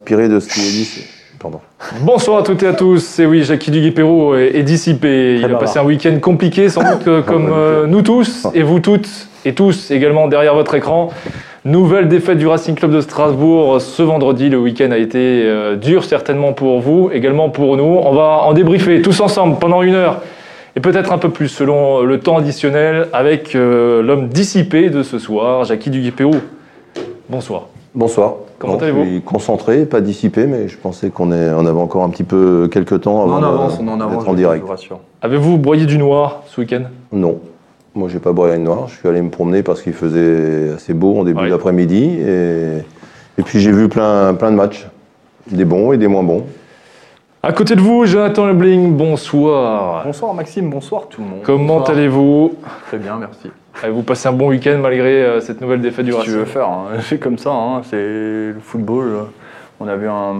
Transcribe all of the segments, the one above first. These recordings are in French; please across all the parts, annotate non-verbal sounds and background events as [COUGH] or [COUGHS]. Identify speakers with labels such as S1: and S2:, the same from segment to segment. S1: inspiré de ce qui est dit. c'est- Pardon.
S2: Bonsoir à toutes et à tous, c'est oui, Jackie Duguay-Perrault est, est dissipé. Il a
S1: bavard.
S2: passé un week-end compliqué, sans doute euh, comme euh, nous tous et vous toutes et tous également derrière votre écran. Nouvelle défaite du Racing Club de Strasbourg ce vendredi. Le week-end a été euh, dur certainement pour vous, également pour nous. On va en débriefer tous ensemble pendant une heure et peut-être un peu plus selon le temps additionnel avec euh, l'homme dissipé de ce soir, Jackie Duguay-Perrault. Bonsoir.
S1: Bonsoir.
S2: Comment
S1: Non,
S2: allez-vous
S1: Je suis concentré, pas dissipé, mais je pensais qu'on est- on avait encore un petit peu quelques temps
S3: On
S1: avant
S3: en
S1: de-
S3: avance, on en
S1: d'être
S3: avance.
S1: en
S3: je
S1: direct.
S3: vous rassure.
S2: Avez-vous broyé du noir ce week-end
S1: Non. Moi, j'ai pas boire une noire. Je suis allé me promener parce qu'il faisait assez beau en début
S2: Ouais.
S1: d'après-midi. Et, et puis, j'ai vu plein, plein de matchs. Des bons et des moins bons.
S2: À côté de vous, Jonathan Lebling, bonsoir.
S3: Bonsoir Maxime, bonsoir tout le monde.
S2: Comment
S3: Bonsoir.
S2: allez-vous
S3: Très bien, merci.
S2: Avez-vous passé un bon week-end malgré euh, cette nouvelle défaite du
S3: Qu'est-ce que tu veux
S2: Racing
S3: faire hein [LAUGHS] C'est comme ça, hein, c'est le football. euh, On a vu un,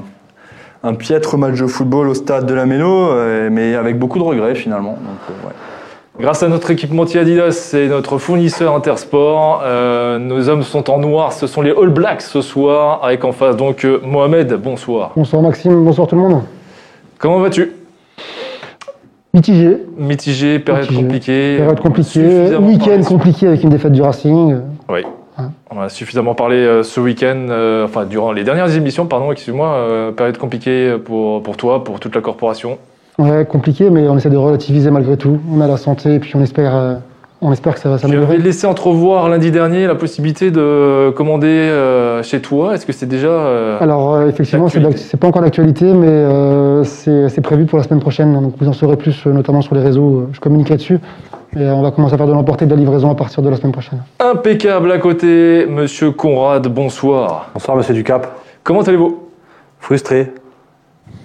S3: un piètre match de football au stade de la Mélo, euh, mais avec beaucoup de regrets finalement. Donc, euh, ouais.
S2: Grâce à notre équipementier Adidas et notre fournisseur Intersport, euh, nos hommes sont en noir. Ce sont les All Blacks ce soir, avec en face donc euh, Mohamed, bonsoir.
S4: Bonsoir Maxime, bonsoir tout le monde.
S2: Comment vas-tu
S4: Mitigé,
S2: Mitigé, période
S4: Mitigé.
S2: compliquée.
S4: période compliquée,
S2: euh, Suffisamment
S4: week-end
S2: parlé ce-
S4: compliqué avec une défaite du Racing.
S2: Oui.
S4: Hein.
S2: On a suffisamment parlé euh, ce week-end, euh, enfin durant les dernières émissions, pardon, excuse-moi, euh, période compliquée pour, pour toi, pour toute la corporation.
S4: Ouais, compliqué, mais on essaie de relativiser malgré tout. On a la santé et puis on espère, euh, on espère que ça va
S2: Tu avais
S4: s'améliorer.
S2: laissé entrevoir lundi dernier la possibilité de commander euh, chez toi. Est-ce que c'est déjà. euh,
S4: Alors euh, effectivement, c'est
S2: D'actualité.
S4: d'ac- c'est pas encore d'actualité, mais euh, c'est c'est prévu pour la semaine prochaine. Donc vous en saurez plus, euh, notamment sur les réseaux. euh, Je communiquerai dessus. Et euh, on va commencer à faire de l'emporter et de la livraison à partir de la semaine prochaine.
S2: Impeccable à côté, monsieur Conrad, bonsoir.
S5: Bonsoir Monsieur Ducap.
S2: Comment allez-vous
S5: Frustré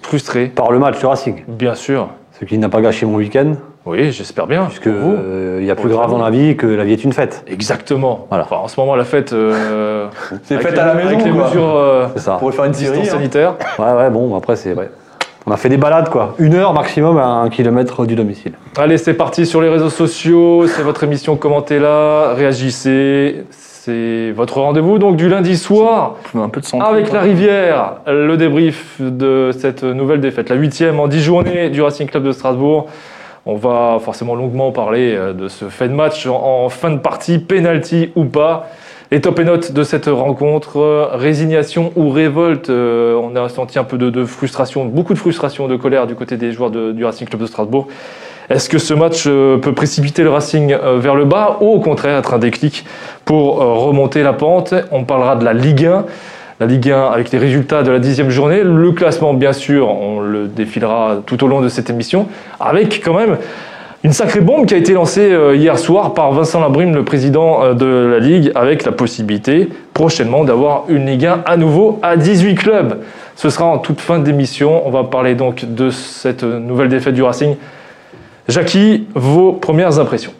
S2: Frustré
S5: par le match du Racing,
S2: Bien sûr.
S5: ce qui n'a pas gâché mon week-end,
S2: Oui, j'espère bien.
S5: puisque
S2: pour vous.
S5: euh, il y a
S2: Pour
S5: plus grave
S2: vous.
S5: dans la vie que la vie est une fête.
S2: Exactement.
S5: Voilà.
S2: Enfin, en ce moment, la fête. euh,
S3: [LAUGHS] C'est
S2: avec
S3: fait
S2: les-
S3: à la maison.
S2: Avec les
S3: quoi.
S2: mesures euh,
S5: C'est ça.
S3: On pourrait faire une
S2: distance
S3: série. hein.
S2: sanitaire.
S5: Ouais ouais bon après c'est ouais. On a fait des balades quoi, une heure maximum à un kilomètre du domicile.
S2: Allez, c'est parti sur les réseaux sociaux. C'est votre émission. Commentez-la, réagissez. C'est votre rendez-vous donc du lundi soir.
S3: Vous pouvez Un peu de santé.
S2: Avec
S3: quoi.
S2: la rivière, le débrief de cette nouvelle défaite, la huitième en dix journées du Racing Club de Strasbourg. On va forcément longuement parler euh, de ce fait de match en- en fin de partie, penalty ou pas. Les top et notes de cette rencontre, euh, résignation ou révolte, euh, on a senti un peu de, de frustration, beaucoup de frustration, de colère du côté des joueurs de- du Racing Club de Strasbourg. Est-ce que ce match euh, peut précipiter le Racing euh, vers le bas ou au contraire être un déclic pour euh, remonter la pente On parlera de la Ligue 1 la Ligue 1 avec les résultats de la dixième journée. Le classement, bien sûr, on le défilera tout au long de cette émission, avec quand même une sacrée bombe qui a été lancée euh, hier soir par Vincent Labrune, le président euh, de la Ligue, avec la possibilité prochainement d'avoir une Ligue 1 à nouveau à 18 clubs. Ce sera en toute fin d'émission. On va parler donc de cette nouvelle défaite du Racing. Jackie, vos premières impressions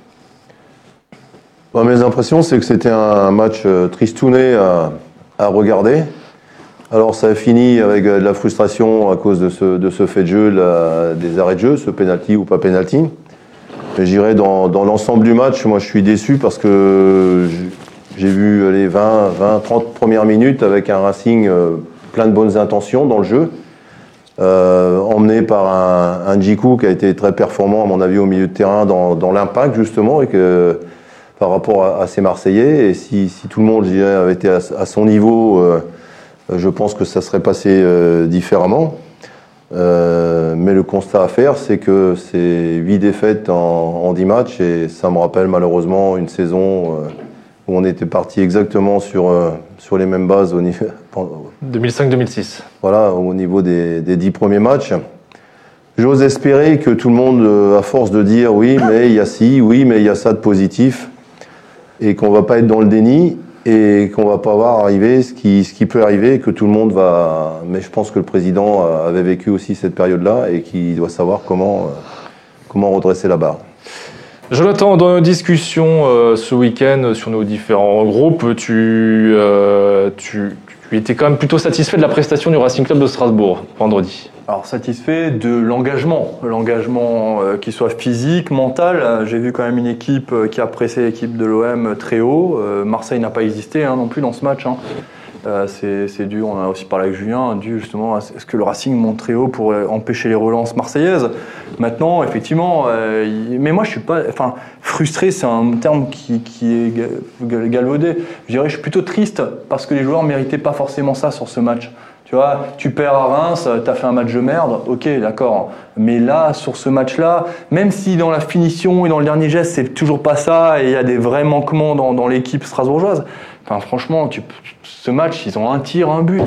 S1: Bah, mes impressions, c'est que c'était un match euh, tristouné à, à regarder. Alors, ça a fini avec euh, de la frustration à cause de ce, de ce fait de jeu, de la- des arrêts de jeu, ce penalty ou pas penalty. Mais j'irai dans, dans l'ensemble du match, moi je suis déçu parce que j'ai- j'ai vu les 20, 20, 30 premières minutes avec un Racing euh, plein de bonnes intentions dans le jeu. Euh, emmené par un, un Djikou qui a été très performant, à mon avis, au milieu de terrain dans, dans l'impact, justement, et que par rapport à, à ces Marseillais. Et si, si tout le monde je dirais, avait été à, à son niveau, euh, je pense que ça serait passé euh, différemment. Euh, mais le constat à faire, c'est que c'est 8 défaites en, en 10 matchs et ça me rappelle malheureusement une saison euh, où on était parti exactement sur, euh, sur les mêmes bases [LAUGHS] au niveau,
S2: 2005-2006.
S1: voilà, au niveau des, des dix premiers matchs. J'ose espérer que tout le monde, euh, à force de dire oui, mais il y a ci, oui, mais il y a ça de positif, et qu'on va pas être dans le déni, et qu'on va pas voir arriver ce qui, ce qui peut arriver, et que tout le monde va. Mais je pense que le président euh, avait vécu aussi cette période-là, et qu'il doit savoir comment, euh, comment redresser la barre.
S2: Jonathan, dans nos discussions euh, ce week-end euh, sur nos différents groupes, tu, euh, tu, tu étais quand même plutôt satisfait de la prestation du Racing Club de Strasbourg vendredi.
S3: Alors satisfait de l'engagement, l'engagement euh, qui soit physique, mental. Euh, J'ai vu quand même une équipe euh, qui a pressé l'équipe de l'OM très haut. Euh, Marseille n'a pas existé non plus dans ce match. hein. Euh, c'est c'est dur, on en a aussi parlé avec Julien, dû justement à est-ce que le Racing monte très haut pour euh, empêcher les relances marseillaises Maintenant, effectivement, euh, il- mais moi je suis pas. Enfin, frustré, c'est un terme qui, qui est ga- gal- galvaudé. Je dirais, je suis plutôt triste parce que les joueurs méritaient pas forcément ça sur ce match. Tu vois, tu perds à Reims, euh, t'as fait un match de merde, ok, d'accord. Mais là, sur ce match-là, même si dans la finition et dans le dernier geste, c'est toujours pas ça, et il y a des vrais manquements dans, dans l'équipe strasbourgeoise, enfin, franchement, tu- ce match, ils ont un tir, un but.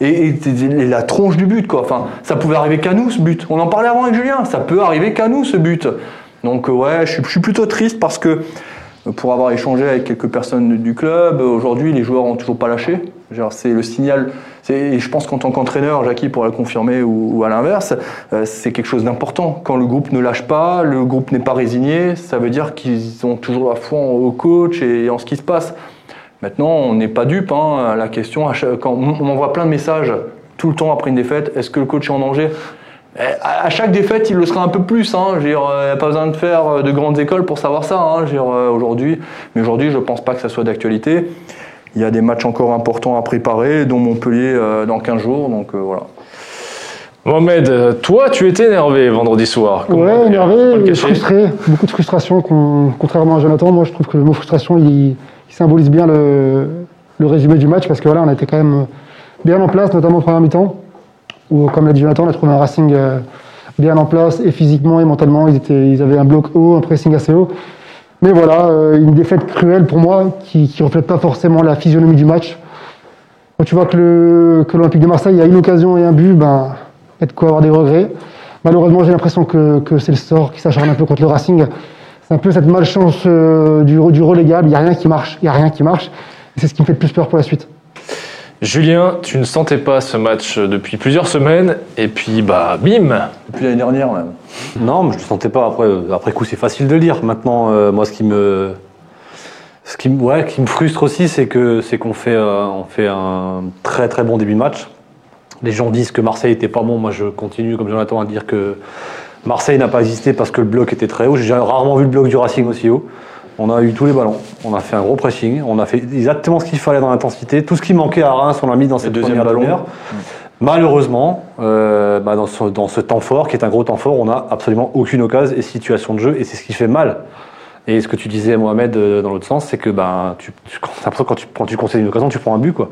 S3: Et, et- et la tronche du but, quoi. Enfin, ça pouvait arriver qu'à nous, ce but. On en parlait avant avec Julien, ça peut arriver qu'à nous, ce but. Donc, euh, ouais, je suis, je suis plutôt triste parce que euh, pour avoir échangé avec quelques personnes du club. euh, Aujourd'hui, les joueurs n'ont toujours pas lâché. Je veux dire, C'est le signal. c'est- Et je pense qu'en tant qu'entraîneur, Jackie pourra le confirmer ou, ou à l'inverse, euh, c'est quelque chose d'important. Quand le groupe ne lâche pas, le groupe n'est pas résigné, ça veut dire qu'ils ont toujours la foi en- au coach et en ce qui se passe. Maintenant, on n'est pas dupe. hein. La question, à chaque- quand on on envoie plein de messages tout le temps après une défaite, est-ce que le coach est en danger Eh, à à chaque défaite, il le sera un peu plus. hein. Je veux dire, euh, y a pas besoin de faire euh, de grandes écoles pour savoir ça. hein. Je veux dire, euh, aujourd'hui, mais aujourd'hui, je ne pense pas que ça soit d'actualité. Il y a des matchs encore importants à préparer, dont Montpellier euh, dans 15 jours. Donc euh, voilà.
S2: Mohamed, euh, toi, tu étais énervé vendredi soir. Comment
S4: ouais,
S2: dire, faut pas le
S4: énervé,
S2: cacher.
S4: frustré, beaucoup de frustration. con- contrairement à Jonathan, moi je trouve que le mot frustration, il, il symbolise bien le, le résumé du match parce que voilà, on a été quand même bien en place, notamment en première mi-temps, où comme l'a dit Jonathan, on a trouvé un Racing euh, bien en place et physiquement et mentalement, ils, étaient, ils avaient un bloc haut, un pressing assez haut. Mais voilà, euh, une défaite cruelle pour moi qui ne reflète pas forcément la physionomie du match. Quand tu vois que le- que l'Olympique de Marseille a une occasion et un but, ben, il y a de quoi avoir des regrets. Malheureusement, j'ai l'impression que, que c'est le sort qui s'acharne un peu contre le Racing. C'est un peu cette malchance euh, du, du relégable. Il n'y a rien qui marche. Il n'y a rien qui marche. Et c'est ce qui me fait le plus peur pour la suite.
S2: Julien, tu ne sentais pas ce match depuis plusieurs semaines, et puis bah bim
S3: Depuis l'année dernière, même.
S5: Non, mais je ne le sentais pas. Après, euh, après coup, c'est facile de lire. Maintenant, euh, moi, ce qui me, ce qui, me- ouais, qui me frustre aussi, c'est que c'est qu'on fait, euh, on fait un très très bon début de match. Les gens disent que Marseille était pas bon. Moi, je continue, comme Jonathan, à dire que Marseille n'a pas existé parce que le bloc était très haut. J'ai rarement vu le bloc du Racing aussi haut. On a eu tous les ballons. On a fait un gros pressing. On a fait exactement ce qu'il fallait dans l'intensité. Tout ce qui manquait à Reims, on l'a mis dans cette
S3: deuxième
S5: première
S3: ballon. Mm.
S5: demi-heure. Malheureusement, euh, bah, dans, ce, dans ce temps fort, qui est un gros temps fort, on n'a absolument aucune occasion et situation de jeu, et c'est ce qui fait mal. Et ce que tu disais, Mohamed, euh, dans l'autre sens, c'est que ben, tu, tu, quand, après, quand tu, prends- tu concèdes une occasion, tu prends un but. Quoi.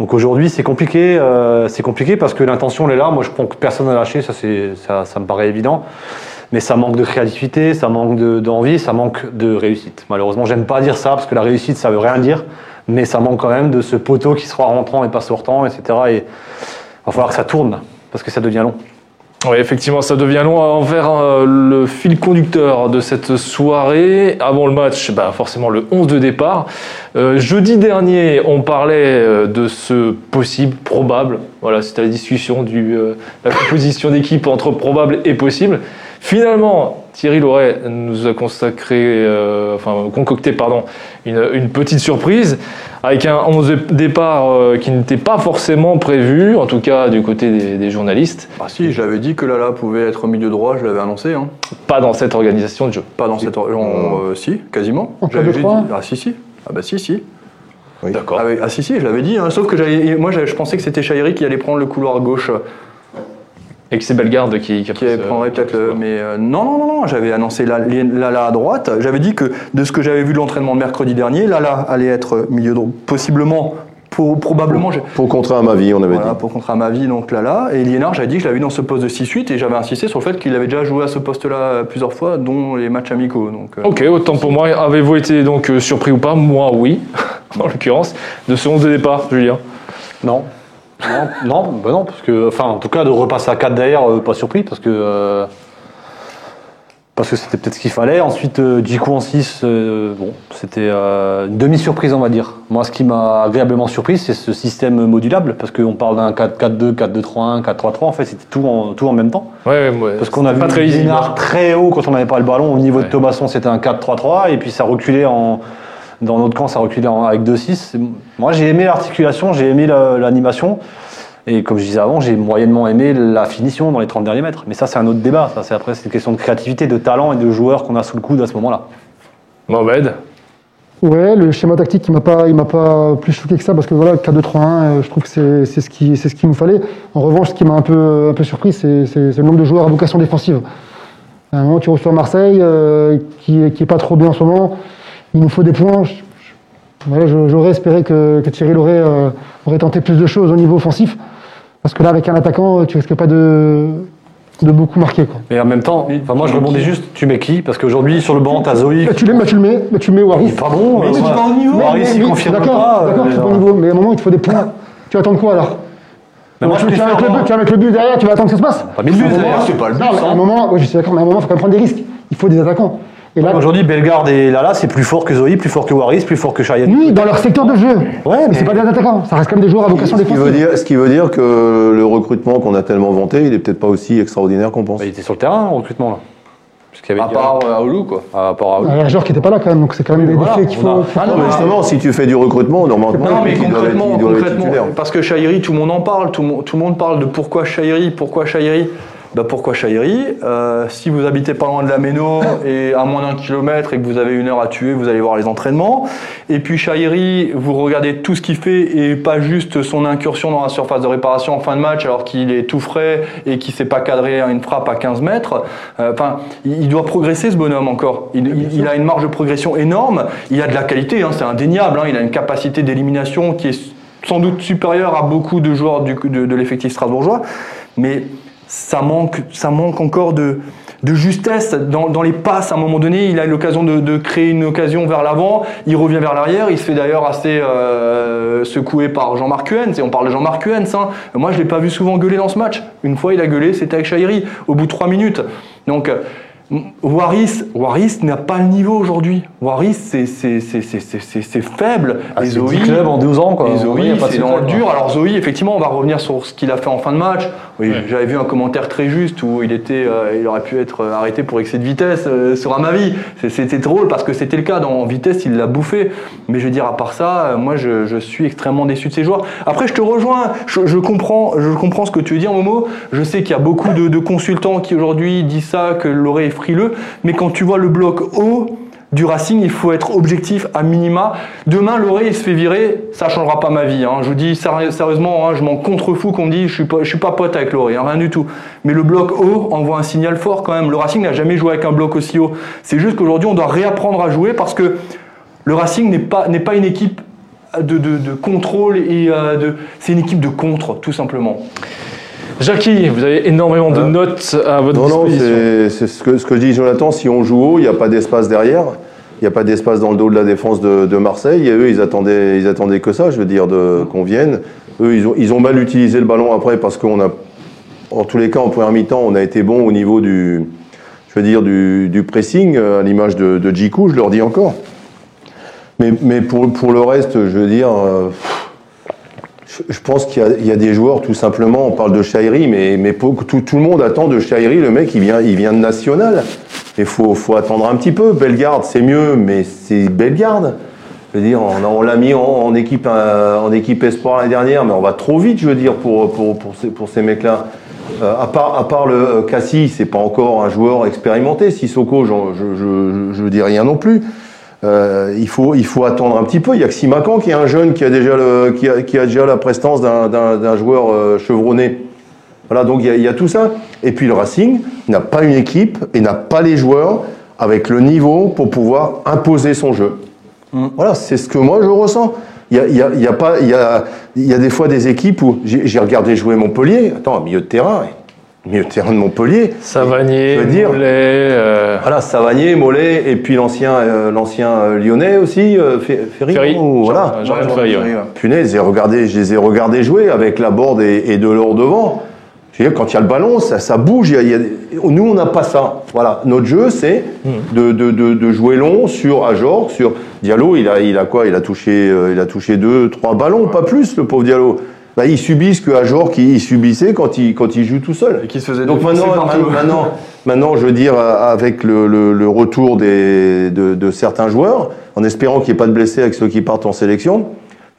S5: Donc aujourd'hui, c'est compliqué, euh, c'est compliqué parce que l'intention, elle est là. Moi, je pense que personne n'a lâché, ça, c'est- ça, ça me paraît évident. Mais ça manque de créativité, ça manque de- d'envie, ça manque de réussite. Malheureusement, j'aime pas dire ça parce que la réussite, ça veut rien dire. Mais ça manque quand même de ce poteau qui sera rentrant et pas sortant, etc. Et, va falloir que ça tourne, parce que ça devient long.
S2: Oui, effectivement, ça devient long envers euh, le fil conducteur de cette soirée. Avant le match, bah, forcément le 11 de départ. Euh, jeudi dernier, on parlait euh, de ce possible, probable. Voilà, c'était la discussion du euh, la composition d'équipe entre probable et possible. Finalement, Thierry Loret nous a consacré, euh, enfin concocté, pardon, une, une petite surprise avec un 11 de départ euh, qui n'était pas forcément prévu, en tout cas du côté des- des journalistes
S3: Ah si, j'avais dit que Lala pouvait être milieu droit, je l'avais annoncé. Hein.
S2: pas dans cette organisation de jeu.
S3: Pas dans cette. en- euh, si, quasiment.
S4: En club
S3: J'avais
S4: de
S3: dit-
S4: Troyes
S3: Ah si, si. Ah bah si, si.
S2: D'accord.
S3: Ah, oui, ah si, si, je l'avais dit. hein. Sauf que j'avais- moi, j'avais- je pensais que c'était Chahiri qui allait prendre le couloir gauche.
S2: Et que c'est Bellegarde qui, qui a
S3: qui
S2: pris ce-
S3: prendrait peut-être le.
S2: ce-
S3: Mais euh, non, non, non, non, j'avais annoncé Lala à droite. J'avais dit que de ce que j'avais vu de l'entraînement de mercredi dernier, Lala allait être milieu droit, possiblement, pour- probablement. j'ai-
S1: Pour contraire à ma vie, on avait
S3: Voilà, pour contre à ma vie, donc Lala. Et Liénard, j'avais dit que je l'avais vu dans ce poste de 6-8 et j'avais insisté sur le fait qu'il avait déjà joué à ce poste-là euh, plusieurs fois, dont les matchs amicaux. Donc, euh,
S2: Ok, autant pour moi. Avez-vous été donc euh, surpris ou pas Moi, oui, [LAUGHS] en l'occurrence, de ce 11 de départ, Julien.
S5: Non. Non, non, bah non, parce que, enfin, en tout cas, de repasser à 4 derrière, euh, pas surpris, parce que. euh, parce que c'était peut-être ce qu'il fallait. Ensuite, euh, Djikou en 6, bon, c'était euh, une demi-surprise, on va dire. Moi, ce qui m'a agréablement surpris, c'est ce système modulable, parce qu'on parle d'un 4-4-2, 4-2-3-1, 4-3-3, en fait, c'était tout en, tout en même temps.
S2: Ouais, ouais, ouais.
S5: Parce qu'on a
S2: C'était
S5: vu
S2: pas très lisible.
S5: Lienard très haut quand on n'avait pas le ballon. Au niveau
S2: Ouais.
S5: de Thomasson, c'était un 4-3-3. Et puis ça reculait en. Dans notre camp, ça reculait en- avec 2-6. C'est- Moi, j'ai aimé l'articulation, j'ai aimé la- l'animation. Et comme je disais avant, j'ai moyennement aimé la finition dans les 30 derniers mètres. Mais ça, c'est un autre débat. Ça, c'est après, c'est une question de créativité, de talent et de joueurs qu'on a sous le coude à ce moment-là.
S2: Mohamed.
S4: Ouais, le schéma tactique, il m'a pas, il m'a pas plus choqué que ça parce que voilà, 4-2-3-1, euh, je trouve que c'est, c'est ce qui, c'est ce qu'il nous fallait. En revanche, ce qui m'a un peu, un peu surpris, c'est, c'est- c'est le nombre de joueurs à vocation défensive. À un moment, tu reçois Marseille, euh, qui, est- qui est pas trop bien en ce moment. Il nous faut des points. Je- je- voilà, je- j'aurais espéré que, que Thierry Loret euh, aurait tenté plus de choses au niveau offensif, parce que là, avec un attaquant, tu risques pas de, de beaucoup marquer. Quoi.
S5: Mais en même temps, enfin, moi je rebondis juste, tu mets qui Parce qu'aujourd'hui sur le banc, t'as Zoï.
S4: Bah, tu le mets, bah, tu le mets, bah, tu le mets ou
S5: Il est
S4: Arif.
S5: pas bon.
S3: Mais
S5: euh,
S3: c'est
S5: voilà.
S3: pas au niveau.
S5: Paris,
S4: Mais-
S5: il
S4: mais-
S5: confirme
S4: d'accord,
S5: pas. euh,
S4: D'accord, c'est pas au niveau, mais à un moment, il te faut des points. Tu vas attendre quoi alors
S5: Mais moi,
S4: tu,
S5: je
S4: tu vas mettre
S5: préfère
S4: le but,
S5: voir.
S4: tu vas mettre le but derrière, tu vas attendre que ça se passe
S5: Pas mis le but,
S4: À un
S5: d'ailleurs,
S4: moment-
S3: c'est pas le but,
S4: Non, mais à
S3: ça.
S4: un moment, ouais, je suis d'accord, mais à un moment, il faut quand même prendre des risques. Il faut des attaquants. Et là,
S5: Aujourd'hui, Bellegarde et Lala, c'est plus fort que Zoï, plus fort que Waris, plus fort que Chayenne.
S4: oui, dans leur secteur de jeu.
S5: Ouais,
S4: mais c'est
S5: mais-
S4: pas des attaquants, ça reste quand même des joueurs à vocation
S1: Ce qui,
S4: défensive.
S1: veut dire, ce qui veut dire que le recrutement qu'on a tellement vanté, il est peut-être pas aussi extraordinaire qu'on pense.
S5: Bah, il était sur le terrain en recrutement là. Parce qu'il y
S3: À
S5: avait
S3: part euh, Aoulou, quoi.
S1: Ah,
S5: à part Raoul.
S4: Un joueur qui n'était pas là quand même, donc c'est quand même des
S5: voilà,
S4: faits qu'il
S5: on
S4: faut.
S5: a-
S4: faut
S3: Ah non,
S1: Non,
S4: prendre.
S1: mais justement, si tu fais du recrutement, normalement,
S3: Non, mais
S1: il doit être-
S3: concrètement,
S1: il doit être
S3: concrètement, euh,
S1: titulaire.
S3: parce que Chahiri, tout le monde en parle, tout le monde, tout le monde parle de pourquoi Chahiri, pourquoi Chahiri. Bah pourquoi Chahiri Euh, Si vous habitez pas loin de la Méno et à moins d'un kilomètre et que vous avez une heure à tuer, vous allez voir les entraînements. Et puis Chahiri, vous regardez tout ce qu'il fait et pas juste son incursion dans la surface de réparation en fin de match alors qu'il est tout frais et qu'il s'est pas cadré à une frappe à 15 mètres. Euh, Enfin, il il doit progresser ce bonhomme encore. Il, il- il a une marge de progression énorme. Il a de la qualité, hein, c'est indéniable. hein. Il a une capacité d'élimination qui est sans doute supérieure à beaucoup de joueurs du- de, de l'effectif strasbourgeois, mais ça manque, ça manque encore de, de justesse dans, dans les passes. À un moment donné, il a l'occasion de, de créer une occasion vers l'avant, il revient vers l'arrière, il se fait d'ailleurs assez euh, secoué par Jean-Marc Huens, et on parle de Jean-Marc Huens. hein. Moi, je l'ai pas vu souvent gueuler dans ce match. Une fois, il a gueulé, c'était avec Chahiri, au bout de trois minutes. Donc, euh, Waris, Waris n'a pas le niveau aujourd'hui. Waris, c'est c'est- c'est- c'est- c'est- c'est- c'est faible. Et
S5: Ah, c'est
S3: Zoé-
S5: 10 clubs en 12 ans quoi.
S3: et
S5: Oui, il y
S3: Zoé,
S5: a pas de
S3: c'est
S5: secret,
S3: dans le
S5: quoi.
S3: dur. Alors Zoé, effectivement, on va revenir sur ce qu'il a fait en fin de match. Oui, j'avais vu un commentaire très juste où il était, euh, il aurait pu être euh, arrêté pour excès de vitesse euh, sur un Mavi. C'est- C'était drôle parce que c'était le cas. Dans vitesse, il l'a bouffé. Mais je veux dire, à part ça, euh, moi, je, je suis extrêmement déçu de ces joueurs. Après, je te rejoins. Je, je comprends, je comprends ce que tu veux dire, Momo. Je sais qu'il y a beaucoup de, de consultants qui aujourd'hui disent ça, que l'oré est frileux. Mais quand tu vois le bloc haut du Racing, il faut être objectif à minima. Demain, Loré, il se fait virer, ça changera pas ma vie. hein. Je vous dis sérieux- sérieusement, hein, je m'en contrefous qu'on me dise je suis pas, je suis pas pote avec Loré, hein, rien du tout. Mais le bloc haut envoie un signal fort quand même. Le Racing n'a jamais joué avec un bloc aussi haut. C'est juste qu'aujourd'hui, on doit réapprendre à jouer parce que le Racing n'est pas, n'est pas une équipe de, de- de contrôle et euh, de, c'est une équipe de contre, tout simplement.
S2: Jackie, vous avez énormément de
S1: Euh,
S2: notes à votre
S1: Non, non,
S2: disposition.
S1: c'est c'est ce que, ce que je dis Jonathan, si on joue haut, il n'y a pas d'espace derrière, il n'y a pas d'espace dans le dos de la défense de, de Marseille, et eux, ils attendaient, ils attendaient que ça, je veux dire, de-
S3: Mm.
S1: qu'on vienne. Eux, ils ont, ils ont mal utilisé le ballon après, parce qu'on a, en tous les cas, en première mi-temps, on a été bon au niveau du, je veux dire, du, du pressing, euh, à l'image de, de Djikou, je leur dis encore. Mais, mais pour, pour le reste, je veux dire... euh, je- Je pense qu'il y a- il y, a des joueurs, tout simplement, on parle de Shairi, mais, mais pour- tout, tout le monde attend de Shairi, le mec, il vient, il vient de National. Il faut, faut attendre un petit peu. Bellegarde, c'est mieux, mais c'est Bellegarde. Je veux dire, on, a- on l'a mis en, en équipe, euh, en équipe espoir l'année dernière, mais on va trop vite, je veux dire, pour, pour, pour ces, pour ces mecs-là. Euh, à, part, à part le euh, Cassis, c'est pas encore un joueur expérimenté. Sissoko, j'en- je, je, je, je dis rien non plus. Euh, il, faut, il faut attendre un petit peu. Il y a que Simacan qui est un jeune qui a déjà, le, qui a, qui a déjà la prestance d'un- d'un d'un joueur euh, chevronné. Voilà, donc il y, a, il y a tout ça. Et puis le Racing n'a pas une équipe et n'a pas les joueurs avec le niveau pour pouvoir imposer son jeu. Voilà, c'est ce que moi je ressens. Il y a, il y a- il y a pas, il y a, il y a des fois des équipes où j'ai j'ai regardé jouer Montpellier. Attends, milieu de terrain, milieu de terrain de Montpellier.
S2: Savanier,
S1: Je veux dire- Oh,
S2: Moulet, euh,
S1: Voilà, Savanier, Mollet, et puis l'ancien euh, l'ancien euh, lyonnais aussi, euh, Fe- Ferry.
S2: Ferry,
S1: ou- voilà.
S2: Jean- Jean-Michel Ferry, ouais.
S1: Punaise, j'ai regardé, je les ai regardés jouer avec la borde et, et de l'or devant. Je veux dire, quand il y a le ballon, ça, ça bouge. il y a- il y a- nous, on n'a pas ça. Voilà. Notre jeu, c'est
S2: Hmm.
S1: de, de- de- de jouer long sur Ajor, sur Diallo. Il a, il a quoi Il a touché, euh, il a touché deux, trois ballons, pas plus, le pauvre Diallo. Bah, il subit ce que Ajor qui il subissait quand il, quand il joue tout seul.
S3: Et qui se faisait
S1: Donc
S3: défoncer
S1: maintenant,
S3: partout.
S1: maintenant, [LAUGHS] maintenant, maintenant, je veux dire, euh, avec le, le- le retour des- de, de certains joueurs, en espérant qu'il n'y ait pas de blessés avec ceux qui partent en sélection,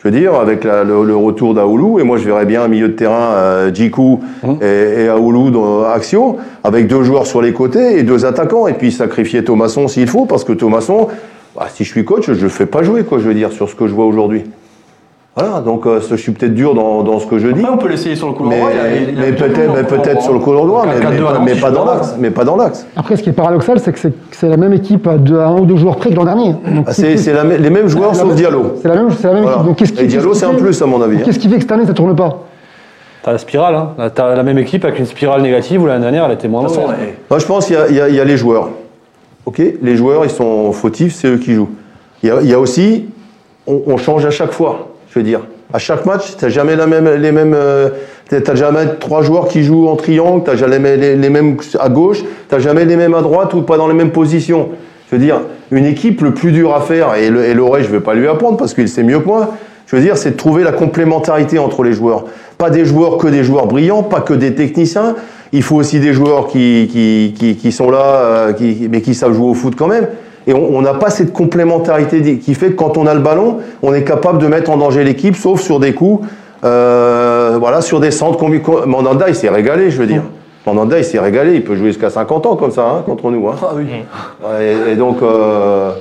S1: je veux dire, avec la- le, le retour d'Aoulou, et moi je verrais bien un milieu de terrain, euh, Djikou
S3: Mmh.
S1: et, et Aoulou dans Axio, avec deux joueurs sur les côtés et deux attaquants, et puis sacrifier Thomasson s'il faut, parce que Thomasson, bah, si je suis coach, je ne fais pas jouer, quoi, je veux dire, sur ce que je vois aujourd'hui. Voilà, donc euh, je suis peut-être dur dans, dans ce que je dis.
S3: Après, on peut l'essayer sur le couloir.
S1: Mais,
S3: droit, il a- il a-
S1: mais
S3: il a-
S1: peut-être mais peut-être sur le couloir droit,
S3: Donc, un
S1: mais, mais,
S3: 4-2
S1: pas-
S3: à
S1: mais
S3: l'avance,
S1: pas
S3: je
S1: dans
S3: suis
S1: l'axe. Mais pas dans l'axe.
S4: Après, ce qui est paradoxal, c'est que c'est que c'est la même équipe à, deux- à un ou deux joueurs près que l'an dernier. Donc,
S1: Ah,
S4: qui-
S1: C'est c'est la mê- les mêmes joueurs
S4: la
S1: sauf
S4: même-
S1: Diallo.
S4: C'est la même, c'est la même
S1: Voilà.
S4: équipe. Donc, qu'est-ce qui,
S1: Et Diallo,
S4: qu'est-ce
S1: c'est
S4: qui
S1: un
S4: fait-
S1: plus, à mon avis. hein.
S4: Qu'est-ce qui fait que cette année, ça tourne pas
S5: T'as la spirale, hein. Là, T'as la même équipe avec une spirale négative où l'année dernière elle était moins
S3: De toute façon,
S5: mauvaise.
S3: eh,
S1: Moi, je pense qu'il y a- il y, a- il y a les joueurs. Ok, les joueurs, ils sont fautifs, c'est eux qui jouent. Il y a, il y a aussi, on, on change à chaque fois. Je veux dire, à chaque match, t'as jamais la même, les mêmes. euh, t'as- T'as jamais trois joueurs qui jouent en triangle. T'as jamais les, les mêmes à gauche. T'as jamais les mêmes à droite ou pas dans les mêmes positions. Je veux dire, une équipe le plus dur à faire et le et Loret, je vais pas lui apprendre parce qu'il sait mieux que moi. Je veux dire, c'est de trouver la complémentarité entre les joueurs. Pas des joueurs que des joueurs brillants, pas que des techniciens. Il faut aussi des joueurs qui, qui, qui, qui sont là, euh, qui, mais qui savent jouer au foot quand même. Et on on n'a pas cette complémentarité di- qui fait que quand on a le ballon, on est capable de mettre en danger l'équipe, sauf sur des coups, euh, voilà, sur des centres. combi- com- Mandanda, il s'est régalé, je veux dire. Mandanda, il s'est régalé. Il peut jouer jusqu'à 50 ans comme ça, hein, contre nous. hein.
S3: ah oui.
S1: Ouais, Et, et donc, euh, euh,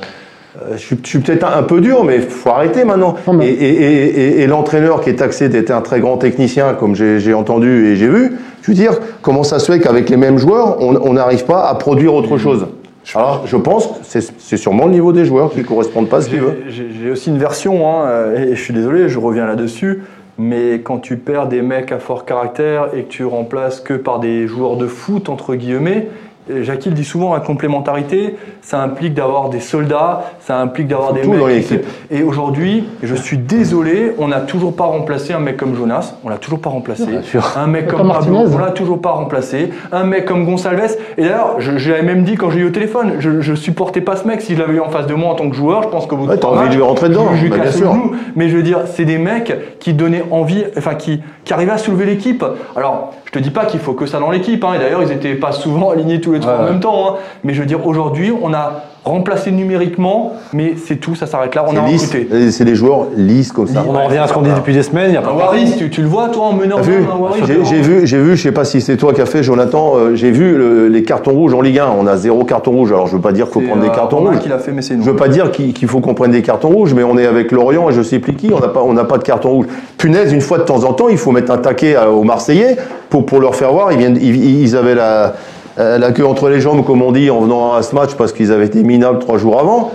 S1: je suis, je suis peut-être un, un peu dur, mais faut arrêter maintenant.
S4: Non, mais-
S1: Et, et- et- et- et l'entraîneur qui est taxé d'être un très grand technicien, comme j'ai j'ai entendu et j'ai vu, je veux dire, comment ça se fait qu'avec les mêmes joueurs, on on n'arrive pas à produire
S3: Mm.
S1: autre chose Alors, je pense que c'est c'est sûrement le niveau des joueurs qui ne correspondent pas à ce qu'ils veulent.
S3: J'ai- J'ai j'ai aussi une version, hein, euh, et je suis désolé, je reviens là-dessus, mais quand tu perds des mecs à fort caractère et que tu remplaces que par des joueurs de foot, entre guillemets, euh, Jackie le dit souvent, la complémentarité, ça implique d'avoir des soldats, ça implique d'avoir des
S1: Tout
S3: mecs.
S1: dans
S3: qui
S1: l'équipe.
S3: se- Et aujourd'hui, je suis désolé, on n'a toujours pas remplacé un mec comme Jonas, on l'a toujours pas remplacé.
S5: Bien sûr.
S3: Un mec
S4: Comme
S3: comme Pablo,
S4: Martinez.
S3: on l'a toujours pas remplacé. Un mec comme Gonçalves. Et d'ailleurs, je, je l'avais même dit quand j'ai eu au téléphone, je, je supportais pas ce mec. Si je l'avais eu en face de moi en tant que joueur, je pense qu'au bout de
S1: Ouais, t'as
S3: trois
S1: envie de lui
S3: matchs,
S1: rentrer dedans,
S3: je lui
S1: bah, bien
S3: casse le
S1: sûr.
S3: genou. Mais je veux dire, c'est des mecs qui donnaient envie, enfin qui, qui arrivaient à soulever l'équipe. Alors, je te dis pas qu'il faut que ça dans l'équipe. hein. Et d'ailleurs, ils étaient pas souvent [LAUGHS] alignés tous les trois
S5: Ouais,
S3: en
S5: ouais.
S3: même temps. hein. Mais je veux dire, aujourd'hui, on a remplacé numériquement, mais c'est tout, ça s'arrête là. On a
S1: C'est lisse.
S3: recruté.
S1: Et C'est des joueurs lisses comme ça.
S5: On en revient à ce qu'on dit depuis des semaines. il Y a
S3: Un
S5: pas...
S3: Waris, tu, tu le vois, toi, en menant
S1: T'as vu
S3: un Waris
S1: J'ai- J'ai vu, j'ai vu, je sais pas si c'est toi qui as fait, Jonathan. euh, j'ai vu le- les cartons rouges en Ligue 1. On a zéro carton rouge. Alors je veux pas dire qu'il faut
S3: C'est,
S1: prendre des
S3: euh,
S1: cartons
S3: Romain
S1: rouges.
S3: qui l'a fait, mais c'est nous.
S1: Je veux pas dire qu'il qu'il faut qu'on prenne des cartons rouges, mais on est avec Lorient et je sais plus qui, on n'a pas, on n'a pas de carton rouge. Punaise, une fois de temps en temps, il faut mettre un taquet à- aux Marseillais pour, pour leur faire voir. Ils, viennent, ils, ils avaient la, euh, la queue entre les jambes, comme on dit, en venant à ce match parce qu'ils avaient été minables trois jours avant.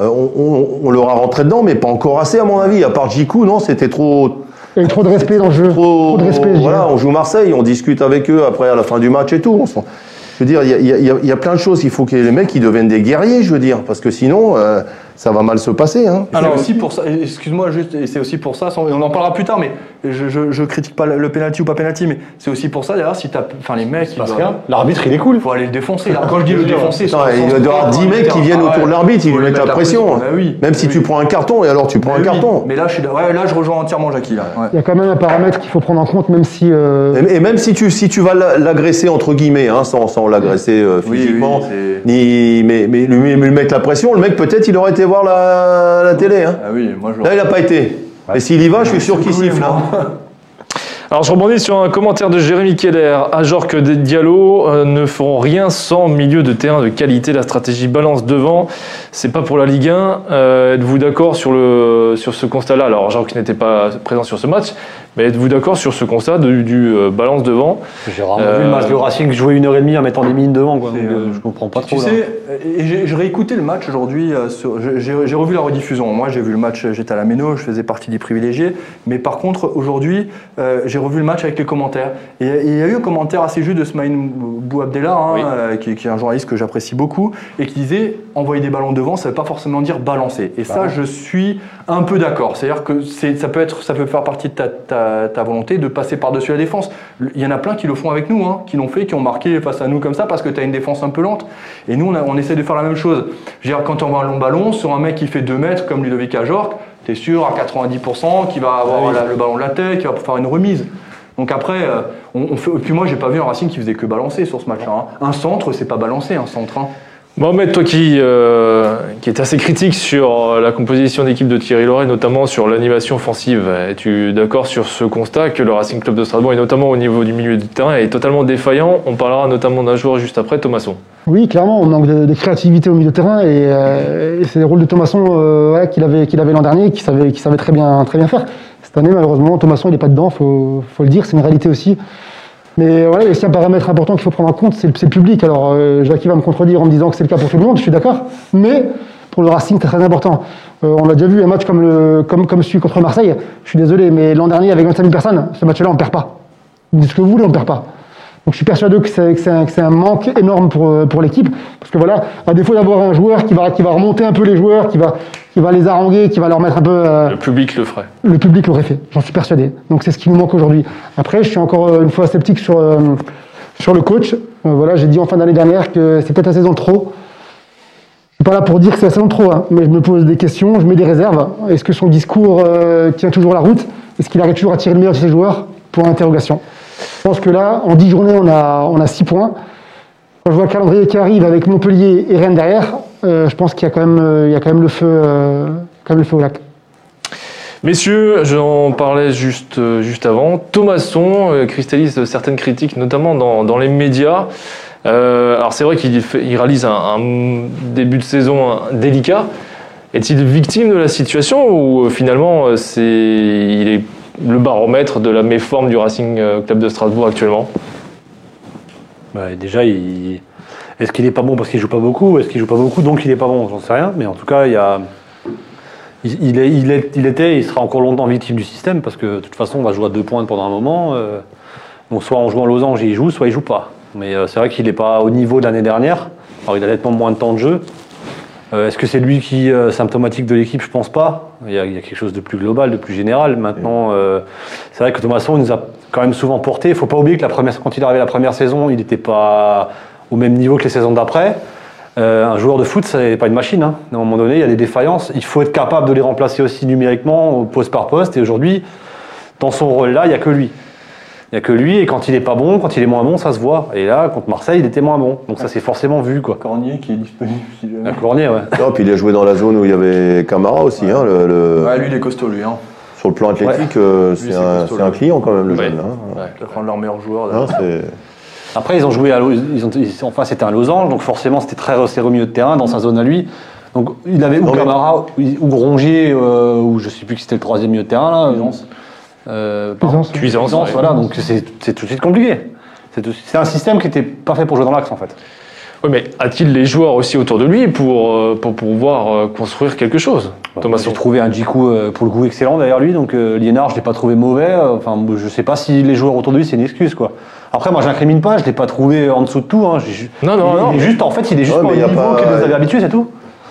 S1: Euh, on, on- on leur a rentré dedans, mais pas encore assez, à mon avis. À part Jiku, non, c'était trop,
S4: Il y a eu trop de respect dans le jeu.
S1: trop-
S4: Mmh. de respect. je
S1: voilà,
S4: dirais.
S1: on joue Marseille, on discute avec eux après à la fin du match et tout. On s'en- je veux dire, il y a- il y, a- il y a- il y a plein de choses. Il faut que les mecs ils deviennent des guerriers, je veux dire, parce que sinon, euh, ça va mal se passer. hein.
S3: Et c'est aussi pour ça, et excuse-moi juste, et c'est aussi pour ça, sans- et on en parlera plus tard, mais je, je, je critique pas le le penalty ou pas penalty, mais c'est aussi pour ça d'ailleurs si t'as, enfin les mecs, ils
S5: Parce
S3: doivent-
S5: que l'arbitre il est cool.
S3: faut aller le défoncer. Alors, quand je dis le défoncer,
S1: Putain, il doit y avoir 10 mecs qui
S3: Ah
S1: viennent autour de l'arbitre, ils lui mettent la pression.
S3: Bah
S1: Même si tu prends un carton, et alors tu prends un carton.
S3: Mais là, je suis, ouais, là, je rejoins entièrement Jackie là. ouais.
S4: Il y a quand même un paramètre qu'il faut prendre en compte, même si. euh,
S1: Et et même si tu, si tu vas la- l'agresser, entre guillemets, hein, sans, sans l'agresser euh,
S3: Oui, oui,
S1: physiquement,
S3: c'est-
S1: ni, mais, mais lui, lui mettre la pression, le mec peut-être il aurait été voir la, la télé. hein.
S3: Ah oui, moi je.
S1: Là, il n'a pas été. Et s'il y va, je suis sûr qu'il
S3: Oui,
S1: siffle. hein.
S3: moi.
S2: Alors je rebondis sur un commentaire de Jérémy Keller. À genre que des Diallo euh, ne feront rien sans milieu de terrain de qualité. La stratégie balance devant, c'est pas pour la Ligue 1. Euh, êtes-vous d'accord sur, le, sur ce constat-là Alors genre qui n'était pas présent sur ce match, mais êtes-vous d'accord sur ce constat de- du euh, balance devant
S5: J'ai rarement
S2: Euh,
S5: vu le match de Racing jouer une heure et demie en mettant des mines devant. Quoi.
S3: C'est,
S5: Donc, euh,
S3: euh,
S5: je comprends pas trop.
S3: Tu
S5: là.
S3: sais, euh, et j'ai j'ai réécouté le match aujourd'hui. euh, sur- j'ai- J'ai j'ai revu la rediffusion. Moi, j'ai vu le match. euh, J'étais à la Méno, je faisais partie des privilégiés. Mais par contre, aujourd'hui, euh, j'ai revu le match avec les commentaires. Et et il y a eu un commentaire assez juste de Smaïn Bouabdellah, hein,
S2: Oui.
S3: euh, qui, qui est un journaliste que j'apprécie beaucoup, et qui disait envoyer des ballons devant, ça ne veut pas forcément dire balancer. Et
S5: Bah
S3: ça, je suis un peu d'accord. C'est-à-dire que c'est- ça peut être, ça peut faire partie de ta, ta- ta volonté de passer par-dessus la défense. Il y en a plein qui le font avec nous, hein, qui l'ont fait, qui ont marqué face à nous comme ça, parce que tu as une défense un peu lente. Et nous, on, a- on essaie de faire la même chose. Je veux dire, quand on voit un long ballon sur un mec qui fait 2 mètres, comme Ludovic Ajorc, tu es sûr à 90% qu'il va avoir la- le ballon de la tête, qu'il va pouvoir faire une remise. Donc après, euh, on, on fait, et puis moi, j'ai pas vu un Racing qui faisait que balancer sur ce match-là. hein. Un centre, c'est pas balancer un centre. hein.
S2: Mohamed, toi qui, euh, qui est assez critique sur la composition d'équipe de Thierry Loret, notamment sur l'animation offensive, es-tu d'accord sur ce constat que le Racing Club de Strasbourg, et notamment au niveau du milieu du terrain, est totalement défaillant On parlera notamment d'un joueur juste après, Thomasson.
S4: Oui, clairement, on manque de, de créativité au milieu de terrain et, euh, et c'est le rôle de Thomasson euh, voilà, qu'il avait, qu'il avait l'an dernier, qu'il savait, qu'il savait très, bien, très bien faire. Cette année, malheureusement, Thomasson, il n'est pas dedans, il faut, faut le dire, c'est une réalité aussi. Mais voilà, il y a aussi un paramètre important qu'il faut prendre en compte, c'est le, c'est le public. Alors, euh, Jackie va me contredire en me disant que c'est le cas pour tout le monde, je suis d'accord. Mais pour le Racing, c'est très important. Euh, on l'a déjà vu, un match comme, le, comme, comme celui contre Marseille, je suis désolé, mais l'an dernier, avec 25 000 personnes, ce match-là, on ne perd pas. Dites ce que vous voulez, on ne perd pas. Donc je suis persuadé que c'est, que c'est un, que c'est un manque énorme pour, euh, pour l'équipe. Parce que voilà, à défaut d'avoir un joueur qui va, qui va remonter un peu les joueurs, qui va, qui va les haranguer, qui va leur mettre un peu... euh,
S2: Le public le ferait.
S4: le public l'aurait fait, j'en suis persuadé. Donc c'est ce qui nous manque aujourd'hui. Après, je suis encore euh, une fois sceptique sur, euh, sur le coach. Euh, voilà, j'ai dit en fin d'année dernière que c'est peut-être la saison de trop. Je suis pas là pour dire que c'est la saison de trop, hein, mais je me pose des questions, je mets des réserves. Est-ce que son discours euh, tient toujours la route Est-ce qu'il arrive toujours à tirer le meilleur de ses joueurs Pour interrogation. Je pense que là, en 10 journées, on a, on a 6 points. Quand je vois le calendrier qui arrive avec Montpellier et Rennes derrière, euh, je pense qu'il y a quand même, euh, il y a quand même le feu, euh, quand même le feu au lac.
S2: Messieurs, j'en parlais juste, euh, juste avant. Thomasson euh, cristallise certaines critiques, notamment dans, dans les médias. Euh, alors c'est vrai qu'il fait- il réalise un, un début de saison euh, délicat. Est-il victime de la situation ou euh, finalement euh, c'est il est le baromètre de la méforme du Racing euh, Club de Strasbourg actuellement
S5: Bah, déjà, il- est-ce qu'il est pas bon parce qu'il joue pas beaucoup Est-ce qu'il joue pas beaucoup donc il est pas bon J'en sais rien. Mais en tout cas, il y a. Il, il est, il, est- il était, il sera encore longtemps victime du système parce que de toute façon, on va jouer à deux pointes pendant un moment. euh, donc soit en jouant en losange, il joue, soit il joue pas. Mais euh, c'est vrai qu'il n'est pas au niveau de l'année dernière. Alors il a nettement moins de temps de jeu. Euh, Est-ce que c'est lui qui euh, symptomatique de l'équipe Je pense pas. Il y, a, il y a quelque chose de plus global, de plus général. Maintenant, euh, c'est vrai que Thomasson il nous a quand même souvent porté. Il faut pas oublier que la première, quand il est arrivé la première saison, il n'était pas au même niveau que les saisons d'après. Euh, un joueur de foot, c'est pas une machine. hein. À un moment donné, il y a des défaillances. Il faut être capable de les remplacer aussi numériquement, poste par poste. Et aujourd'hui, dans son rôle-là, il n'y a que lui. Il n'y a que lui. Et quand il est pas bon, quand il est moins bon, ça se voit. Et là, contre Marseille, il était moins bon. Donc ça s'est forcément vu, quoi.
S3: Cornier qui est disponible. Si jamais.
S5: La Cornier, ouais.
S1: Non, puis il a joué dans la zone où il y avait Camara aussi. Hein, le, le-
S3: Ouais, lui, il est costaud, lui. Hein.
S1: Sur le plan athlétique, euh, c'est
S3: c'est
S1: un,
S3: costaud,
S1: c'est un
S3: lui.
S1: client quand même, le
S2: Ouais.
S1: jeune. hein.
S3: Je vais prendre leur meilleur joueur. là.
S1: Hein, c'est-
S5: Après, ils ont joué à lo- ils ont, ils- enfin, c'était un losange, donc forcément, c'était très resserré au milieu de terrain, dans sa zone à lui. Donc, il avait ou
S1: Non, mais-
S5: Camara, ou, ou Grongier, euh, ou je sais plus qui c'était le troisième milieu de terrain, là.
S3: Cuisance.
S5: Euh, pardon.
S4: Cuisance.
S2: Cuisance, ouais.
S5: voilà, donc c'est c'est tout de suite compliqué. C'est tout- c'est un système qui était pas fait pour jouer dans l'axe, en fait.
S2: Oui, mais a-t-il les joueurs aussi autour de lui pour, euh, pour pouvoir euh, construire quelque chose Thomasson
S5: J'ai trouvé un Djikou euh, pour le coup excellent derrière lui, donc euh, Liénard, je l'ai pas trouvé mauvais. euh, Enfin, je sais pas si les joueurs autour de lui, c'est une excuse, quoi. Après, moi, j'incrimine pas, je l'ai pas trouvé en dessous de tout. hein, j'ai-
S2: Non, non,
S5: il,
S2: non.
S5: il est juste, en fait, il est juste
S1: Ouais,
S5: pas
S1: mais
S5: au
S1: y a
S5: niveau
S1: pas- euh,
S5: que nous avait habitué, c'est tout.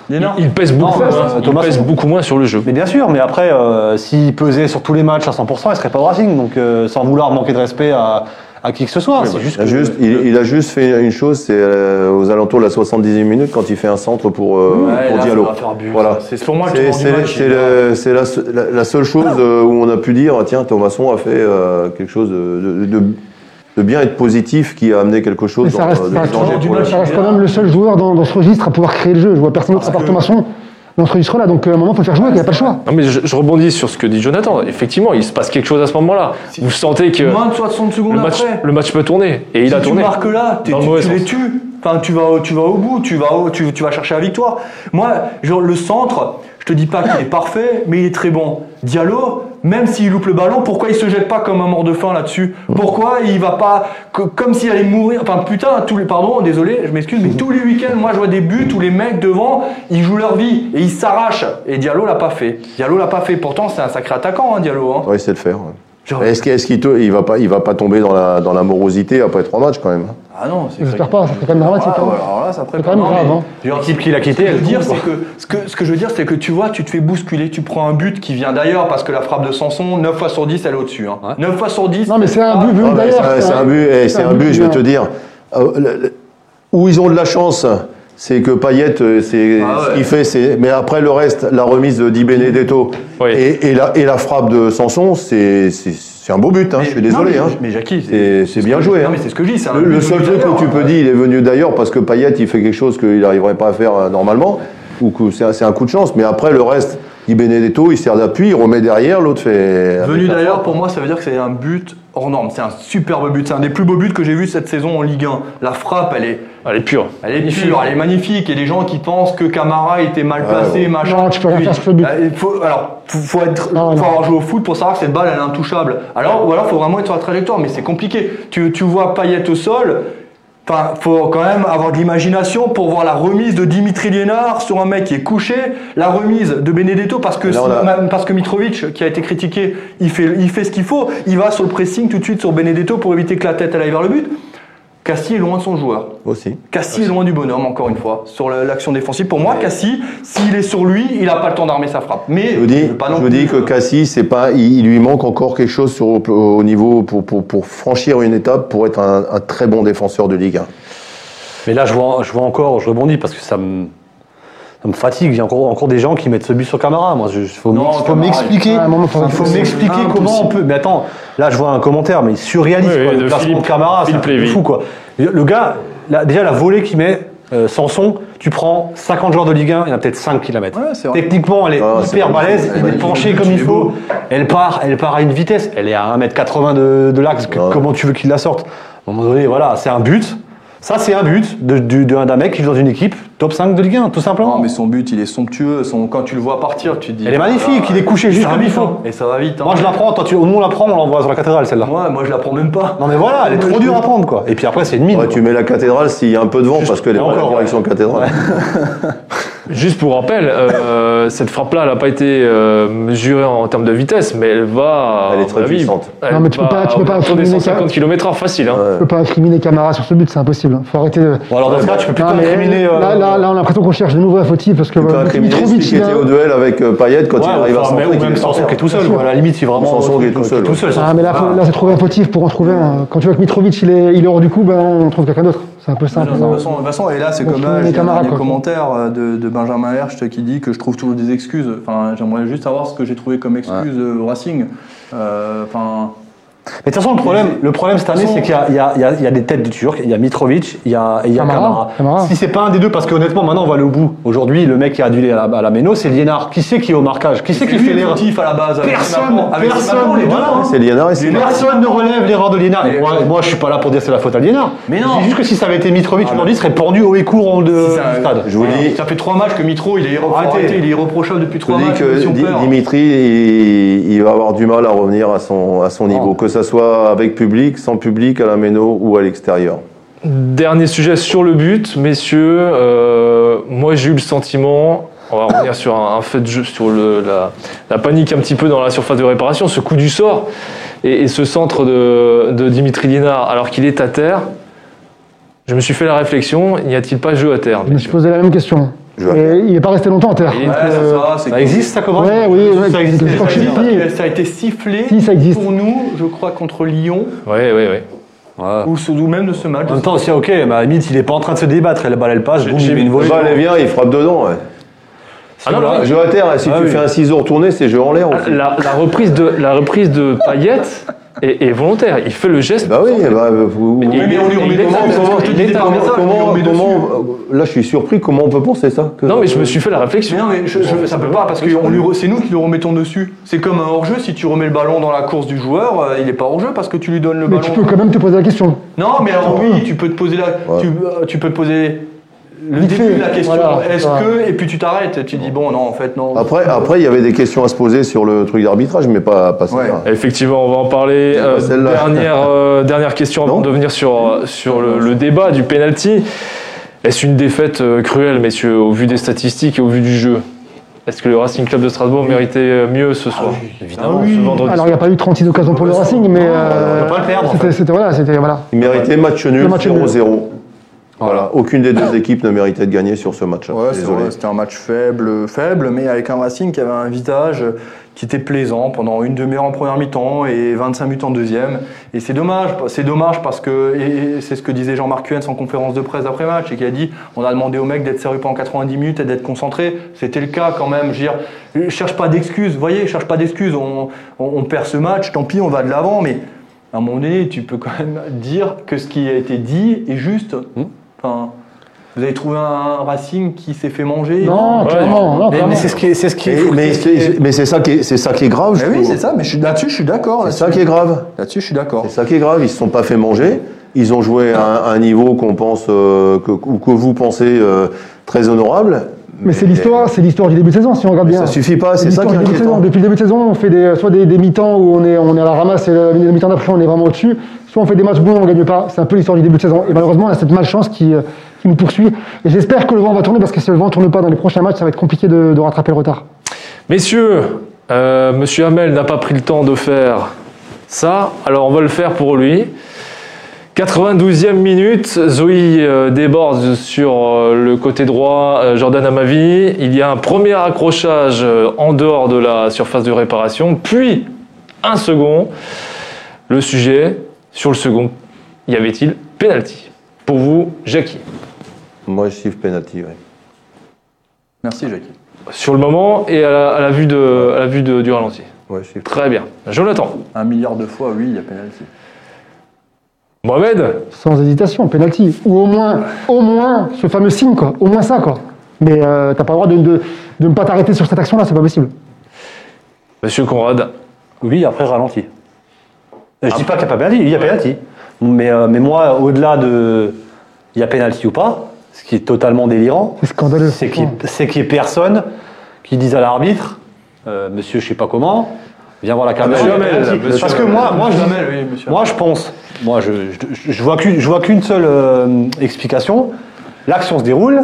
S3: Liénard
S2: Il pèse beaucoup,
S5: Non,
S2: moins,
S5: euh,
S2: il
S5: Thomasson.
S2: pèse beaucoup moins sur le jeu.
S5: Mais bien sûr, mais après, euh, s'il pesait sur tous les matchs à 100%, il serait pas au Racing. Donc, euh, sans vouloir manquer de respect à, à qui que ce soit, c'est juste.
S1: Il a
S5: que-
S1: juste, il, il a juste fait une chose, c'est euh, aux alentours de la 70e minute quand il fait un centre pour, euh,
S3: Ouais,
S1: pour
S3: là, ça
S1: Diallo.
S3: va faire un but.
S1: Voilà.
S3: C'est pour moi le
S1: C'est
S3: tournant du
S1: c'est-
S3: match.
S1: c'est le- c'est la, se- la- la seule chose euh, où on a pu dire tiens, Thomasson a fait euh, quelque chose de, de- de- de bien et de positif qui a amené quelque chose
S4: Mais ça
S1: dans-
S4: reste-
S1: de
S4: ça reste
S1: danger
S4: toujours
S1: pour
S3: du
S1: le-
S3: match.
S4: Ça reste quand même le seul joueur dans, dans ce registre à pouvoir créer le jeu. Je vois personne d'autre à part Thomasson dans ce registre-là. Donc, euh, à un moment, il faut le faire jouer, il n'y a pas le choix.
S2: Non mais je, je rebondis sur ce que dit Jonathan. Effectivement, il se passe quelque chose à ce moment-là. Vous sentez que
S3: euh, Moins de 60
S2: le
S3: secondes
S2: match,
S3: après.
S2: le match peut tourner et il
S3: si
S2: a
S3: tu
S2: tourné.
S3: marques là, t'es-
S2: Dans le
S3: tu,
S2: mauvais
S3: tu les
S2: sens.
S3: tues. Enfin, tu vas, au- tu vas au bout, tu vas, au- tu, tu vas chercher la victoire. Moi, genre, le centre, je te dis pas qu'il est parfait, mais il est très bon. Diallo, même s'il loupe le ballon, pourquoi il se jette pas comme un mort de faim là-dessus Pourquoi il va pas co- comme s'il allait mourir Enfin, putain, tous les pardon, désolé, je m'excuse,
S2: Mhm.
S3: mais tous les week-ends, moi, je vois des buts où les mecs devant, ils jouent leur vie et ils s'arrachent. Et Diallo l'a pas fait. Diallo l'a pas fait. Pourtant, c'est un sacré attaquant, hein, Diallo. hein.
S1: On va essayer de faire. ouais.
S3: Genre-
S1: Mais Est-ce qu'il est-ce qu'il te- il va pas, il va pas tomber dans la, dans la morosité après trois matchs quand même hein
S3: Ah non, c'est
S4: J'espère pas, ça serait quand même dramatique,
S3: Ah,
S4: hein.
S3: ouais, alors là, ça
S4: C'est quand même grave, hein.
S5: L'équipe qui l'a quitté,
S3: Ce que je
S5: elle
S3: veux dire,
S5: trouve,
S3: c'est que ce, que ce que je veux dire, c'est que tu vois, tu te fais bousculer, tu prends un but qui vient d'ailleurs parce que la frappe de Sanson, 9 fois sur 10, elle est au-dessus. hein.
S5: Ouais.
S3: 9 fois sur 10.
S4: Non, mais c'est un but venu
S1: Non, mais
S4: d'ailleurs.
S1: c'est un- C'est un but, eh, c'est un but, je vais
S4: bien.
S1: te dire. Euh, le- le- Où ils ont de la chance, c'est que Payet, euh, c'est
S3: Ah
S1: ce
S3: ouais.
S1: qu'il fait, c'est. Mais après le reste, la remise de Di Benedetto
S2: Oui.
S1: et, et la, et la frappe de Sanson, c'est c'est- c'est un beau but. hein, je suis désolé.
S3: Non, mais,
S1: hein.
S3: mais Jackie,
S1: C'est- c'est bien joué.
S3: Non,
S1: hein.
S3: mais c'est ce que je dis. c'est un euh,
S1: Le, le
S3: but
S1: seul
S3: de
S1: truc
S3: l'heure.
S1: que tu peux dire, il est venu d'ailleurs parce que Payet, il fait quelque chose qu'il n'arriverait pas à faire euh, normalement, ou que c'est un- c'est un coup de chance. Mais après, le reste, Di Benedetto, il sert d'appui, il remet derrière, l'autre fait.
S3: Venu d'ailleurs, pour moi, ça veut dire que c'est un but hors norme. C'est un superbe but. C'est un des plus beaux buts que j'ai vu cette saison en Ligue 1. La frappe, elle est,
S2: Elle est pure.
S3: elle est pure, elle est magnifique. Et les gens qui pensent que Camara était mal placé,
S1: ouais.
S3: machin.
S4: Non, tu peux rien
S3: oui.
S4: faire sur ce but.
S3: Euh, il faut, alors, faut, faut être,
S4: Non,
S3: faut
S4: non.
S3: avoir joué au foot pour savoir que cette balle, elle est intouchable. Alors, ou alors, faut vraiment être sur la trajectoire, mais c'est compliqué. Tu, tu vois Payet au sol. Enfin, faut quand même avoir de l'imagination pour voir la remise de Dimitri Liénard sur un mec qui est couché, la remise de Benedetto parce que
S1: Là, on
S3: si-
S1: a-
S3: même parce que Mitrovic, qui a été critiqué, il fait, il fait ce qu'il faut. Il va sur le pressing tout de suite sur Benedetto pour éviter que la tête elle aille vers le but. Cassie est loin de son joueur.
S1: Aussi.
S3: Cassie est loin du bonhomme, encore une fois, sur le- l'action défensive. Pour moi, Cassie, s'il est sur lui, il n'a pas le temps d'armer sa frappe. Mais
S1: Je vous dis,
S3: pas non
S1: je vous
S3: plus- euh,
S1: dis que Cassis, c'est pas, il, il lui manque encore quelque chose sur, au, au niveau pour, pour, pour franchir une étape, pour être un, un très bon défenseur de Ligue 1.
S5: Mais là, je vois, je vois encore, je rebondis parce que ça me, ça me fatigue. Il y a encore, encore des gens qui mettent ce but sur Camara. Moi, je, faut
S3: Non,
S5: m'ex- faut
S3: Camara,
S5: m'expliquer.
S4: Ouais, à un moment, faut-
S5: Il faut
S3: Ah,
S4: c'est
S5: m'expliquer comment on peut. Mais attends, là, je vois un commentaire, mais il surréalise
S2: Oui, oui,
S5: quoi, le
S2: de
S5: placement
S2: Philippe-
S5: de Camara.
S2: Philippe
S5: C'est
S2: Lévy.
S5: fou, quoi. Le gars, là, déjà, la volée qu'il met. euh, Sanson, tu prends 50 joueurs de Ligue 1, il y en a peut-être 5 qui la mettent.
S3: Ouais, c'est vrai.
S5: Techniquement, elle est
S1: Ah, c'est
S5: hyper
S1: magnifique.
S5: balèze,
S1: Elle est
S5: il est
S1: magnifique.
S5: penché comme il
S1: Il est beau.
S5: faut. Elle part, elle part à une vitesse, elle est à 1m80 de, de l'axe, que-
S1: Ouais.
S5: comment tu veux qu'il la sorte À un moment donné, voilà, c'est un but. Ça, c'est un but de- du- d'un d'un mec qui joue dans une équipe top 5 de Ligue 1, tout simplement.
S3: Non, mais son but, il est somptueux. Son... Quand tu le vois partir, tu te dis. Ah,
S5: Elle est magnifique, il est couché juste
S3: Ça va
S5: comme il
S3: vite, hein.
S5: faut.
S3: Et ça va vite. hein.
S5: Moi, je la prends, toi, tu, nous, on la prend, on l'envoie sur la cathédrale, celle-là.
S3: Moi, moi, je la prends même pas.
S5: Non, mais voilà, elle est trop dure à prendre, quoi. Et puis après, c'est une mine.
S1: Ouais,
S5: quoi.
S1: tu mets la cathédrale s'il y a un peu de vent, parce qu'elle est
S5: Et
S1: pas
S5: encore,
S1: en direction cathédrale.
S2: Juste pour rappel, euh, [LAUGHS] cette frappe-là, elle n'a pas été euh, mesurée en termes de vitesse, mais elle va.
S1: Elle est
S2: à
S1: très
S2: mon avis,
S1: puissante.
S2: elle
S4: Non, mais tu peux
S2: va
S4: pas- tu peux pas
S2: autour des
S4: souligner
S2: 150 km/h facile. Hein.
S1: Ouais.
S4: Tu peux pas incriminer Camara sur ce but, c'est impossible. Faut arrêter de.
S5: Bon, alors, dans ce cas, tu peux plutôt
S4: Non, mais
S5: incriminer. euh,
S4: là, là, là, on a l'impression qu'on cherche de nouveaux à fautifs parce que
S1: Tu peux
S4: euh,
S1: incriminer celui qui
S4: il a-
S1: était au duel avec euh, Payet quand
S5: ouais,
S1: il arrive à
S5: enfin,
S1: centrer.
S5: mais- ou
S1: qu'il
S5: même
S1: est sorti.
S5: Sanson qui est tout seul,
S4: Bien
S5: quoi. À la limite, si vraiment.
S1: Sanson qui est tout seul,
S5: Tout seul.
S4: Ah, mais là, faut- là, c'est trouver un fautif pour en trouver un. Quand tu vois que Mitrovic il est, il est hors du coup, ben, on trouve quelqu'un d'autre. C'est un peu simple.
S3: De toute façon- de toute façon, et là, c'est
S4: Donc,
S3: comme
S4: tu
S3: là,
S4: mets les
S3: j'ai un
S4: camarades,
S3: dernier
S4: quoi.
S3: commentaire euh, de, de Benjamin Hercht qui dit que je trouve toujours des excuses. Enfin, j'aimerais juste savoir ce que j'ai trouvé comme excuse euh, au Racing. Euh, Enfin.
S5: Mais de toute façon, le problème, le problème cette année, c'est qu'il y, a- il y a- il y a- il y a des têtes du Turc, il y a Mitrovic, il y a, et il y a
S4: Camara,
S5: Camara.
S4: Camara.
S5: Si c'est pas un des deux, parce que honnêtement, maintenant on va aller au bout. Aujourd'hui, le mec qui a adulé à la, à la méno, c'est Liénard. Qui c'est qui est au marquage Qui c'est qui
S3: lui
S5: fait
S3: le
S5: l'erreur
S3: motif à la base. avec
S5: Personne,
S3: Simakan. Avec
S5: personne,
S3: Simakan, les deux,
S5: voilà,
S3: hein.
S5: c'est
S1: C'est Lienard et c'est
S5: Personne ne relève l'erreur de Liénard. Et moi, moi, je suis pas là pour dire c'est la faute à Liénard.
S3: Mais non.
S5: Je dis juste que si ça avait été Mitrovic
S3: Ah,
S5: aujourd'hui, il serait pendu haut et court en haut de
S3: Si ça-
S5: du stade.
S1: Je vous dis,
S3: Ça fait trois matchs que Mitro, il est, irre-
S5: Arrêtez.
S3: arrêté, il est irreprochable
S1: Je
S3: depuis trois
S1: dis
S3: matchs.
S1: que
S3: ils ont
S1: Di-
S3: peur.
S1: Dimitri, il, il va avoir du mal à revenir à son, à son niveau, que ça soit avec public, sans public, à la méno ou à l'extérieur.
S2: Dernier sujet sur le but, messieurs. Euh, moi, j'ai eu le sentiment. On va revenir sur un, un fait de jeu, sur le- la, la panique un petit peu dans la surface de réparation, ce coup du sort et, et ce centre de, de Dimitri Liénard alors qu'il est à terre. Je me suis fait la réflexion, n'y a-t-il pas jeu à terre
S4: Je me suis
S2: messieurs
S4: posé la même question.
S1: Je-
S4: Et il n'est pas resté longtemps en terre.
S2: Il est-
S3: Ouais, ça,
S4: Euh,
S3: ça, c'est
S5: Ça existe, ça commence
S4: Ouais, oui, ouais,
S5: ça existe.
S4: je crois que
S3: Ça
S4: si,
S3: existe.
S4: si.
S3: Ça a été sifflé
S4: Si, ça existe.
S3: pour nous, je crois, contre Lyon,
S2: Ouais, ouais, ouais.
S5: Ouais.
S3: ou, sous- ou même de ce match.
S5: En même temps, aussi, ok, bah, à la limite, il est pas en train de se débattre. La balle, elle passe, boum, il met une volée.
S1: Le bal est bien, il frappe dedans. ouais.
S2: Ah non,
S5: voilà.
S2: non,
S1: Jeu à terre, si
S5: Ah
S1: tu
S5: oui.
S1: fais un ciseau retourné, c'est jeu en l'air. aussi.
S2: La, la reprise de la reprise de Payette est, est volontaire. Il fait le geste.
S1: Bah oui, bah, vous- vous-
S2: Mais-
S3: Oui, mais on lui remet
S2: Il est
S3: comment
S2: exact,
S3: comment-
S2: il est
S3: je te dis
S2: exact.
S3: par message,
S1: comment,
S3: on lui remet
S1: comment- euh, là, je suis surpris comment on peut penser ça. que-
S2: Non, mais je me suis fait la
S3: Mais
S2: réflexion.
S3: non, mais je- je- ça peut pas, parce que on lui re- c'est nous qui le remettons dessus. C'est comme un hors-jeu, si tu remets le ballon dans la course du joueur, euh, il est pas hors-jeu parce que tu lui donnes le
S4: Mais
S3: ballon.
S4: tu peux quand même te poser la question.
S3: Non, mais alors oui, tu peux te poser la, tu, euh, tu peux te poser le
S4: Vite
S3: début
S4: fait,
S3: de la question.
S4: voilà,
S3: Est-ce
S4: voilà.
S3: que et puis tu t'arrêtes, tu dis bon non en fait non.
S1: Après, après, il y avait des questions à se poser sur le truc d'arbitrage, mais pas, pas ça.
S3: Ouais.
S2: Effectivement, on va en parler.
S1: pas
S2: Euh,
S1: celle-là.
S2: dernière, euh, dernière question avant
S1: Non
S2: de venir sur, euh, sur le, le débat du penalty. Est-ce une défaite euh, cruelle, messieurs, au vu des statistiques et au vu du jeu Est-ce que le Racing Club de Strasbourg méritait euh, mieux ce soir Évidemment, ce vendredi.
S4: Alors, il n'y a pas eu 36 occasions pour le Racing, mais. euh,
S5: on peut pas le perdre, en
S4: C'était,
S5: fait.
S4: c'était- voilà, c'était, voilà.
S1: Il méritait match nul
S4: Le match nul.
S1: 0-0. Voilà. Aucune des deux équipes ne méritait de gagner sur ce match. hein.
S3: Ouais, c'est vrai, c'était un match faible, faible, mais avec un Racing qui avait un visage qui était plaisant pendant une demi-heure en première mi-temps et 25 minutes en deuxième. Et c'est dommage, c'est dommage parce que et- et c'est ce que disait Jean-Marc Huens en conférence de presse après match et qui a dit on a demandé aux mecs d'être sérieux pendant 90 minutes et d'être concentrés. C'était le cas quand même. Je veux dire, euh, cherche pas d'excuses, voyez, cherche pas d'excuses. On, on- on perd ce match, tant pis, on va de l'avant, mais à un moment donné, tu peux quand même dire que ce qui a été dit est juste.
S5: Hmm.
S3: Enfin, vous avez trouvé un Racing qui s'est fait manger
S4: Non,
S2: Ouais.
S4: clairement, non,
S5: Mais,
S4: clairement.
S5: mais c'est ce qui est, c'est ce qui est
S1: Et-
S5: fou.
S1: mais c'est mais c'est ça qui est, c'est ça qui est grave.
S3: Mais
S1: je
S3: oui,
S1: trouve.
S3: c'est ça, mais je suis- là-dessus, je suis d'accord.
S1: C'est
S3: Là-dessus,
S1: ça qui est grave.
S3: là-dessus, je suis d'accord.
S1: C'est ça qui est grave. Ils se sont pas fait manger. Ils ont joué à un, un niveau qu'on pense euh, que, ou que vous pensez euh, très honorable.
S4: Mais c'est l'histoire, c'est l'histoire du début de saison, si on regarde
S1: Mais
S4: bien.
S1: ça suffit pas. C'est ça
S4: l'histoire
S1: qui hein. est
S4: du début de saison.
S1: inquiétant.
S4: Depuis le début de saison, on fait des, soit des, des mi-temps où on est, on est à la ramasse et le, le mi-temps d'après, on est vraiment au-dessus. Soit on fait des matchs bons, on ne gagne pas. C'est un peu l'histoire du début de saison. Et malheureusement, on a cette malchance qui, euh, qui nous poursuit. Et j'espère que le vent va tourner parce que si le vent ne tourne pas dans les prochains matchs, ça va être compliqué de, de rattraper le retard.
S2: Messieurs, euh, Monsieur Hamel n'a pas pris le temps de faire ça, alors on va le faire pour lui. 92e minute, Zoé euh, déborde sur euh, le côté droit, euh, Jordan Amavi. Il y a un premier accrochage euh, en dehors de la surface de réparation, puis un second. Le sujet, sur le second, y avait-il pénalty Pour vous, Jackie.
S1: Moi, je chiffre penalty. ouais.
S3: Merci, Jackie.
S2: Sur le moment et à la, à la vue, de, à la vue de- du ralenti.
S1: Ouais, je chiffre.
S2: Très bien. Jonathan.
S3: Un milliard de fois, oui, il y a pénalty.
S2: Mohamed,
S4: Sans hésitation, penalty. Ou au moins, au moins, ce fameux signe, quoi. Au moins ça, quoi. Mais euh, t'as pas le droit de, de, de ne pas t'arrêter sur cette action-là, c'est pas possible.
S2: Monsieur Conrad,
S5: Oui, après ralenti. Je dis pas qu'il n'y a pas pénalty, il y a pénalty. Mais, euh, mais moi, au-delà de il y a pénalty ou pas, ce qui est totalement délirant,
S4: C'est scandaleux.
S5: c'est qu'il c'est qu'il y ait personne qui dise à l'arbitre, euh, monsieur je sais pas comment, viens voir la caméra.
S2: Ah, monsieur Hamel, monsieur
S5: Parce que moi, moi je, dis-
S3: Hamel, oui, monsieur.
S5: moi je pense, moi je, je, je vois qu'une je vois qu'une seule euh, explication, l'action se déroule,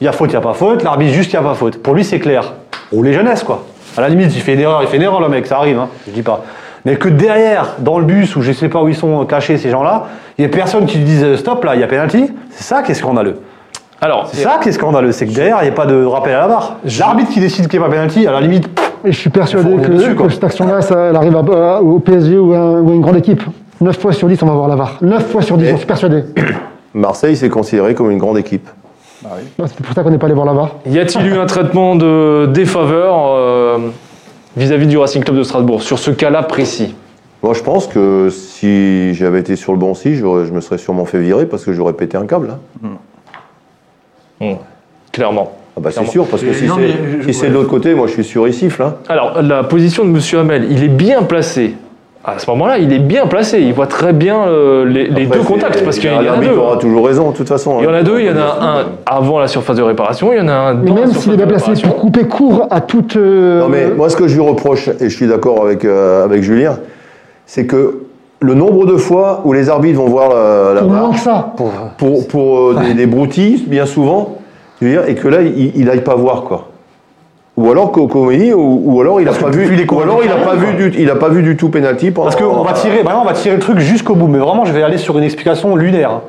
S5: il y a faute, il n'y a pas faute, l'arbitre juste il n'y a pas faute. Pour lui c'est clair, roulez jeunesse quoi. À la limite, il fait une erreur, il fait une erreur le mec, ça arrive, hein, je dis pas. Mais que derrière, dans le bus ou je sais pas où ils sont cachés ces gens-là, il n'y ait personne qui dise euh, stop là, il y a penalty, c'est ça qui est scandaleux.
S2: alors,
S5: C'est ça qui est scandaleux, c'est que derrière, il n'y a pas de rappel à la barre. L'arbitre qui décide qu'il n'y a pas penalty, à la limite, pff,
S4: Et je suis
S5: Il
S4: persuadé
S5: faut
S4: que,
S5: revenir dessus, quoi.
S4: que cette action-là, ça, elle arrive à- à- au PSG ou à, ou à une grande équipe. 9 fois sur 10, on va voir la VAR. 9 fois sur 10, je suis persuadé.
S1: Marseille, c'est considéré comme une grande équipe.
S4: Non, C'est pour ça qu'on n'est pas allé voir la VAR.
S2: y a-t-il eu un traitement de défaveur euh, vis-à-vis du Racing Club de Strasbourg sur ce cas-là précis
S1: Moi, je pense que si j'avais été sur le bon si, j'aurais- je me serais sûrement fait virer parce que j'aurais pété un câble. hein.
S2: Hmm, Clairement.
S1: Ah bah, c'est
S2: Clairement.
S1: sûr, parce que
S3: Et
S1: si
S3: non,
S1: c'est
S3: mais je-
S1: si c'est de l'autre côté, moi, je suis sûr, il siffle. hein.
S2: Alors, la position de Monsieur Hamel, il est bien placé. À ce moment-là, il est bien placé. Il voit très bien euh, les, les
S1: Après,
S2: deux
S1: c'est-
S2: contacts parce qu'il y en a
S1: L'arbitre
S2: deux.
S1: aura
S2: hein.
S1: toujours raison, de toute façon.
S2: Il y en
S1: hein.
S2: a deux. Il y en a un avant la surface de réparation. Il y en a un.
S4: Mais
S2: dans la
S4: même
S2: surface
S4: s'il est
S2: de
S4: bien placé
S2: réparation.
S4: pour couper court à toute. euh,
S1: Non mais moi ce que je lui reproche, et je suis d'accord avec, euh, avec Julien, c'est que le nombre de fois où les arbitres vont voir euh, la, la
S4: pour
S1: VAR
S4: moins que ça.
S5: pour-
S1: pour, pour, euh, des, des broutilles, bien souvent, je veux dire, et que là il, il aille pas voir quoi. Ou alors qu'au comédie, ou, ou alors il a pas vu,
S5: depuis les
S1: ou alors il a pas vu du, il a pas vu du tout penalty pendant.
S5: Parce qu'on va tirer, vraiment, on va tirer le truc jusqu'au bout. Mais vraiment, je vais aller sur une explication lunaire.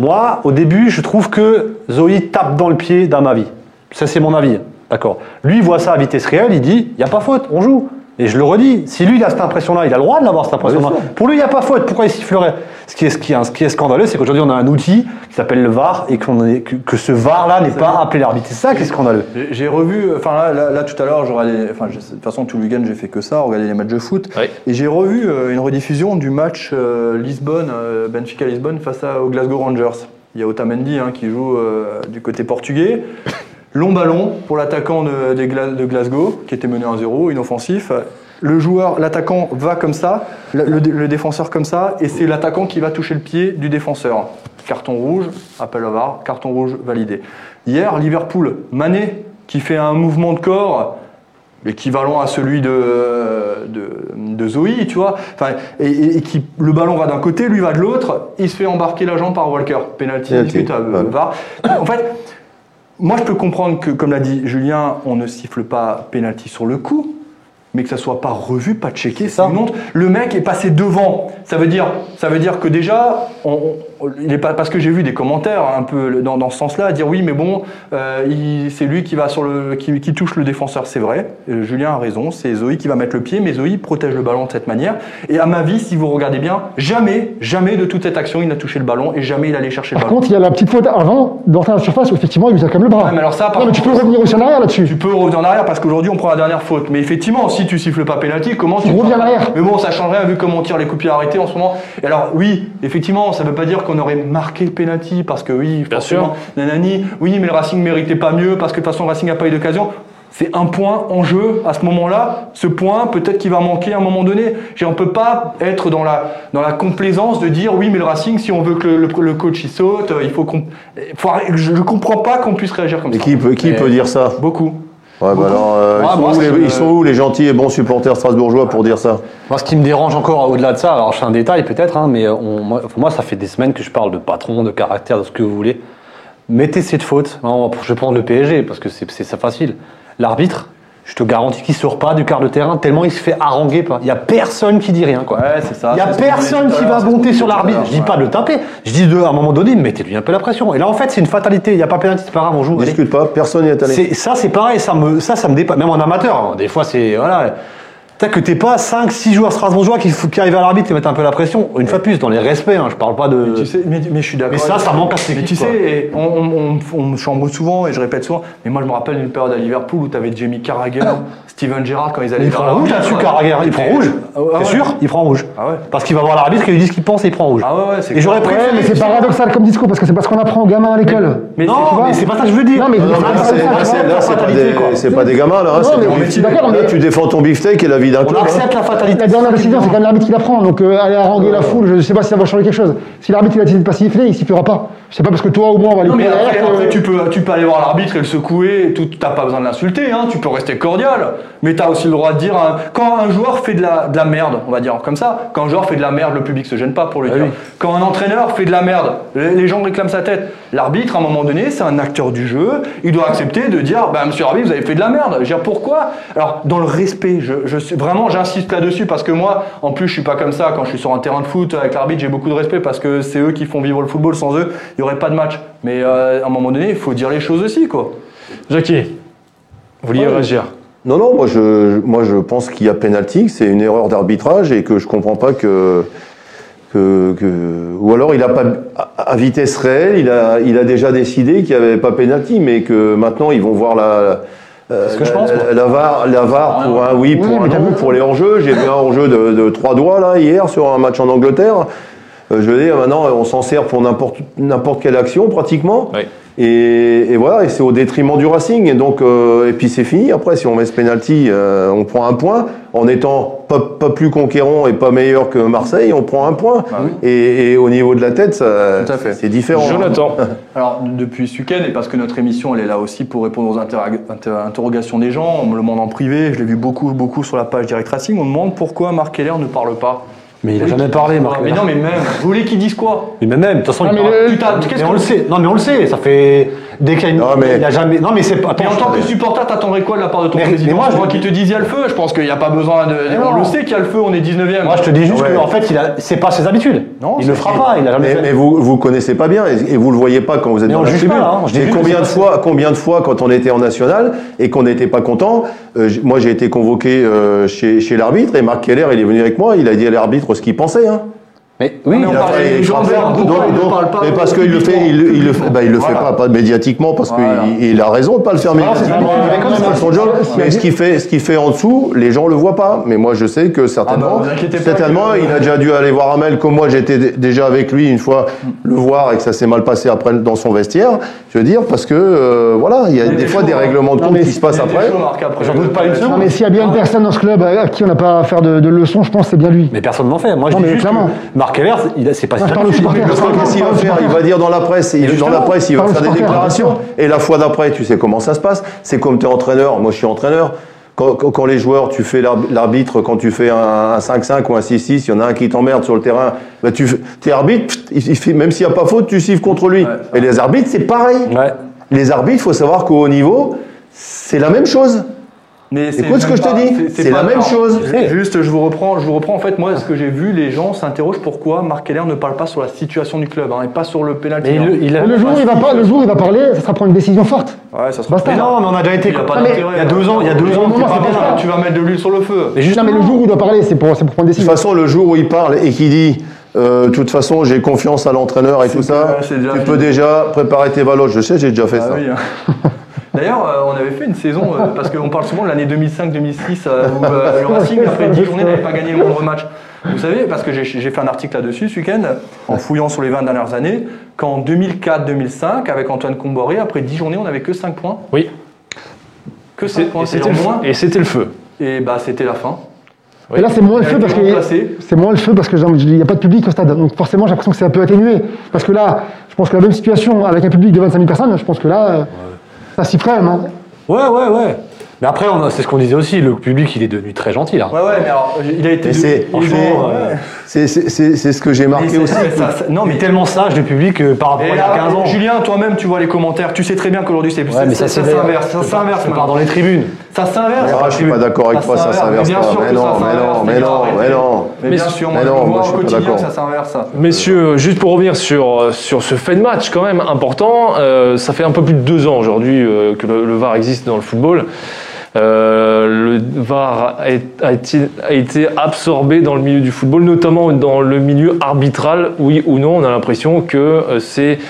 S5: Moi, au début, je trouve que Zoé tape dans le pied d'un avis. Ça, c'est mon avis. D'accord. Lui, il voit ça à vitesse réelle, il dit il n'y a pas faute, on joue. Et je le redis, si lui, il a cette impression-là, il a le droit de l'avoir, cette impression-là. Pour lui, il n'y a pas faute, pourquoi il sifflerait ce qui, est, ce, qui est, ce qui est scandaleux, c'est qu'aujourd'hui, on a un outil qui s'appelle le VAR et qu'on est- que, que ce VAR-là n'est pas appelé l'arbitre. C'est ça qui est scandaleux.
S3: J'ai- J'ai revu, euh, enfin là, là, là, tout à l'heure, j'aurais les- enfin j'ai- de toute façon tout le week-end j'ai fait que ça, regarder les matchs de foot,
S2: Ouais.
S3: et j'ai revu euh, une rediffusion du match euh, Lisbonne, euh, Benfica Lisbonne face à, aux Glasgow Rangers. Il y a Otamendi hein, qui joue euh, du côté portugais. Long ballon pour l'attaquant de, des Gla- de Glasgow qui était mené 1-0, inoffensif. Le joueur, l'attaquant va comme ça, le, le dé- le défenseur comme ça, et c'est l'attaquant qui va toucher le pied du défenseur. Carton rouge, appel à VAR, carton rouge validé. Hier, Liverpool, Mané qui fait un mouvement de corps l'équivalent à celui de, de, de Zoé, tu vois. Enfin, et, et- et qui, le ballon va d'un côté, lui va de l'autre, il se fait embarquer la jambe par Walker. Penalty,
S1: Penalty,
S3: discutable,
S1: ouais.
S3: VAR. En fait, moi je peux comprendre que, comme l'a dit Julien, on ne siffle pas penalty sur le coup, mais que ça soit pas revu, pas checké, c'est une honte. Le mec est passé devant. Ça veut dire, ça veut dire que déjà, on, il est pas parce que j'ai vu des commentaires hein, un peu dans, dans ce sens-là, à dire oui, mais bon, euh, il- c'est lui qui va sur le, qui, qui touche le défenseur, c'est vrai. Euh, Julien a raison, c'est Zoé qui va mettre le pied, mais Zoé protège le ballon de cette manière. Et à ma vie, si vous regardez bien, jamais, jamais de toute cette action, il n'a touché le ballon et jamais il allait chercher le
S4: Par
S3: ballon.
S4: contre, il y a la petite faute avant d'entrer à la surface où effectivement il lui tient comme le bras.
S3: Ouais, mais alors ça, par
S4: non, mais tu peux revenir aussi en arrière
S3: Tu
S4: là-dessus.
S3: peux revenir en arrière parce qu'aujourd'hui on prend la dernière faute. Mais effectivement, si tu siffles pas pénalty, comment tu.
S4: Tu reviens en arrière.
S3: Mais bon, ça change rien vu comment on tire les coups pieds arrêtés en ce moment. Et alors, oui, effectivement, ça veut pas dire qu'on aurait marqué le pénalty parce que oui,
S2: Bien
S3: forcément, nanani, oui, mais le Racing méritait pas mieux parce que de toute façon, le Racing n'a pas eu d'occasion. C'est un point en jeu à ce moment-là. Ce point, peut-être qu'il va manquer à un moment donné. Je veux dire, On peut pas être dans la, dans la complaisance de dire oui, mais le Racing, si on veut que le, le- le coach y saute, euh, il faut qu'on. faut arrêter. je ne comprends pas qu'on puisse réagir comme
S1: Mais
S3: ça.
S1: qui peut, qui
S3: Mais-
S1: peut dire ça
S3: Beaucoup.
S1: Ouais, bah alors, euh,
S3: Ouais,
S1: ils, sont
S3: moi,
S1: où
S3: c'est
S1: les,
S3: le-
S1: ils sont où les gentils et bons supporters strasbourgeois pour dire ça
S5: Moi, ce qui me dérange encore au-delà de ça, alors c'est un détail peut-être, hein, mais on- moi, pour moi, ça fait des semaines que je parle de patron, de caractère, de ce que vous voulez. Mettez cette faute. hein, on va- je vais prendre le PSG parce que c'est c'est ça facile. L'arbitre, je te garantis qu'il sort pas du quart de terrain tellement il se fait haranguer. par- Il y a personne qui dit rien, quoi.
S3: Ouais, c'est ça.
S5: Il n'y a
S3: c'est ce qu'on
S5: personne
S3: disait tout
S5: qui
S3: à
S5: va
S3: l'heure, c'est ce
S5: monter
S3: qu'on disait
S5: sur
S3: tout à
S5: l'arbitre.
S3: l'heure,
S5: Je dis
S3: ouais.
S5: pas de le taper. Je dis de, à un moment donné, mettez-lui un peu la pression. Et là, en fait, c'est une fatalité. Il n'y a pas pénalité, c'est pas grave, on joue.
S1: On
S5: allez.
S1: discute pas, personne n'y est allé.
S5: C'est- Ça, c'est pareil, ça me, ça, ça me dépasse. Même en amateur, hein, des fois, c'est. Voilà. T'as que t'es pas 5, 6 joueurs strasbourgeois qui, f- qui arrivent à l'arbitre et mettent un peu la pression. Une fois de plus, dans les respects, hein, je parle pas de.
S3: Mais tu sais, mais, mais je suis d'accord.
S5: Mais ça,
S3: avec
S5: ça
S3: toi.
S5: manque à cette
S3: Mais tu
S5: équipe,
S3: sais,
S5: quoi.
S3: et on, on- on- on me chambre souvent et je répète souvent, mais moi je me rappelle d'une période à Liverpool où t'avais Jamie
S5: [COUGHS]
S3: Carragher, Steven Gerrard quand ils allaient
S5: il
S3: vers
S5: prend
S3: la
S5: rouge
S3: lumière,
S5: là-dessus,
S3: ouais.
S5: Carragher. Il prend
S3: Et-
S5: rouge.
S3: Ah ouais, ouais.
S5: c'est sûr Il prend rouge.
S3: Ah ouais.
S5: Parce qu'il va voir l'arbitre qui lui dit ce qu'il pense et il prend rouge.
S3: Ah ouais, ouais, c'est
S5: et j'aurais
S3: clair.
S5: préféré.
S4: Mais c'est paradoxal comme discours parce que c'est parce qu'on apprend aux gamins à l'école.
S3: Mais
S5: non,
S3: tu vois,
S5: mais c'est pas ça que je veux dire.
S4: Non, mais-
S1: Non, non, mais là, c'est- là, c'est- là, c'est pas
S5: Fatalité,
S1: des-
S5: quoi.
S1: c'est pas, des gamins, là. hein,
S4: Non,
S1: c'est
S4: mais
S1: ton
S4: on est
S1: métier.
S4: d'accord,
S1: Là,
S4: mais-
S1: tu défends ton beefsteak et la vie d'un
S5: on
S1: club. hein.
S5: accepte la fatalité.
S4: La dernière décision, c'est quand même l'arbitre qui la prend. Donc euh, aller haranguer la foule, je ne sais pas si ça va changer quelque chose. Si l'arbitre il a décidé de pas siffler, il sifflera pas. Je sais pas parce que toi ou moi on va lui
S3: Non, mais
S4: courir
S3: après,
S4: derrière que-
S3: après, tu, peux, tu peux aller voir l'arbitre et le secouer, et tout, t'as pas besoin de l'insulter, hein, tu peux rester cordial, mais t'as aussi le droit de dire, hein, quand un joueur fait de la, de la merde, on va dire comme ça, quand un joueur fait de la merde, le public se gêne pas pour
S4: Ah
S3: le dire. Quand un entraîneur fait de la merde, les, les gens réclament sa tête. L'arbitre, à un moment donné, c'est un acteur du jeu, il doit accepter de dire, bah, monsieur l'arbitre, vous avez fait de la merde. Je veux dire, pourquoi Alors, dans le respect, je, je suis- vraiment, j'insiste là-dessus parce que moi, en plus, je suis pas comme ça. Quand je suis sur un terrain de foot avec l'arbitre, j'ai beaucoup de respect parce que c'est eux qui font vivre le football. Sans eux, il y aurait pas de match. Mais euh, à un moment donné, il faut dire les choses aussi, quoi.
S2: Jackie, vous vouliez
S1: Ouais.
S2: réagir
S1: Non, non, moi je, moi je pense qu'il y a pénalty, que c'est une erreur d'arbitrage et que je comprends pas que. que, que- ou alors il a pas. À à vitesse réelle, il a, il a déjà décidé qu'il n'y avait pas pénalty, mais que maintenant ils vont voir la. euh,
S5: ce que
S1: la-
S5: je pense, moi.
S1: la, la VAR, la VAR pour un oui, pour
S4: Ouais,
S1: un
S4: mais t'as
S1: non,
S4: vu-
S1: pour les hors-jeux. J'ai vu un hors-jeu de, de trois doigts là hier sur un match en Angleterre. Euh, Je veux dire, maintenant on s'en sert pour n'importe n'importe quelle action pratiquement.
S2: Ouais.
S1: Et, et voilà, et c'est au détriment du Racing. Et donc, euh, et puis c'est fini. Après, si on met ce penalty, euh, on prend un point. En étant pas, pas plus conquérant et pas meilleur que Marseille, on prend un point. et, et au niveau de la tête, ça,
S3: Tout à fait.
S1: c'est différent.
S2: Jonathan,
S3: Alors, depuis ce week-end, et parce que notre émission, elle est là aussi pour répondre aux interrog- inter- interrogations des gens, on me le demande en privé, je l'ai vu beaucoup, beaucoup sur la page Direct Racing, on me demande pourquoi Marc Keller ne parle pas.
S5: Mais il a jamais parlé, Marc.
S3: Mais non, mais même, vous voulez qu'il dise quoi
S5: Mais même, de toute façon,
S4: Ah,
S5: il
S4: mais
S5: parle-
S4: le-
S3: Putain, qu'est-ce
S5: Mais
S3: que-
S5: on le sait, non mais on le sait, ça fait dès qu'il y a une-
S1: Non, mais-
S5: il y a jamais. Non mais c'est pas.
S3: Mais en tant
S5: je-
S3: que supporter, t'attendrais quoi de la part de ton
S5: Mais-
S3: président
S5: mais moi,
S3: Je vois
S5: je-
S3: qu'il te dise il y a le feu, je pense qu'il n'y a pas besoin de.
S5: Mais
S3: on
S5: non.
S3: le sait qu'il y a le feu, on est 19 e
S5: Moi je te dis juste
S1: Ouais.
S5: qu'en fait il a... c'est pas ses habitudes.
S3: Non,
S5: il le
S3: c'est-
S5: fera pas, il a jamais
S1: Mais,
S5: fait.
S1: mais vous vous connaissez pas bien et, et vous le voyez pas quand vous êtes
S5: Mais
S1: dans
S5: on
S1: la
S5: juge
S1: tribune.
S5: pas, là, hein. Je dis
S1: Et
S5: juste que
S1: combien
S5: c'est
S1: de
S5: pas-
S1: fois, combien de fois quand on était en national et qu'on n'était pas content, euh, j- moi j'ai été convoqué euh, chez, chez l'arbitre et Marc Keller il est venu avec moi, il a dit à l'arbitre ce qu'il pensait. Hein.
S5: Mais oui,
S3: mais on
S5: il a-
S3: parle- parlait
S1: Et
S3: des gens
S1: frappé.
S3: verts, pourquoi
S1: Donc-
S3: il ne
S1: donc-
S3: parle pas
S1: mais parce qu'il le fait, il, il le fait, bah, il le fait pas, pas médiatiquement, parce qu'il il a raison de pas le faire
S3: Ah,
S1: médiatiquement.
S5: ça,
S1: Il
S5: c'est
S1: fait
S5: ça.
S1: son job.
S4: C'est-
S1: Mais ce qu'il fait, ce qu'il fait en dessous, les gens le voient pas. Mais moi, je sais que certainement,
S3: Ah bah, vous inquiétez pas
S1: certainement,
S3: que-
S1: il a déjà dû aller voir Amel, comme moi, j'étais d- déjà avec lui une fois le voir et que ça s'est mal passé après dans son vestiaire. Je veux dire, parce que euh, voilà, il y a
S3: était
S1: des fois
S3: chaud,
S1: des
S3: hein.
S1: règlements de
S4: Non,
S1: compte
S4: mais
S1: qui se passent après.
S3: J'en doute pas une
S4: Non, mais s'il y a bien une personne dans ce club euh, à à qui on n'a pas à faire de, de leçons, je pense que c'est bien lui.
S5: mais personne n'en fait. Moi je
S4: Non,
S5: dis
S4: mais
S5: juste
S4: clairement.
S5: que Marc Heller, il a- c'est pas ses
S4: Moi, je parle aux
S5: habitudes.
S4: supporters.
S1: Parce que qu'est-ce qu'il va faire Il va dire dans la presse, il, dans la presse, il va
S4: Parle
S1: faire des
S4: supporter,
S1: déclarations. Et la fois d'après, tu sais comment ça se passe. C'est comme tu es entraîneur. Moi, je suis entraîneur. Quand, quand- quand les joueurs, tu fais l'arb- l'arbitre, quand tu fais un, un 5-5 ou un 6-6, il y en a un qui t'emmerde sur le terrain, bah tu es arbitre, pfft, il- il fait- même s'il n'y a pas faute, tu siffles contre lui. Et les arbitres, c'est pareil.
S5: Ouais.
S1: Les arbitres, il faut savoir qu'au haut niveau, c'est la même chose.
S3: Mais c'est
S1: Écoute ce que
S3: même
S1: je
S3: pas-
S1: te dis, c'est la
S3: pas-
S1: même
S3: non,
S1: chose.
S3: ju- Juste, je vous reprends, je vous reprends. En fait, moi, ce que j'ai vu, les gens s'interrogent pourquoi Marc Keller ne parle pas sur la situation du club hein, et pas sur le pénalty. hein.
S5: Mais il, le- il a-
S4: Et le, jour où il va pas, le jour où il va parler, ça sera pour une décision forte.
S3: Ouais, ça sera.
S4: Basta.
S5: Mais non, mais on a déjà été.
S3: Il a pas
S5: quoi.
S3: d'intérêt. hein.
S5: Il y a deux ans, il y a deux
S4: Non,
S5: ans.
S4: non,
S5: t'es
S4: non,
S5: pas
S4: c'est
S5: bien.
S4: pas ça.
S3: Tu vas mettre de l'huile sur le feu.
S5: Mais juste-
S4: Non, mais le jour où il doit parler, c'est pour, c'est pour prendre des
S1: De toute
S4: décisions.
S1: façon, le jour où il parle et qu'il dit euh, de toute façon, j'ai confiance à l'entraîneur et
S3: C'est
S1: tout ça,
S3: déjà- c'est déjà
S1: tu
S3: fini.
S1: peux déjà préparer tes valoches. Je sais, j'ai déjà fait
S3: Ah
S1: ça.
S3: oui, hein. D'ailleurs, euh, on avait fait une saison, euh, parce qu'on parle souvent de l'année 2005-2006, euh, où euh, le Racing, après 10 journées, n'avait pas gagné le moindre match. Vous savez, parce que j'ai j'ai fait un article là-dessus ce week-end, en fouillant sur les 20 dernières années, qu'en 2004-2005, avec Antoine Comboré, après 10 journées, on n'avait que 5 points.
S2: Oui.
S3: Que
S2: C'est-
S3: 5 points,
S2: et
S3: c'est
S2: c'était le
S3: le
S2: feu.
S3: moins.
S2: Et c'était le feu.
S3: Et bah, c'était la fin.
S2: oui.
S4: Et là, c'est moins le
S3: Il a
S4: feu
S3: été
S4: parce que.
S3: remplacé.
S4: C'est moins le feu parce que j'ai envie de- il n'y a pas de public au stade. Donc forcément, j'ai l'impression que c'est un peu atténué. Parce que là, je pense que la même situation avec un public de 25 000 personnes, je pense que là, euh, ça s'y freine. hein.
S5: Ouais, ouais, ouais. Mais après, on a- c'est ce qu'on disait aussi. Le public, il est devenu très gentil là.
S3: Ouais, ouais, mais alors, il a été.
S1: Et c'est
S3: il-
S5: Franchement,
S3: Ouais.
S5: euh,
S1: C'est- C'est c'est- c'est ce que j'ai
S3: Mais
S1: marqué
S3: c'est-
S1: aussi.
S3: c'est- ça- ça- non,
S5: mais
S3: mais
S5: tellement sage le public euh, par rapport
S3: Et
S5: à il y
S3: là,
S5: a 15 ans.
S3: Julien, toi-même, tu vois les commentaires. Tu sais très bien qu'aujourd'hui, c'est
S5: Ouais, mais ça, c'est vrai.
S3: s'inverse. Ça s'inverse.
S5: Je parle
S3: maintenant.
S5: dans les tribunes.
S3: Ça s'inverse.
S1: Ah, je suis pas d'accord avec toi, ça s'inverse
S3: bien
S1: pas.
S3: sûr
S1: Mais
S3: que ça
S1: non, mais
S3: s'inverse,
S1: non,
S3: les
S1: mais
S3: gars,
S1: non,
S3: arrêtez.
S1: mais non.
S3: Mais
S2: Mais
S3: bien
S2: si-
S3: sûr,
S1: mais
S3: moi, je
S1: non,
S3: le
S1: moi,
S3: vois
S1: je
S3: au
S1: suis pas
S3: quotidien
S1: d'accord.
S3: que ça s'inverse. ça.
S2: Messieurs, euh, juste pour revenir sur, euh, sur ce fait de match quand même important, euh, ça fait un peu plus de deux ans aujourd'hui euh, que le, le VAR existe dans le football. Euh, le VAR a, est- a été- a été absorbé dans le milieu du football, notamment dans le milieu arbitral, oui ou non, on a l'impression que euh, c'est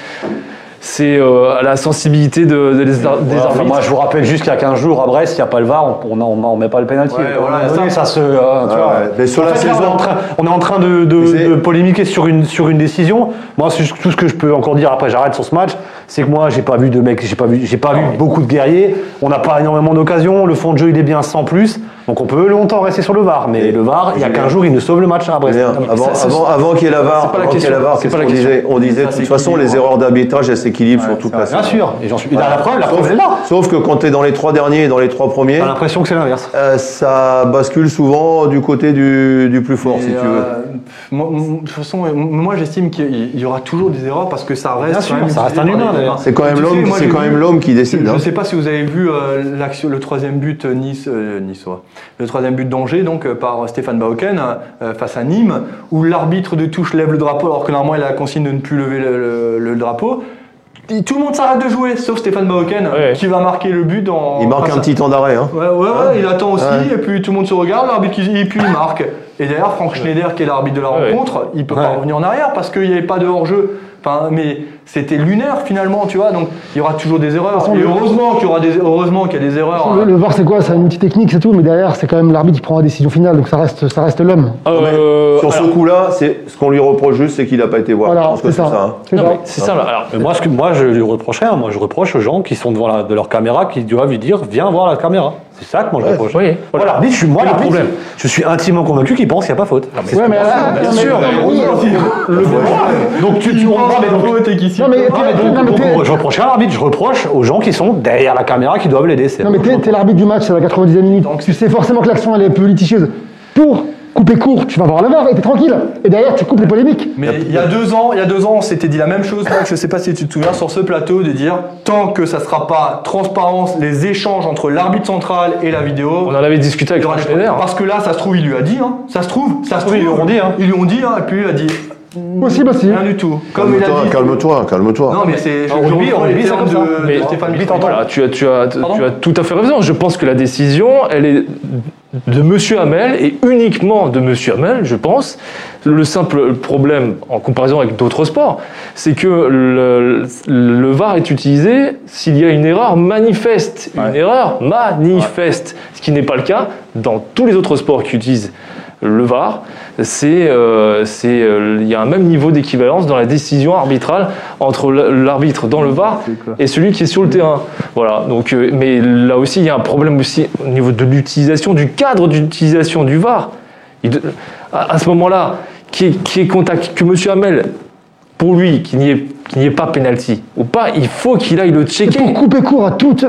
S2: c'est euh, à la sensibilité de, de- des, ar- des
S5: Voilà, enfin,
S2: arbitres.
S5: moi, je vous rappelle juste qu'il y a 15 jours à Brest, il n'y a pas le VAR, on- on on- on met pas le pénalty.
S3: Ouais, voilà, ça-
S5: ça se. euh, tu
S1: Ouais,
S5: vois.
S1: ouais. Mais sur
S5: En
S1: la
S5: fait, là, on est
S1: saison-
S5: en train- on est en train de, de-
S1: Mais c'est-
S5: de polémiquer sur une, sur une décision. Moi, c'est juste tout ce que je peux encore dire après, j'arrête sur ce match. C'est que moi, j'ai pas vu de mecs, j'ai pas vu, j'ai pas vu beaucoup de guerriers. On n'a pas énormément d'occasions. Le fond de jeu, il est bien sans plus. Donc, on peut longtemps rester sur le VAR. Mais
S1: Et-
S5: le VAR, il y a
S1: Julien.
S5: 15 jours, il nous sauve le match à Brest.
S1: Julien,
S5: Non, mais
S1: avant,
S5: ça- ça-
S1: avant, avant qu'il y ait la VAR,
S2: c'est
S1: avant
S2: pas la
S1: qu'il y ait
S2: question,
S1: VAR,
S2: c'est
S1: qu'est-ce
S2: pas la
S1: qu'on
S2: question.
S1: disait On disait
S3: Ça,
S1: de
S3: c'est
S1: toute façon, les
S3: équilibre.
S1: erreurs d'arbitrage, elles s'équilibrent
S3: Ouais,
S1: sur toute
S3: c'est
S1: la
S3: vrai.
S5: Bien
S1: saison.
S5: sûr. Et j'en suis. La preuve, la
S1: Sauf-
S5: preuve est là.
S1: Sauf que quand tu es dans les trois derniers et dans les trois premiers,
S5: J'ai l'impression que c'est l'inverse.
S1: euh, ça bascule souvent du côté du, du plus fort,
S3: Et,
S1: si tu veux.
S3: euh, pff, moi- moi- De toute façon, euh, moi j'estime qu'il y aura toujours des erreurs parce que ça reste.
S5: Bien
S3: quand
S5: sûr,
S3: même
S5: ça reste
S3: utilisé
S5: un
S3: par
S5: humain,
S3: des-
S5: d'ailleurs.
S1: C'est quand même
S3: Tu sais,
S1: l'homme,
S3: moi,
S1: c'est
S3: j'ai
S1: quand
S3: vu-
S1: même l'homme qui
S3: Je
S1: décide. hein.
S3: ne sais pas si vous avez vu euh, l'action- le troisième but euh, Nice, euh, nice, ouais. le troisième but d'Angers donc euh, par Stéphane Bauken euh, face à Nîmes, où l'arbitre de touche lève le drapeau alors que normalement il a la consigne de ne plus lever le, le- le drapeau. Et tout le monde s'arrête de jouer sauf Stéphane Bauken
S2: Ouais.
S3: qui va marquer le but dans.
S1: Il marque
S3: face
S1: un
S3: à-
S1: petit temps d'arrêt. hein.
S3: Ouais, ouais, ouais, il attend aussi,
S1: Ouais.
S3: et puis tout le monde se regarde, l'arbitre, qui- et puis il marque. Et d'ailleurs, Franck Schneider, qui est l'arbitre de la
S2: Ouais.
S3: rencontre, il peut pas
S5: Ouais.
S3: revenir en arrière parce qu'il n'y avait pas de hors-jeu. Enfin, mais c'était lunaire finalement, tu vois, donc il y aura toujours des erreurs.
S4: façon,
S3: Et
S4: le-
S3: heureusement qu'il y, aura des... heureusement qu'il y a des erreurs.
S4: Le,
S3: hein.
S4: le VAR, c'est quoi C'est un outil technique, c'est tout. Mais derrière, c'est quand même l'arbitre qui prend la décision finale. Donc ça reste, ça reste l'homme.
S2: Euh,
S1: Sur
S2: alors-
S1: ce coup-là, c'est ce qu'on lui reproche juste, c'est qu'il n'a pas été voir. Je
S4: Voilà,
S1: pense que
S4: c'est ça.
S1: hein.
S4: C'est
S2: Non,
S4: ça.
S2: mais c'est ça. là. Alors,
S5: Mais Euh, moi, ce que, moi, je lui reproche rien. Moi, je reproche aux gens qui sont devant la, de leur caméra qui doivent lui dire viens voir la caméra. C'est ça que moi je reproche.
S2: oui,
S5: Moi,
S2: voilà.
S5: l'arbitre, je suis moi
S2: Quel est le
S5: l'arbitre,
S2: problème
S5: Je suis intimement convaincu qu'il pense qu'il n'y a pas faute.
S4: Ouais, mais euh, là,
S2: bien
S4: non, mais-
S2: sûr,
S4: non, mais oui.
S5: donc tu, tu
S3: pense
S5: reproches-
S3: qu'il y a
S5: donc-
S3: faute et qu'il s'y
S4: Non, mais
S3: peut
S4: t'es-
S3: pas.
S5: Ouais, donc-
S4: non, mais
S5: donc,
S4: t'es-
S5: je reproche rien à l'arbitre, je reproche aux gens qui sont derrière la caméra qui doivent l'aider. c'est-
S4: Non mais t'es, t'es l'arbitre du match, c'est la 90e minute.
S3: Donc,
S4: tu sais forcément que l'action elle est un peu litigieuse. Pour couper court, tu vas voir la VAR et t'es tranquille. Et derrière, tu coupes les polémiques.
S3: Mais il y a deux ans, il y a deux ans, on s'était dit la même chose. Max, je sais pas si tu te souviens sur ce plateau de dire tant que ça sera pas transparence, les échanges entre l'arbitre central et la vidéo,
S2: On en avait discuté avec
S3: Il aura
S2: Franck
S3: des
S2: Schneider.
S3: problèmes. Parce que là, ça se trouve, il lui a dit, hein. Ça se trouve, ça se trouve.
S5: Oui, ils lui ont dit, hein. Bah,
S3: Ils lui ont dit, hein, et puis il a dit.
S4: Possible aussi.
S3: Rien du tout. Comme il a
S1: Calme-toi,
S3: dit.
S1: calme-toi, calme-toi.
S3: Non, mais c'est.
S5: En rugby, en rugby, c'est comme ça.
S2: Mais-
S3: Mais Stéphane
S5: rugby,
S3: Mitterrand.
S2: Voilà, tu as, tu, as, tu
S3: Pardon
S2: as tout à fait raison. Je pense que la décision, elle est de Monsieur Hamel et uniquement de Monsieur Hamel, je pense. Le simple problème, en comparaison avec d'autres sports, c'est que le, le VAR est utilisé s'il y a une erreur manifeste. Une erreur manifeste. Ce qui n'est pas le cas dans tous les autres sports qui utilisent le VAR. C'est, euh, c'est, euh, il y a un même niveau d'équivalence dans la décision arbitrale entre l'arbitre dans le VAR et celui qui est sur le terrain. Voilà. Donc, euh, mais là aussi, il y a un problème aussi au niveau de l'utilisation, du cadre d'utilisation du VAR. Il de- à, à ce moment-là, qui est, qui est contact, que M. Hamel, pour lui, qu'il n'y ait, qu'il n'y ait pas pénalty ou pas, il faut qu'il aille le
S4: Et pour
S2: checker.
S4: couper court à toute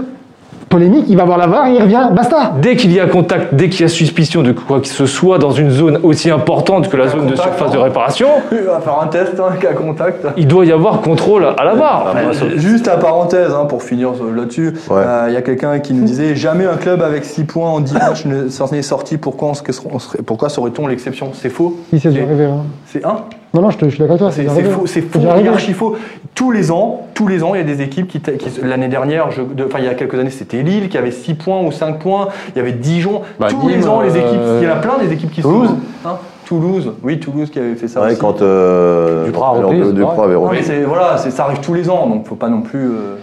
S4: polémique, il va voir la VAR, il revient, basta
S2: Dès qu'il y a contact, dès qu'il y a suspicion de quoi que ce soit dans une zone aussi importante que la zone de
S3: contact,
S2: surface
S3: hein.
S2: de réparation,
S3: On va faire un test, hein, cas contact.
S5: Ah,
S2: il doit y avoir contrôle à la barre.
S5: bah,
S3: Euh, Juste la parenthèse, hein, pour finir euh, là-dessus, euh, il
S1: Ouais.
S3: y a quelqu'un qui nous disait jamais un club avec 6 points en 10 matchs [LAUGHS] ne s'en est sorti, pourquoi, on se- que serait- on serait- pourquoi serait-on l'exception C'est faux.
S4: Il s'est déjà
S3: Ok.
S4: arrivé. hein.
S3: C'est un
S4: Non, non, je, te, je suis d'accord avec toi.
S3: C'est
S4: déjà
S3: c'est
S4: arrivé.
S3: faux, c'est faux,
S4: déjà arrivé.
S3: archi faux. Tous les ans, tous les ans, il y a des équipes qui, t'a- qui se- l'année dernière, je- de- enfin il y a quelques années, c'était Lille qui avait 6 points ou 5 points. Il y avait Dijon.
S5: Bah,
S3: tous les
S5: Nîmes,
S3: ans, les
S5: euh,
S3: équipes, il y en a plein des équipes qui se
S5: Toulouse.
S3: sont- hein, Toulouse, oui Toulouse qui avait fait ça.
S1: Ouais,
S3: aussi.
S1: quand euh,
S5: Duprat a
S1: alors,
S5: repris,
S1: de-
S5: c'est
S1: Duprat
S5: pareil.
S1: avait
S3: Non,
S1: repris.
S3: mais c'est- voilà, c'est- ça arrive tous les ans, donc faut pas non plus, euh,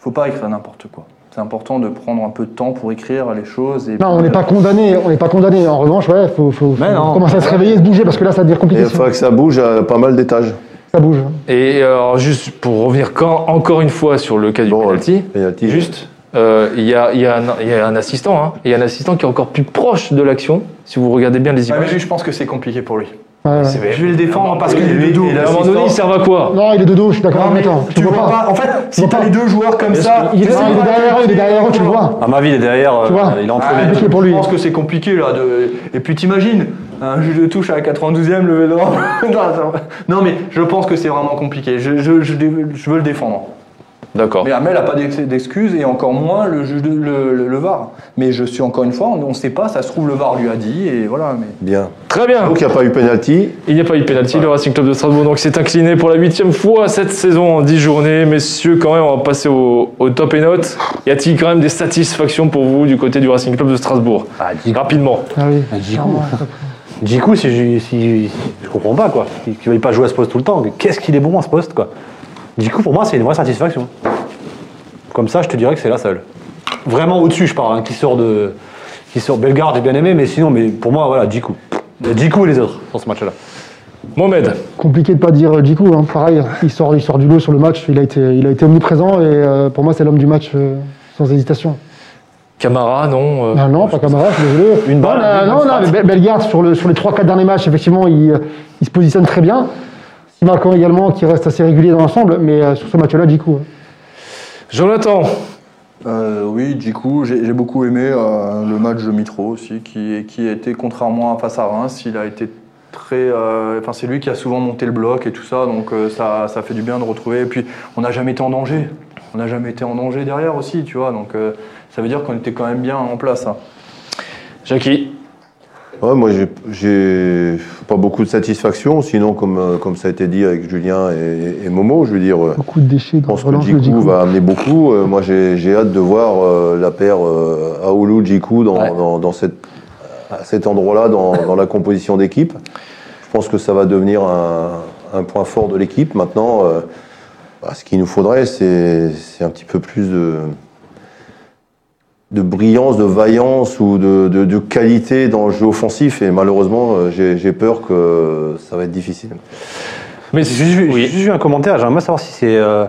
S3: faut pas écrire n'importe quoi. C'est important de prendre un peu de temps pour écrire les choses. Et euh,
S4: Non, on n'est pas condamné, on n'est pas condamné. En revanche, ouais, faut, faut,
S5: Mais
S4: faut
S5: non.
S4: commencer à se réveiller, se bouger, parce que là, ça devient
S1: Et
S4: compliqué.
S1: il faut que ça bouge à pas mal d'étages.
S4: Ça bouge.
S2: Et euh, alors, juste pour revenir quand, encore une fois sur le cas du
S1: Bon,
S2: penalty,
S1: Penalty.
S2: juste, euh, il y, a, il y a un- il y a un assistant, hein. il y a un assistant qui est encore plus proche de l'action, si vous regardez bien les
S3: Ah, mais
S2: images.
S3: lui, je pense que c'est compliqué pour lui.
S4: Ouais, ouais.
S3: Je vais le défendre parce que
S2: lui,
S3: lui, il est
S2: à un moment donné, il
S3: l'assistant.
S2: sert à quoi
S4: Non, il est de dos, je suis d'accord.
S3: Non,
S4: en
S3: mais
S4: même temps.
S3: tu
S4: tu
S3: vois
S4: vois
S3: pas. En fait, si
S4: vois
S3: t'as
S4: pas.
S3: les deux joueurs comme ça,
S4: Il est,
S3: tu sais
S4: il est
S3: pas
S4: derrière eux, il est
S3: qui-
S4: derrière eux, tu le vois.
S5: À ma vie, il est derrière. euh,
S4: Tu vois
S5: il est
S3: Ah,
S5: entraîné.
S4: mais compliqué pour lui.
S3: Je pense que c'est compliqué là. De... Et puis t'imagines, un jeu de touche à la 92e, levé de bras. [LAUGHS] non, ça va. non, mais je pense que c'est vraiment compliqué. Je, je- je dé- je veux le défendre.
S2: D'accord.
S3: Mais Hamel n'a pas d'ex- d'excuses et encore moins le, juge de- le, le- le VAR. Mais je suis encore une fois, on ne sait pas, ça se trouve le VAR lui a dit et voilà. Mais...
S1: Bien.
S2: Très bien.
S1: Donc il n'y a pas eu penalty.
S2: Il n'y a pas eu de pénalty. Le Racing Club de Strasbourg donc s'est incliné pour la huitième fois cette saison en 10 journées. Messieurs, quand même, on va passer au, au top et note. Y a-t-il quand même des satisfactions pour vous du côté du Racing Club de Strasbourg
S5: Ah, Djikou-
S2: Rapidement.
S4: Ah oui.
S5: Djikou. Djikou, si je, si- je comprends pas, quoi. Qu'il ne veuille pas jouer à ce poste tout le temps. Qu'est-ce qu'il est bon à ce poste, quoi. Djikou, pour moi, c'est une vraie satisfaction. Comme ça, je te dirais que c'est la seule. Vraiment au-dessus, je parle, hein, qui sort de. Qui sort Bellegarde, j'ai bien aimé, mais sinon, mais pour moi, voilà, Djikou. Il y a Djikou et les autres dans ce match-là.
S2: Mohamed,
S4: Compliqué de pas dire euh, Djikou, hein. pareil, il sort, il sort du lot sur le match, il a été, il a été omniprésent et euh, pour moi c'est l'homme du match euh, sans hésitation.
S2: Camara, non euh,
S4: Non, non, pas Camara, je suis désolé.
S5: Une balle,
S4: Non, non,
S5: une
S4: non, non, mais Be- Bellegarde, sur, le, sur les 3-4 derniers matchs, effectivement, il, euh, il se positionne très bien. Simakan également, qui reste assez régulier dans l'ensemble, mais euh, sur ce match-là, Djikou. hein.
S2: Jonathan,
S3: Euh, oui, Djikou, j'ai j'ai beaucoup aimé euh, le match de Mitro aussi, qui, qui a été, contrairement à face à Reims, il a été très. euh, Enfin, c'est lui qui a souvent monté le bloc et tout ça, donc euh, ça, ça fait du bien de retrouver. Et puis, on n'a jamais été en danger. On n'a jamais été en danger derrière aussi, tu vois, donc euh, ça veut dire qu'on était quand même bien en place. hein.
S2: Jackie,
S1: Ouais, moi, j'ai- j'ai pas beaucoup de satisfaction. Sinon, comme, euh, comme ça a été dit avec Julien et, et Momo, je veux dire, euh,
S4: Beaucoup de
S1: je
S4: déchets dans
S1: pense
S4: le
S1: que
S4: relance de
S1: Djikou
S4: Djikou.
S1: va amener beaucoup. Euh, moi, j'ai j'ai hâte de voir euh, la paire euh, Aoulou-Djikou dans,
S5: Ouais.
S1: dans, dans cette, à cet endroit-là, dans, [LAUGHS] dans la composition d'équipe. Je pense que ça va devenir un, un point fort de l'équipe. Maintenant, euh, bah, ce qu'il nous faudrait, c'est c'est un petit peu plus de, de brillance, de vaillance ou de, de- de qualité dans le jeu offensif. Et malheureusement, euh, j'ai j'ai peur que ça va être difficile.
S2: mais
S5: J'ai juste, vu- j'ai
S2: oui.
S5: juste vu un commentaire, j'aimerais bien savoir si c'est. euh,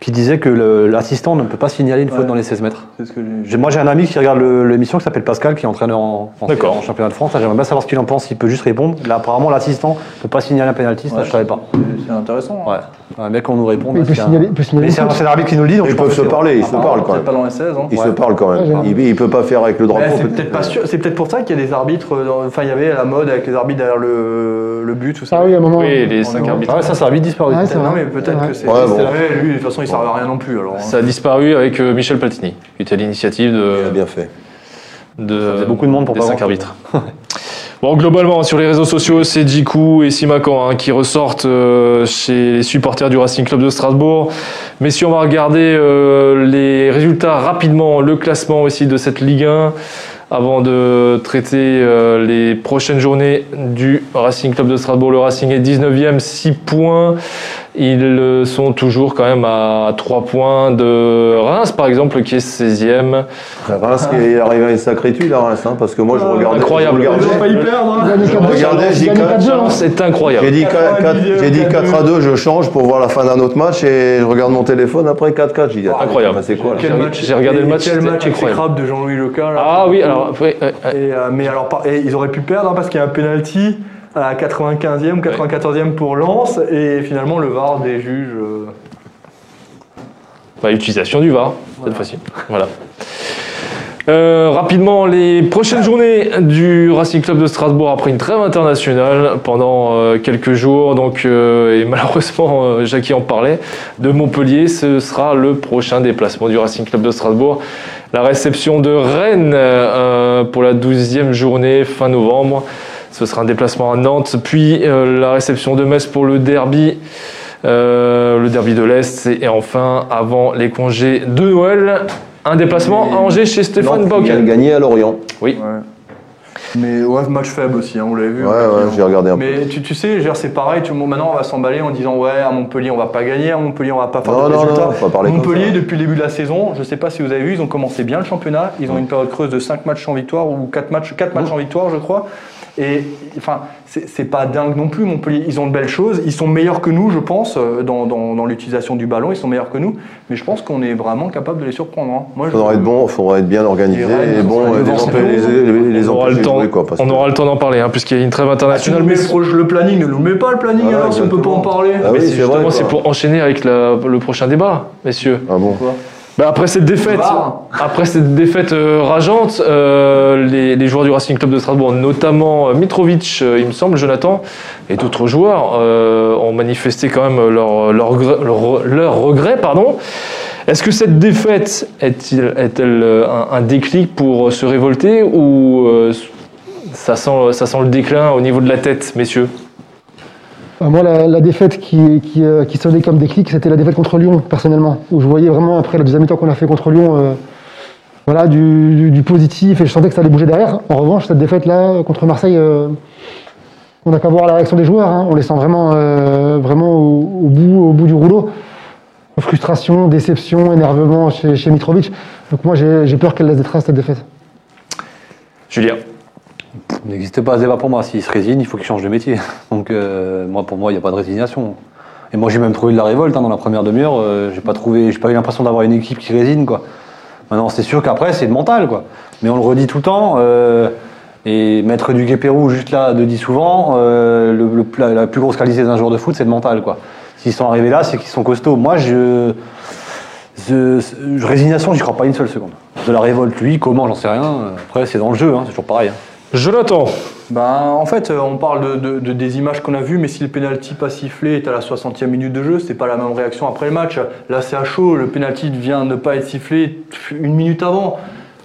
S5: qui disait que le- l'assistant ne peut pas signaler une faute
S3: Ouais.
S5: dans les 16 mètres.
S3: C'est ce que j'ai.
S5: J'ai- Moi, j'ai un ami qui regarde le- l'émission qui s'appelle Pascal, qui est entraîneur en, en-
S2: D'accord.
S5: en championnat de France. Là, J'aimerais bien savoir ce qu'il en pense, s'il peut juste répondre. Là, apparemment, l'assistant ne peut pas signaler un pénalty, ça,
S3: Ouais.
S5: je savais pas.
S3: C'est intéressant. hein.
S5: Ouais. Un mec, on nous répond.
S4: Mais
S5: là,
S4: il peut
S5: c'est un-
S4: signaler- il peut signaler
S5: Mais
S4: une
S5: c'est un-
S4: faute.
S5: c'est l'arbitre qui nous le dit. donc je
S1: Ils
S5: pense
S1: peuvent
S5: que
S1: se
S5: c'est-
S1: parler, ils se parlent quand
S3: Peut-être
S1: même.
S3: pas dans les 16. Hein.
S1: Ils se
S5: Ouais.
S1: parlent quand
S4: Ouais,
S1: même.
S4: j'ai-
S1: Il, il peut pas faire avec le drapeau.
S3: Ouais, Eh, c'est peut-être pas sûr. C'est peut-être pour ça qu'il y a des arbitres. euh, Enfin, il y avait la mode avec les arbitres derrière le, le but, tout ça.
S4: Ah oui, à un moment.
S2: Oui, les cinq
S3: Ouais.
S2: arbitres.
S5: Ah ouais, ça, c'est l'arbitre disparu.
S4: Ouais,
S5: Peut-être.
S4: c'est vrai.
S3: Non, mais peut-être
S4: Ouais.
S3: que c'est.
S1: Ouais, bon.
S3: c'est vrai, lui, de toute façon, il ne servait à rien non plus. Alors, hein.
S2: Ça a disparu avec euh, Michel Platini, qui était à l'initiative
S1: Il a
S2: de,
S1: bien fait.
S2: de
S5: faisait beaucoup de monde pour
S2: des
S5: pas
S2: cinq
S5: voir.
S2: arbitres.
S5: [LAUGHS]
S2: bon, globalement, sur les réseaux sociaux, c'est Djikou et Simakan hein, qui ressortent euh, chez les supporters du Racing Club de Strasbourg. Mais si on va regarder euh, les résultats rapidement, le classement aussi de cette Ligue 1, avant de traiter euh, les prochaines journées du Racing Club de Strasbourg. Le Racing est 19e, 6 points. Ils euh, sont toujours quand même à 3 points de Reims, par exemple, qui est 16e.
S1: Reims qui hein, est arrivé à une sacrée tuile à Reims, hein, parce que moi je regardais.
S2: incroyable.
S1: je regardais.
S2: Ils ont failli perdre,
S4: Il gagne
S1: Je
S4: 4-2,
S1: regardais,
S4: il
S1: j'ai
S4: gagne
S1: quand-
S4: 4-2, hein.
S2: C'est incroyable.
S1: J'ai dit,
S3: 4,
S1: 4, j'ai dit 4 à
S3: 4.
S1: 2, je change pour voir la fin d'un autre match et je regarde mon téléphone après 4-4. J'ai dit, attends,
S2: Incroyable.
S1: bah, C'est quoi là
S2: J'ai- j'ai regardé le
S3: et
S2: match,
S3: Quel
S2: c'était
S3: match
S2: incroyable.
S3: exécrable de Jean-Louis Leca. là.
S2: Ah oui, alors après, euh, euh,
S3: Et, euh, mais alors, par- et ils auraient pu perdre hein, parce qu'il y a un penalty à 95e ou 94e pour Lens et finalement le VAR des juges. euh,
S2: Bah, utilisation du VAR, cette fois-ci. Voilà. Euh, rapidement, les prochaines journées du Racing Club de Strasbourg après une trêve internationale pendant euh, quelques jours. Donc, euh, et [LAUGHS] malheureusement, euh, Jackie en parlait, de Montpellier, ce sera le prochain déplacement du Racing Club de Strasbourg. La réception de Rennes euh, pour la 12e journée fin novembre. Ce sera un déplacement à Nantes, puis euh, la réception de Metz pour le derby euh, le derby de l'Est et et enfin avant les congés de Noël un déplacement
S3: Et-
S2: à Angers chez
S1: Nantes
S2: Stéphane
S1: qui vient de
S2: Bauquel.
S1: gagner à Lorient.
S3: Ouais. Mais ouais, match faible aussi, hein, on l'avait vu.
S1: Ouais, ouais, j'ai regardé un peu.
S3: Mais tu, tu sais, genre, c'est pareil, tout le monde maintenant on va s'emballer en disant ouais, à Montpellier on va pas gagner, à Montpellier on va pas faire
S1: Non,
S3: de
S1: non,
S3: résultats.
S1: non, faut pas parler comme
S3: Montpellier,
S1: ça.
S3: depuis le début de la saison, je sais pas si vous avez vu, ils ont commencé bien le championnat, ils ont une période creuse de 5 matchs sans victoire ou 4 matchs, 4 matchs sans victoire, je crois. Et enfin, c'est c'est pas dingue non plus, Montpellier. Ils ont de belles choses, ils sont meilleurs que nous, je pense, euh, dans, dans- dans l'utilisation du ballon, ils sont meilleurs que nous, mais je pense qu'on est vraiment capable de les surprendre. hein. Moi, je-
S1: Faudra être bon, faudra être bien organisé
S3: Et Rennes,
S1: et bon,
S3: on
S1: euh, les
S3: sera
S1: empêcher,
S3: devant,
S1: les, les- les
S2: On aura
S1: empêcher
S2: le
S1: de
S2: temps,
S1: jouer, quoi. parce
S2: on
S1: que-
S2: aura le temps d'en parler hein, puisqu'il y a une trêve
S3: Ah, tu nous
S2: internationale.
S3: mets
S2: mais
S3: le, pro- le planning, ne nous mets pas le planning
S1: Voilà,
S3: alors si on peut pas en
S1: Ah exactement.
S3: parler.
S1: Ah oui,
S2: mais c'est
S1: c'est
S2: justement
S1: vrai,
S2: c'est
S1: quoi.
S2: pour enchaîner avec la- le prochain débat, messieurs.
S1: Ah bon
S2: Bah, après cette défaite,
S3: Var.
S2: après cette défaite euh, rageante, euh, les, les joueurs du Racing Club de Strasbourg, notamment euh, Mitrovic, euh, il me semble, Jonathan, et d'autres joueurs, euh, ont manifesté quand même leur, leur, gre- leur- leur regret. Pardon. Est-ce que cette défaite est-il- est-elle euh, un, un déclic pour euh, se révolter ou euh, ça, sent, ça sent le déclin au niveau de la tête, messieurs
S4: Euh, Moi, la, la défaite qui, qui, euh, qui sonnait comme déclic, c'était la défaite contre Lyon, personnellement. Où je voyais vraiment, après la deuxième mi-temps qu'on a fait contre Lyon, euh, voilà, du, du- du positif et je sentais que ça allait bouger derrière. En revanche, cette défaite-là, euh, contre Marseille, euh, on n'a qu'à voir la réaction des joueurs. hein. On les sent vraiment, euh, vraiment au, au bout, au bout du rouleau. Frustration, déception, énervement chez, chez Mitrovic. Donc moi, j'ai j'ai peur qu'elle laisse des traces, cette défaite.
S2: Julien
S5: N'existe pas ce débat pour moi. S'il se résigne, il faut qu'il change de métier. [LAUGHS] Donc, euh, moi, pour moi, il n'y a pas de résignation. Et moi, j'ai même trouvé de la révolte hein, dans la première demi-heure. euh, j'ai pas trouvé, j'ai pas eu l'impression d'avoir une équipe qui résigne, quoi. Maintenant, c'est sûr qu'après, c'est le mental, quoi. Mais on le redit tout le temps. euh, et Maître du Guépérou, juste là, le dit souvent, euh, le- le- la, la plus grosse qualité d'un joueur de foot, c'est le mental, quoi. S'ils sont arrivés là, c'est qu'ils sont costauds. Moi, je, je, je- résignation, j'y crois pas une seule seconde. De la révolte, lui, comment, j'en sais rien. Après, c'est dans le jeu, hein, c'est toujours pareil. hein.
S2: Jonathan
S3: Ben, en fait, euh, on parle de, de- de- des images qu'on a vues, mais si le pénalty pas sifflé est à la 60e minute de jeu, c'est pas la même réaction après le match. Là, c'est à chaud, le pénalty vient de ne pas être sifflé une minute avant.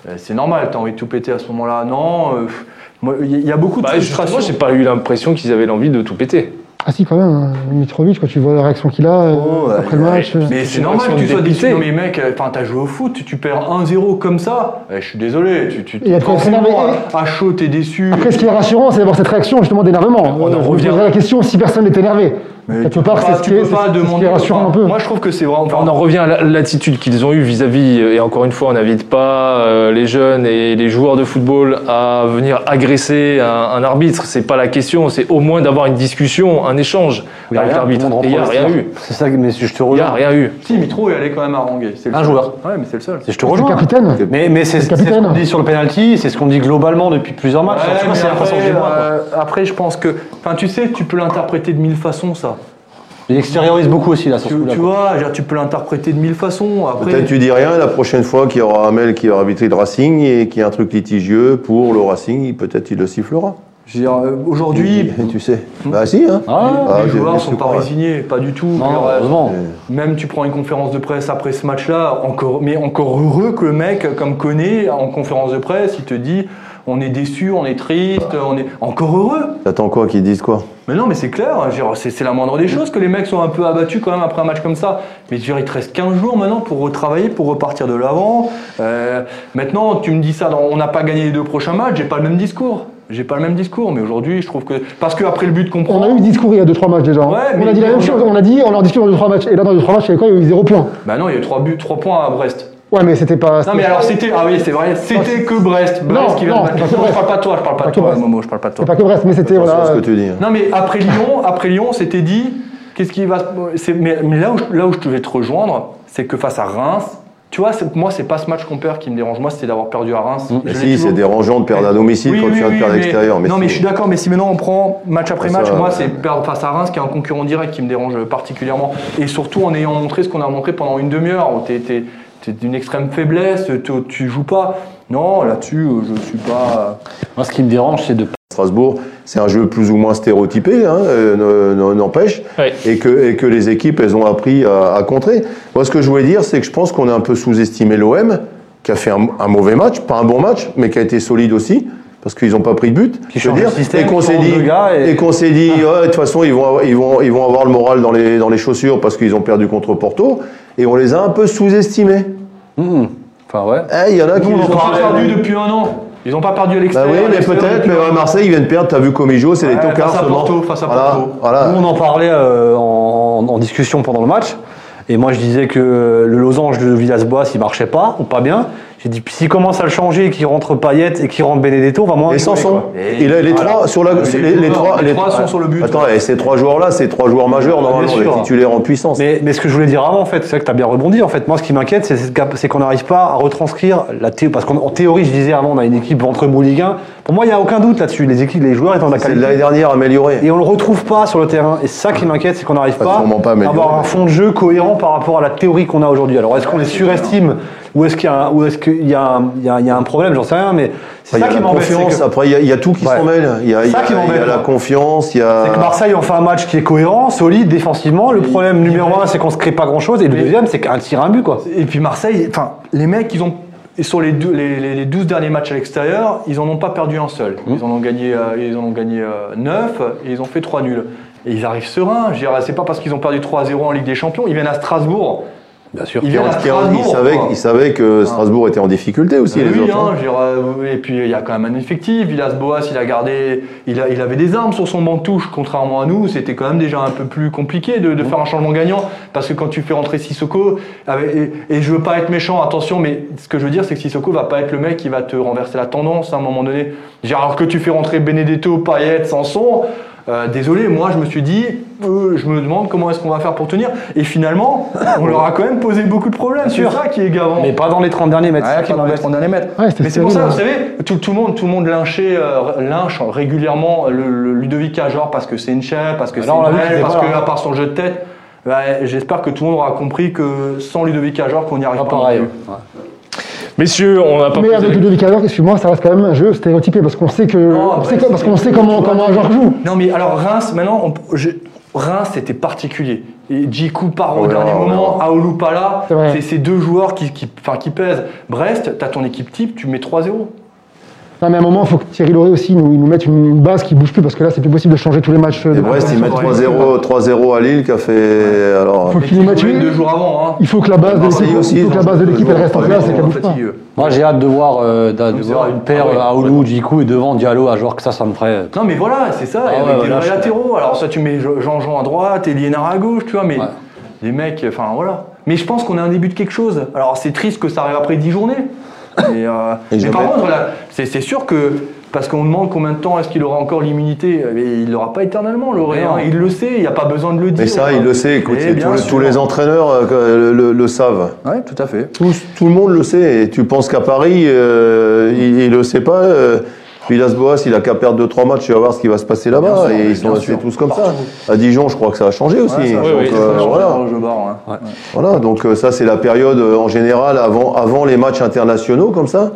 S3: Euh, C'est normal, t'as envie de tout péter à ce moment-là. Non, euh, pff, moi, il y, a- il y a beaucoup de
S2: bah,
S3: frustration.
S2: Justement, j'ai pas eu l'impression qu'ils avaient l'envie de tout péter.
S4: Ah si, quand même, hein. Mitrovic, quand tu vois la réaction qu'il a euh,
S3: Oh,
S4: après le
S3: ouais,
S4: match... euh,
S3: Mais
S2: C'est
S3: c'est
S2: une
S3: normal que
S2: réaction
S3: tu sois
S2: dépitée.
S3: déçu. Non, mais mec, euh, enfin, t'as joué au foot, tu, tu perds 1-0 comme ça. Eh, je suis désolé, tu, tu,
S4: Il y a de quoi
S3: forcément,
S4: s'énerver.
S3: à, à chaud, t'es déçu.
S4: Après, ce qui est rassurant, c'est d'avoir cette réaction justement d'énervement.
S2: On en
S4: Euh, je me
S2: revient.
S4: poserais la question si personne n'est énervé.
S3: Ah, Mais
S4: Quelque
S3: tu
S4: part,
S3: peux
S4: c'est
S3: pas-
S4: ce
S3: Bah, tu
S4: qui est-
S3: peux
S4: c'est
S3: pas
S4: ce qui est
S3: demander-
S4: rassurant
S3: enfin,
S4: un peu.
S3: Moi, je trouve que c'est vraiment.
S2: Enfin, on en revient à la- l'attitude qu'ils ont eue vis-à-vis, euh, et encore une fois, on n'invite pas euh, les jeunes et les joueurs de football à venir agresser un, un arbitre. C'est pas la question, c'est au moins d'avoir une discussion, un échange
S5: Oui,
S2: avec
S5: rien,
S2: l'arbitre.
S5: tout le monde
S2: Et il n'y a
S5: reprend le
S2: rien
S5: tir.
S2: eu.
S5: C'est ça, que- mais je te
S2: Il n'y a
S5: rejoins.
S2: rien eu.
S3: Si, Mitro, elle est quand même haranguée. c'est le
S5: Un
S3: seul.
S5: joueur.
S3: Ouais, mais c'est le seul.
S5: Je te
S4: C'est le
S5: rejoins.
S4: capitaine.
S5: Mais, mais c'est c'est ce
S4: capitaine.
S5: qu'on dit sur le penalty, c'est ce qu'on dit globalement depuis plusieurs matchs.
S3: Ouais,
S5: Tu vois,
S3: mais
S5: c'est l'impression que j'ai,
S3: après,
S5: moi, quoi.
S3: euh, après, je pense que. Enfin, tu sais, tu peux l'interpréter de mille façons, ça.
S5: Il extériorise beaucoup aussi là sur
S3: Tu,
S5: ce coup-là.
S3: tu
S5: quoi.
S3: vois, je veux dire, tu peux l'interpréter de mille façons. Après,
S1: Peut-être tu dis rien, et la prochaine fois qu'il y aura un mail qui aura arbitré le Racing et qu'il y a un truc litigieux pour le Racing, il- peut-être il le sifflera.
S3: je veux dire, euh, aujourd'hui,
S1: Il- tu sais. Bah si, hein.
S5: Ah,
S1: Ah,
S3: les
S1: j'ai-
S3: joueurs
S1: je
S3: sont
S1: sais
S3: pas
S1: pas, ouais.
S3: résignés, pas du tout.
S5: non,
S3: Alors, euh,
S5: heureusement.
S1: Euh,
S3: Même tu prends une conférence de presse après ce match-là, encore, mais encore heureux que le mec, comme connaît, en conférence de presse, il te dit on est déçu, on est triste, on est encore heureux.
S1: T'attends quoi qu'ils disent quoi
S3: Mais non, mais c'est clair, je veux dire, c'est c'est la moindre des choses que les mecs soient un peu abattus quand même après un match comme ça. Mais je veux dire, il te reste 15 jours maintenant pour retravailler, pour repartir de l'avant. Euh, maintenant, tu me dis ça, dans- on n'a pas gagné les deux prochains matchs, j'ai pas le même discours. J'ai pas le même discours, mais aujourd'hui, je trouve que. Parce qu'après le but qu'on prend.
S4: On a eu ce discours il y a 2-3 matchs déjà. hein.
S3: Ouais,
S4: on
S3: mais
S4: a dit la
S3: il-
S4: même chose, on a dit, on leur discute dans 2-3 matchs. Et là, dans 2-3 matchs, il y avait quoi Il y a eu 0 points.
S3: Bah non, il y a eu 3 buts, 3 points à Brest.
S4: Ouais, mais c'était pas.
S3: Non, mais alors c'était. Ah oui, c'est vrai, c'était que Brest. Brest
S4: Non,
S3: qui vient
S4: non,
S3: de battre.
S4: c'est pas que
S3: Non, je
S4: Brest.
S3: parle pas de toi, je parle pas
S4: Pas
S3: de
S4: que
S3: toi,
S4: Brest.
S3: Momo, je parle pas de toi.
S4: C'est pas que Brest, mais c'était.
S1: Attention à
S4: Voilà,
S1: ce que tu dis. hein.
S3: Non, mais après Lyon, après Lyon, c'était dit. Qu'est-ce qui va se- c'est- Mais, mais là où je, là où je devais te rejoindre, c'est que face à Reims, Tu vois, c'est- moi, c'est pas ce match qu'on perd qui me dérange. Moi, c'est d'avoir perdu à Reims.
S1: Mmh. Mais
S3: Je l'ai
S1: si,
S3: toujours-
S1: c'est dérangeant de perdre à domicile
S3: Oui,
S1: quand
S3: oui,
S1: tu viens de
S3: oui,
S1: perdre à
S3: mais-
S1: l'extérieur.
S3: Non, mais je
S1: c'est-
S3: suis d'accord, mais si maintenant on prend match après
S1: Ça,
S3: match, moi,
S1: ouais.
S3: c'est perdre face à Reims qui est un concurrent direct qui me dérange particulièrement. Et surtout en ayant montré ce qu'on a montré pendant une demi-heure, où t'es t'es- t'es d'une extrême faiblesse, tu, tu joues pas. Non, là-dessus, euh, je suis pas.
S5: Moi, ce qui me dérange, c'est de
S1: Strasbourg, c'est un jeu plus ou moins stéréotypé, hein, euh, ne- ne- n'empêche,
S2: Ouais.
S1: et, que, et que les équipes, elles ont appris à, à contrer. Moi, ce que je voulais dire, c'est que je pense qu'on a un peu sous-estimé l'OM, qui a fait un, un mauvais match, pas un bon match, mais qui a été solide aussi, parce qu'ils n'ont pas pris de but.
S5: Qui
S1: je veux
S5: change
S1: dire.
S5: le système,
S1: et qu'on
S5: qui
S1: s'est
S5: rentre
S1: dit,
S5: deux gars et-
S1: et qu'on s'est
S5: [LAUGHS]
S1: dit, Ouais, de toute façon, ils vont, avoir, ils, vont, ils vont avoir le moral dans les, dans les chaussures parce qu'ils ont perdu contre Porto, et on les a un peu sous-estimés.
S5: Mhm. Enfin, ouais.
S1: Eh, Il y en a qui
S3: Nous, on
S1: les
S3: n'a
S1: ont
S3: pas
S1: fait-
S3: perdu depuis un an. Ils n'ont pas perdu à
S1: Bah
S3: l'extérieur.
S1: oui,
S3: à
S1: mais
S3: l'extérieur,
S1: peut-être,
S3: depuis
S1: mais
S3: un
S1: à
S3: an.
S1: Marseille, ils viennent perdre, t'as vu Comijo, c'est
S3: Ouais,
S1: les tocards
S3: face à
S1: seulement.
S3: Porto, face à
S1: voilà,
S3: Porto.
S1: voilà.
S5: Nous, on en parlait euh, en, en discussion pendant le match. Et moi, je disais que euh, le losange de Villas-Boas, il marchait pas ou pas bien. J'ai dit, s'il commence à le changer et qu'il rentre Payet et qu'il rentre Benedetto, on va moins.
S1: Et
S5: rigoler,
S1: Sanson.
S5: quoi.
S1: Et, là, les
S5: voilà.
S1: trois sur la,
S3: les
S1: les, les
S3: joueurs,
S1: trois,
S3: les trois sont sur le but.
S1: Attends, et ces trois joueurs-là, c'est trois joueurs majeurs normalement,
S5: sûr.
S1: les titulaires en puissance.
S5: Mais, mais ce que je voulais dire avant, en fait, c'est vrai que tu as bien rebondi. En fait, moi, ce qui m'inquiète, c'est- c'est que- c'est qu'on n'arrive pas à retranscrire la théorie. Parce qu'en en théorie, je disais avant, on a une équipe ventre mou Ligue 1. Pour moi, il n'y a aucun doute là-dessus. Les équipes, les joueurs étant de la
S1: C'est
S5: qualité.
S1: de l'année dernière amélioré.
S5: Et on le retrouve pas sur le terrain. Et ça qui m'inquiète, c'est qu'on n'arrive
S1: Pas
S5: pas,
S1: sûrement pas
S5: à
S1: amélioré,
S5: avoir un
S1: mais-
S5: fond de jeu cohérent par rapport à la théorie qu'on a aujourd'hui. Alors est-ce qu'on les surestime ou est-ce qu'il y a un, ou est-ce qu'il y a un- il y a un- il y a un problème J'en sais rien, mais c'est
S1: Après,
S5: ça
S1: il y
S5: qui
S1: a la
S5: m'embête. c'est
S1: confiance,
S5: que-
S1: après il y a- il y, a tout qui
S5: Ouais.
S1: s'en mêle. Il y a, il y
S5: ça
S1: a-
S5: qui m'embête,
S1: il y a la
S5: moi.
S1: confiance, il y a...
S5: C'est que Marseille en fait un match qui est cohérent, solide, défensivement. Le problème numéro un, c'est qu'on se crée pas grand chose. Et le deuxième, c'est qu'un tir, un but, quoi.
S3: Et puis Marseille, enfin, les mecs, ils ont. Et sur les, deux- les, les- les 12 derniers matchs à l'extérieur, ils en ont pas perdu un seul. Ils en ont gagné, euh, ils en ont gagné 9 et ils ont fait 3 nuls. Et ils arrivent sereins. Je veux dire, C'est pas parce qu'ils ont perdu 3 à 0 en Ligue des Champions. Ils viennent à Strasbourg.
S5: Bien sûr.
S3: Ils
S1: Qui-
S3: viennent à
S1: qui-
S3: Strasbourg.
S1: ils, savaient,
S3: quoi.
S1: ils savaient que Strasbourg était en difficulté
S5: Ah
S1: aussi, les
S3: Oui,
S1: autres.
S3: hein,
S1: hein.
S3: je veux dire, euh, et puis il y a quand même un effectif. Villas-Boas, il a gardé, il, a- il avait des armes sur son banc de touche, contrairement à nous. C'était quand même déjà un peu plus compliqué de, de faire un changement gagnant, parce que quand tu fais rentrer Sissoko, avec- et, et je veux pas être méchant, attention, mais ce que je veux dire, c'est que Sissoko va pas être le mec qui va te renverser la tendance à un moment donné. Je veux dire, alors que tu fais rentrer Benedetto, Payet, Sanson. euh, désolé, moi je me suis dit, euh, je me demande comment est-ce qu'on va faire pour tenir. Et finalement, on leur a quand même posé beaucoup de problèmes. C'est
S5: sûr.
S3: ça qui est gavant.
S5: Mais pas dans les 30 derniers mètres.
S3: Ouais,
S5: c'est ça qui
S3: pas dans les
S5: m'embête.
S3: 30 derniers mètres.
S4: Ouais, c'était
S3: Mais c'est pour ça,
S4: terrible, hein.
S3: vous savez, tout, tout le monde, tout le monde lynchait, euh, lynche régulièrement le, le Ludovic Ajor parce que c'est une chef, parce que c'est
S5: Alors, on l'a
S3: une
S5: vu qu'il
S3: belle,
S5: était
S3: parce
S5: pas
S3: que
S5: Ah là.
S3: à part son jeu de tête, bah, j'espère que tout le monde aura compris que sans Ludovic Ajor, qu'on n'y arrive
S5: Pas
S3: pas. non
S5: Ah, pareil.
S3: plus.
S5: ouais.
S2: Messieurs, on n'a pas
S4: Mais
S2: posé
S4: avec
S2: la-
S4: Ludovic Haller, excuse-moi, ça reste quand même un jeu stéréotypé parce qu'on sait que
S3: Non,
S4: on
S3: après,
S4: sait que- parce
S3: c'est-
S4: qu'on sait comment comment un joueur joue.
S3: Non mais alors Reims, maintenant, on- je- Reims c'était particulier. Et Djikou
S5: Oh
S3: part au
S1: Ouais,
S3: dernier
S1: ouais,
S3: moment, Aoulou pas là,
S4: C'est vrai.
S3: c'est ces deux joueurs qui, qui, enfin, qui pèsent. Brest, t'as ton équipe type, tu mets 3-0.
S4: Non, mais à un moment, il faut que Thierry Lauré aussi nous, il nous mette une une base qui bouge plus parce que là, c'est plus possible de changer tous les matchs. euh,
S1: Et
S4: de-
S1: Brest, ils
S3: Ouais,
S1: mettent
S3: ouais.
S1: 3-0 3-0 à Lille, qui a fait... Alors,
S4: Faut
S3: Mais
S4: qu'il nous
S3: tu
S4: mette
S3: jouais
S4: une-
S3: deux jours avant. Hein.
S4: Il faut que la base de
S1: Marseille
S4: l'équipe,
S1: aussi,
S4: il faut que la
S1: dans
S4: base de
S1: ce
S4: l'équipe elle
S1: jeu,
S4: reste en
S1: pas
S4: place et qu'elle
S1: vraiment
S4: bouge pas.
S3: Fatigueux.
S5: Moi, j'ai hâte de voir, euh, d'a- de
S3: Nous
S5: voir
S3: verra
S5: une
S3: une-
S5: paire
S3: ah ouais,
S5: euh, Aoulou, Djikou et devant Diallo, à joueur que ça, ça me ferait. euh,
S3: Non mais voilà, c'est ça,
S5: Ah
S3: et
S5: ouais,
S3: avec
S5: ouais,
S3: des
S5: là,
S3: vrais
S5: je-
S3: latéraux, alors ça tu mets Jean-Jean à droite et Liénard à gauche, tu vois, mais
S5: Ouais.
S3: les mecs, enfin voilà. Mais je pense qu'on a un début de quelque chose. Alors c'est triste que ça arrive après 10 journées. Mais, euh, mais
S1: jamais.
S3: par contre, là, c'est c'est sûr que, parce qu'on demande combien de temps est-ce qu'il aura encore l'immunité, mais il l'aura pas éternellement, l'aurait.
S5: Non.
S3: hein. Il le sait, il n'y a pas besoin de le dire.
S1: mais ça, il le sait, écoute,
S3: Eh
S1: c'est
S3: bien
S1: tous les-
S3: sûr.
S1: tous les entraîneurs euh, le- le- le savent.
S3: Ouais, tout à fait.
S1: Tous- tout le monde le sait. Et tu penses qu'à Paris, euh, il, il le sait pas. euh, Villas-Boas, il a qu'à perdre 2-3 matchs, tu vas voir ce qui va se passer là-bas.
S3: Bien sûr,
S1: Et
S3: bien
S1: ils sont restés
S3: sûr.
S1: tous comme
S3: Partout.
S1: ça. À Dijon, je crois que ça a changé aussi.
S3: Ouais, ça,
S1: donc,
S2: oui, oui,
S3: c'est
S1: euh,
S3: ça,
S1: voilà.
S3: je barre, hein.
S1: Voilà. Donc euh, ça, c'est la période euh, en général avant, avant les matchs internationaux comme ça.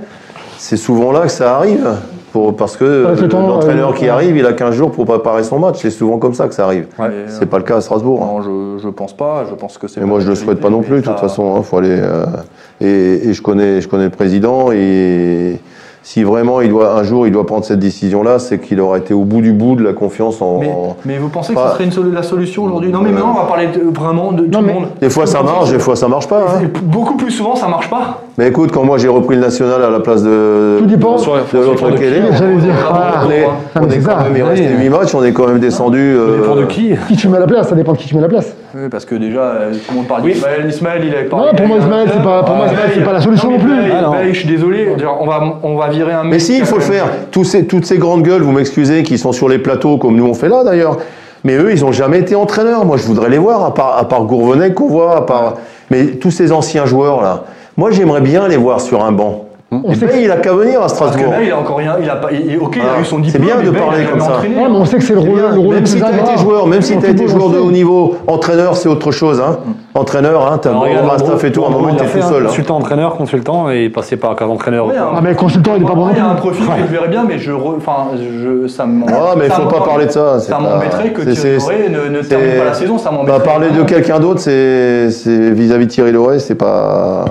S1: C'est souvent là que ça arrive. Pour, parce que
S4: Ouais,
S1: euh,
S4: c'est temps,
S1: l'entraîneur
S4: euh,
S1: qui
S4: ouais.
S1: arrive, il a 15 jours pour préparer son match. C'est souvent comme ça que ça arrive.
S3: Ouais, mais, euh,
S1: C'est pas le cas à Strasbourg. hein.
S3: Non, je, je pense pas, je pense que c'est.
S1: Mais moi, je le souhaite pas non plus, de toute
S3: Ça-
S1: façon. hein, faut aller, euh, et, et je connais, je connais le président. Et si vraiment, il doit, un jour, il doit prendre cette décision-là, c'est qu'il aura été au bout du bout de la confiance en.
S3: Mais,
S1: en-
S3: mais vous pensez que
S1: Pas-
S3: ce serait une solu- la solution aujourd'hui Non, mais
S1: Euh,
S3: maintenant, on va parler de- vraiment de
S4: Non,
S3: tout
S4: mais-
S3: le monde.
S1: Des fois, ça marche, des fois, ça marche pas. hein.
S3: Et Beaucoup plus souvent, ça marche pas.
S1: Mais écoute, quand moi, j'ai repris le national à la place de.
S4: Tout dépend.
S1: de- De l'autre
S2: Sur-
S1: Kelly, on
S4: J'allais dire, ah,
S1: on est,
S4: Ah,
S1: on
S4: mais
S1: est
S4: c'est
S1: quand
S4: ça.
S1: même, il
S5: Oui.
S1: restait 8 matchs, on est quand même descendu.
S5: Ça
S1: euh,
S5: dépend de qui
S3: Eh
S4: qui tu mets à la place, ça dépend de qui tu mets à la place.
S3: Oui, parce que déjà, euh, tout le monde parle
S2: Oui.
S3: d'Ismaël. Ismaël, il avait pas.
S4: Non, pour moi, Ismaël, c'est pas- pour moi, Ismaël, c'est pas la solution non plus.
S5: Ah, non.
S3: je suis désolé. je veux dire, On va, on va virer un mec.
S1: Mais si, il faut le faire. Tous ces, toutes ces grandes gueules, vous m'excusez, qui sont sur les plateaux, comme nous on fait là d'ailleurs. Mais eux, ils n'ont jamais été entraîneurs. Moi, je voudrais les voir, à part, à part Gourvenec qu'on voit, à part. Mais tous ces anciens joueurs là. Moi, j'aimerais bien les voir sur un banc.
S4: On
S1: Et
S4: sait
S1: ben, il a qu'à venir à
S3: Parce que
S1: Strasbourg.
S3: là, il a encore rien. Il a pas, il- ok, il
S1: Ah,
S3: a eu son diplôme.
S1: c'est bien
S3: mais
S1: de
S3: ben, il a
S1: parler
S3: jamais
S1: comme ça.
S3: entraîné.
S4: Ouais, mais on sait que c'est le
S1: C'est
S4: rôle,
S1: Eh bien.
S4: le rôle
S1: même
S4: le plus
S1: si tu
S4: ingrat.
S1: été joueur, même si
S4: En
S1: tu été
S4: football,
S1: joueur
S4: on
S1: de
S4: sait.
S1: haut niveau, entraîneur, c'est autre chose. Hein. Entraîneur, hein, t'as
S5: Alors, regarde,
S1: un
S5: Landreau,
S1: staff et tout, à un
S5: Landreau,
S1: moment,
S5: il a
S1: t'es
S5: fait
S1: tout
S5: un
S1: seul. hein.
S5: Consultant, entraîneur, consultant, et il passait par cadre entraîneur.
S3: Ouais, hein.
S4: Ah, mais le consultant, il est pas bon non
S3: Il y a un
S4: plus.
S3: profil que je verrais bien, mais je. re- Enfin, je, ça m'en-
S1: Ah, mais il
S3: ça
S1: faut
S3: m'en-
S1: pas parler de ça. c'est
S3: Ça
S1: pas-
S3: m'embêterait que
S1: c'est- c'est-
S3: Thierry Loret ne, ne
S1: c'est-
S3: termine pas la saison, ça
S1: bah,
S3: m'embêterait.
S1: parler de quelqu'un d'autre, c'est c'est vis-à-vis de Thierry Loret, c'est pas.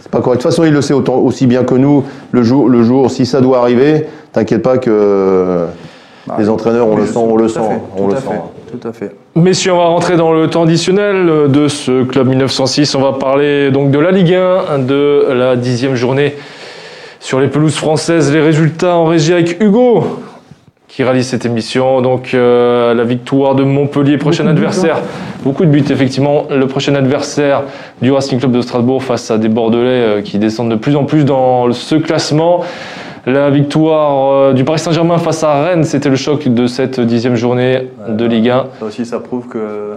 S1: c'est Pas correct. De toute façon, il le sait autant, aussi bien que nous. Le jour, le jour, si ça doit arriver, t'inquiète pas que les entraîneurs, on
S3: Mais
S1: le
S3: Bah, je-
S1: sent, on le
S3: tout à
S1: sent,
S3: fait,
S1: on
S3: tout
S1: le
S3: à
S1: sent.
S3: fait, Tout à fait.
S2: Messieurs, on va rentrer dans le temps additionnel de ce club 1906. On va parler donc de la Ligue 1, de la dixième journée sur les pelouses françaises. Les résultats en régie avec Hugo qui réalise cette émission. Donc euh, la victoire de Montpellier, prochain
S4: Beaucoup de buts, hein.
S2: adversaire. Beaucoup de buts, effectivement. Le prochain adversaire du Racing Club de Strasbourg face à des Bordelais euh, qui descendent de plus en plus dans ce classement. La victoire euh, du Paris Saint-Germain face à Rennes, c'était le choc de cette dixième journée de Ligue 1.
S3: Ça aussi, ça prouve
S5: [LAUGHS]
S3: que.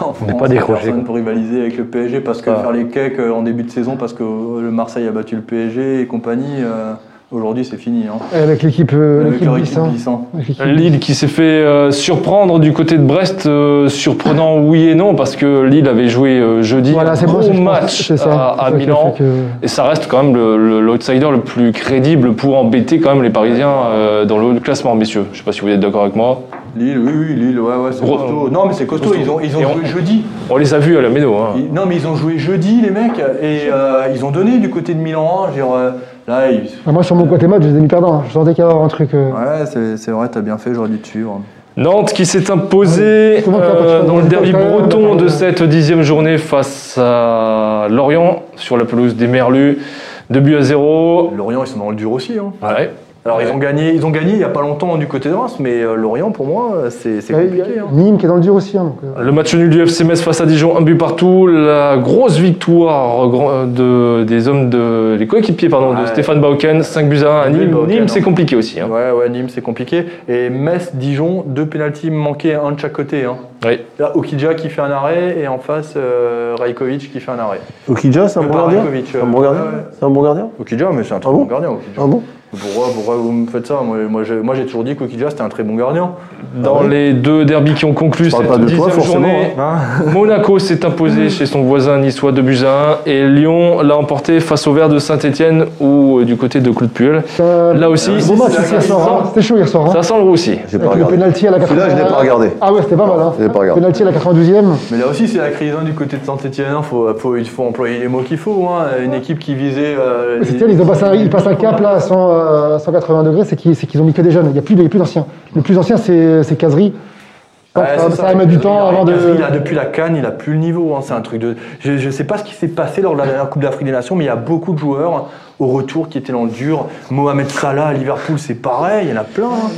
S3: en France,
S5: n'est pas
S3: il y a
S5: décroché,
S3: Personne
S5: quoi.
S3: pour rivaliser avec le PSG parce que
S5: Ah.
S3: faire les cakes euh, en début de saison parce que euh, le Marseille a battu le PSG et compagnie, euh, aujourd'hui c'est fini. Hein.
S4: Et Avec l'équipe euh,
S3: Avec
S4: l'équipe
S3: leur équipe
S4: glissant.
S3: glissant.
S4: Avec l'équipe
S2: Lille qui s'est fait euh, surprendre du côté de Brest, euh, surprenant oui et non parce que Lille avait joué euh, jeudi
S4: Voilà,
S2: un
S4: c'est moi,
S2: gros
S4: c'est- je pense-
S2: match
S4: c'est ça.
S2: à, à
S4: C'est ça qui
S2: Milan
S4: fait que-
S2: et ça reste quand même le- le- l'outsider le, plus crédible pour embêter quand même les Parisiens euh, dans le haut du classement, messieurs. Je sais pas si vous êtes d'accord avec moi.
S3: Lille, oui, oui, Lille, ouais, ouais, c'est
S2: Gros-
S3: costaud. Non, mais c'est costaud,
S2: costaud.
S3: ils ont, ils ont
S2: Et on-
S3: joué jeudi.
S2: On les a vus à la Méno. hein.
S3: Ils- non, mais ils ont joué jeudi, les mecs, et euh, ils ont donné du côté de Milan 1. Je veux dire, euh, là, ils-
S4: Ah, Moi, sur mon côté match, je les ai mis perdants. hein. Je sentais qu'il y avait un truc. euh,
S3: Ouais, c'est c'est vrai, t'as bien fait, j'aurais dû te suivre.
S2: Nantes qui s'est imposée
S4: C'est moi qui ai un peu de
S2: euh,
S4: chance,
S2: dans le
S4: j'ai
S2: derby
S4: pas fait, on a
S2: breton
S4: parlé.
S2: de cette dixième journée face à Lorient sur la pelouse des Merlus. 2 buts à 0.
S3: Lorient, ils sont dans le dur aussi. Hein.
S2: Ouais.
S3: Alors, ils ont gagné ils ont gagné il n'y a pas longtemps du côté de Reims, mais euh, Lorient, pour moi, euh, c'est c'est
S4: ouais, Ah, il y
S3: compliqué.
S4: a
S3: hein.
S4: Nîmes qui est dans le dur aussi. hein, donc, euh,
S2: Le match nul du FC Metz face à Dijon, un but partout. La grosse victoire grand- euh, de, des hommes de les coéquipiers pardon de
S3: Ouais.
S2: Stéphane Bauken, 5 buts à 1 à
S3: Oui,
S2: Nîmes.
S3: Bauken,
S2: Nîmes, c'est
S3: hein.
S2: compliqué aussi. hein.
S3: Ouais, ouais, Nîmes, c'est compliqué. Et Metz, Dijon, deux pénalties manqués, un de chaque côté. Hein.
S2: Oui.
S3: Là, Okidja qui fait un arrêt, et en face, euh, Rajkovic qui fait un arrêt.
S1: Okidja, c'est un
S3: Le
S1: bon gardien
S3: Parankovic,
S1: C'est un
S3: euh,
S1: bon gardien
S3: ouais, ouais.
S1: C'est un bon gardien
S3: Okidja, mais c'est un très
S1: Ah
S3: bon,
S1: bon
S3: gardien, Okidja.
S1: Ah bon
S3: Pourquoi, pourquoi vous me faites ça Moi, moi, j'ai- moi, j'ai toujours dit qu'Okidja, c'était un très bon gardien.
S2: Dans
S1: Ah ouais
S2: les deux derbies qui ont conclu
S1: parle
S2: cette
S1: pas de toi,
S2: 10e
S1: forcément, hein.
S2: journée,
S1: [LAUGHS]
S2: Monaco s'est imposé chez son voisin niçois de buts à 1 et Lyon l'a emporté face au Vert de Saint-Etienne ou euh, du côté de Claude Puel.
S4: ça-
S2: Là aussi,
S4: Bon euh. match
S2: ça,
S4: hier soir. hein.
S2: sent-
S4: C'était chaud hier soir. hein.
S2: ça sent le roussi.
S1: J'ai pas
S4: Avec le
S1: regardé.
S4: penalty à la
S1: Celui-là, je l'ai pas regardé.
S4: Ah ouais, c'était pas mal. Hein.
S1: Je l'ai pas regardé.
S4: Penalty à la 92e.
S3: Mais là aussi, c'est la crise hein, du côté de Saint-Etienne. Il faut, faut- il faut employer les mots qu'il faut. hein. Une équipe qui visait. euh, les-
S4: Saint-Étienne, ils, ont passé un- ils passent un cap là à 100, euh, 180 degrés, c'est qu'ils c'est qu'ils ont mis que des jeunes. Il n'y a plus, de- il y a plus d'anciens. Le plus ancien, c'est c'est Casery. Je pense
S3: Ouais,
S4: que
S3: c'est
S4: ça, ça va mettre du
S3: Il
S4: temps
S3: a-
S4: avant de.
S3: il a- depuis la Cannes, il a plus le niveau. hein. C'est un truc de. Je, je sais pas ce qui s'est passé lors de la dernière Coupe d'Afrique des Nations, mais il y a beaucoup de joueurs hein, au retour qui étaient dans le dur. Mohamed Salah à Liverpool, c'est pareil. Il y en a plein. hein.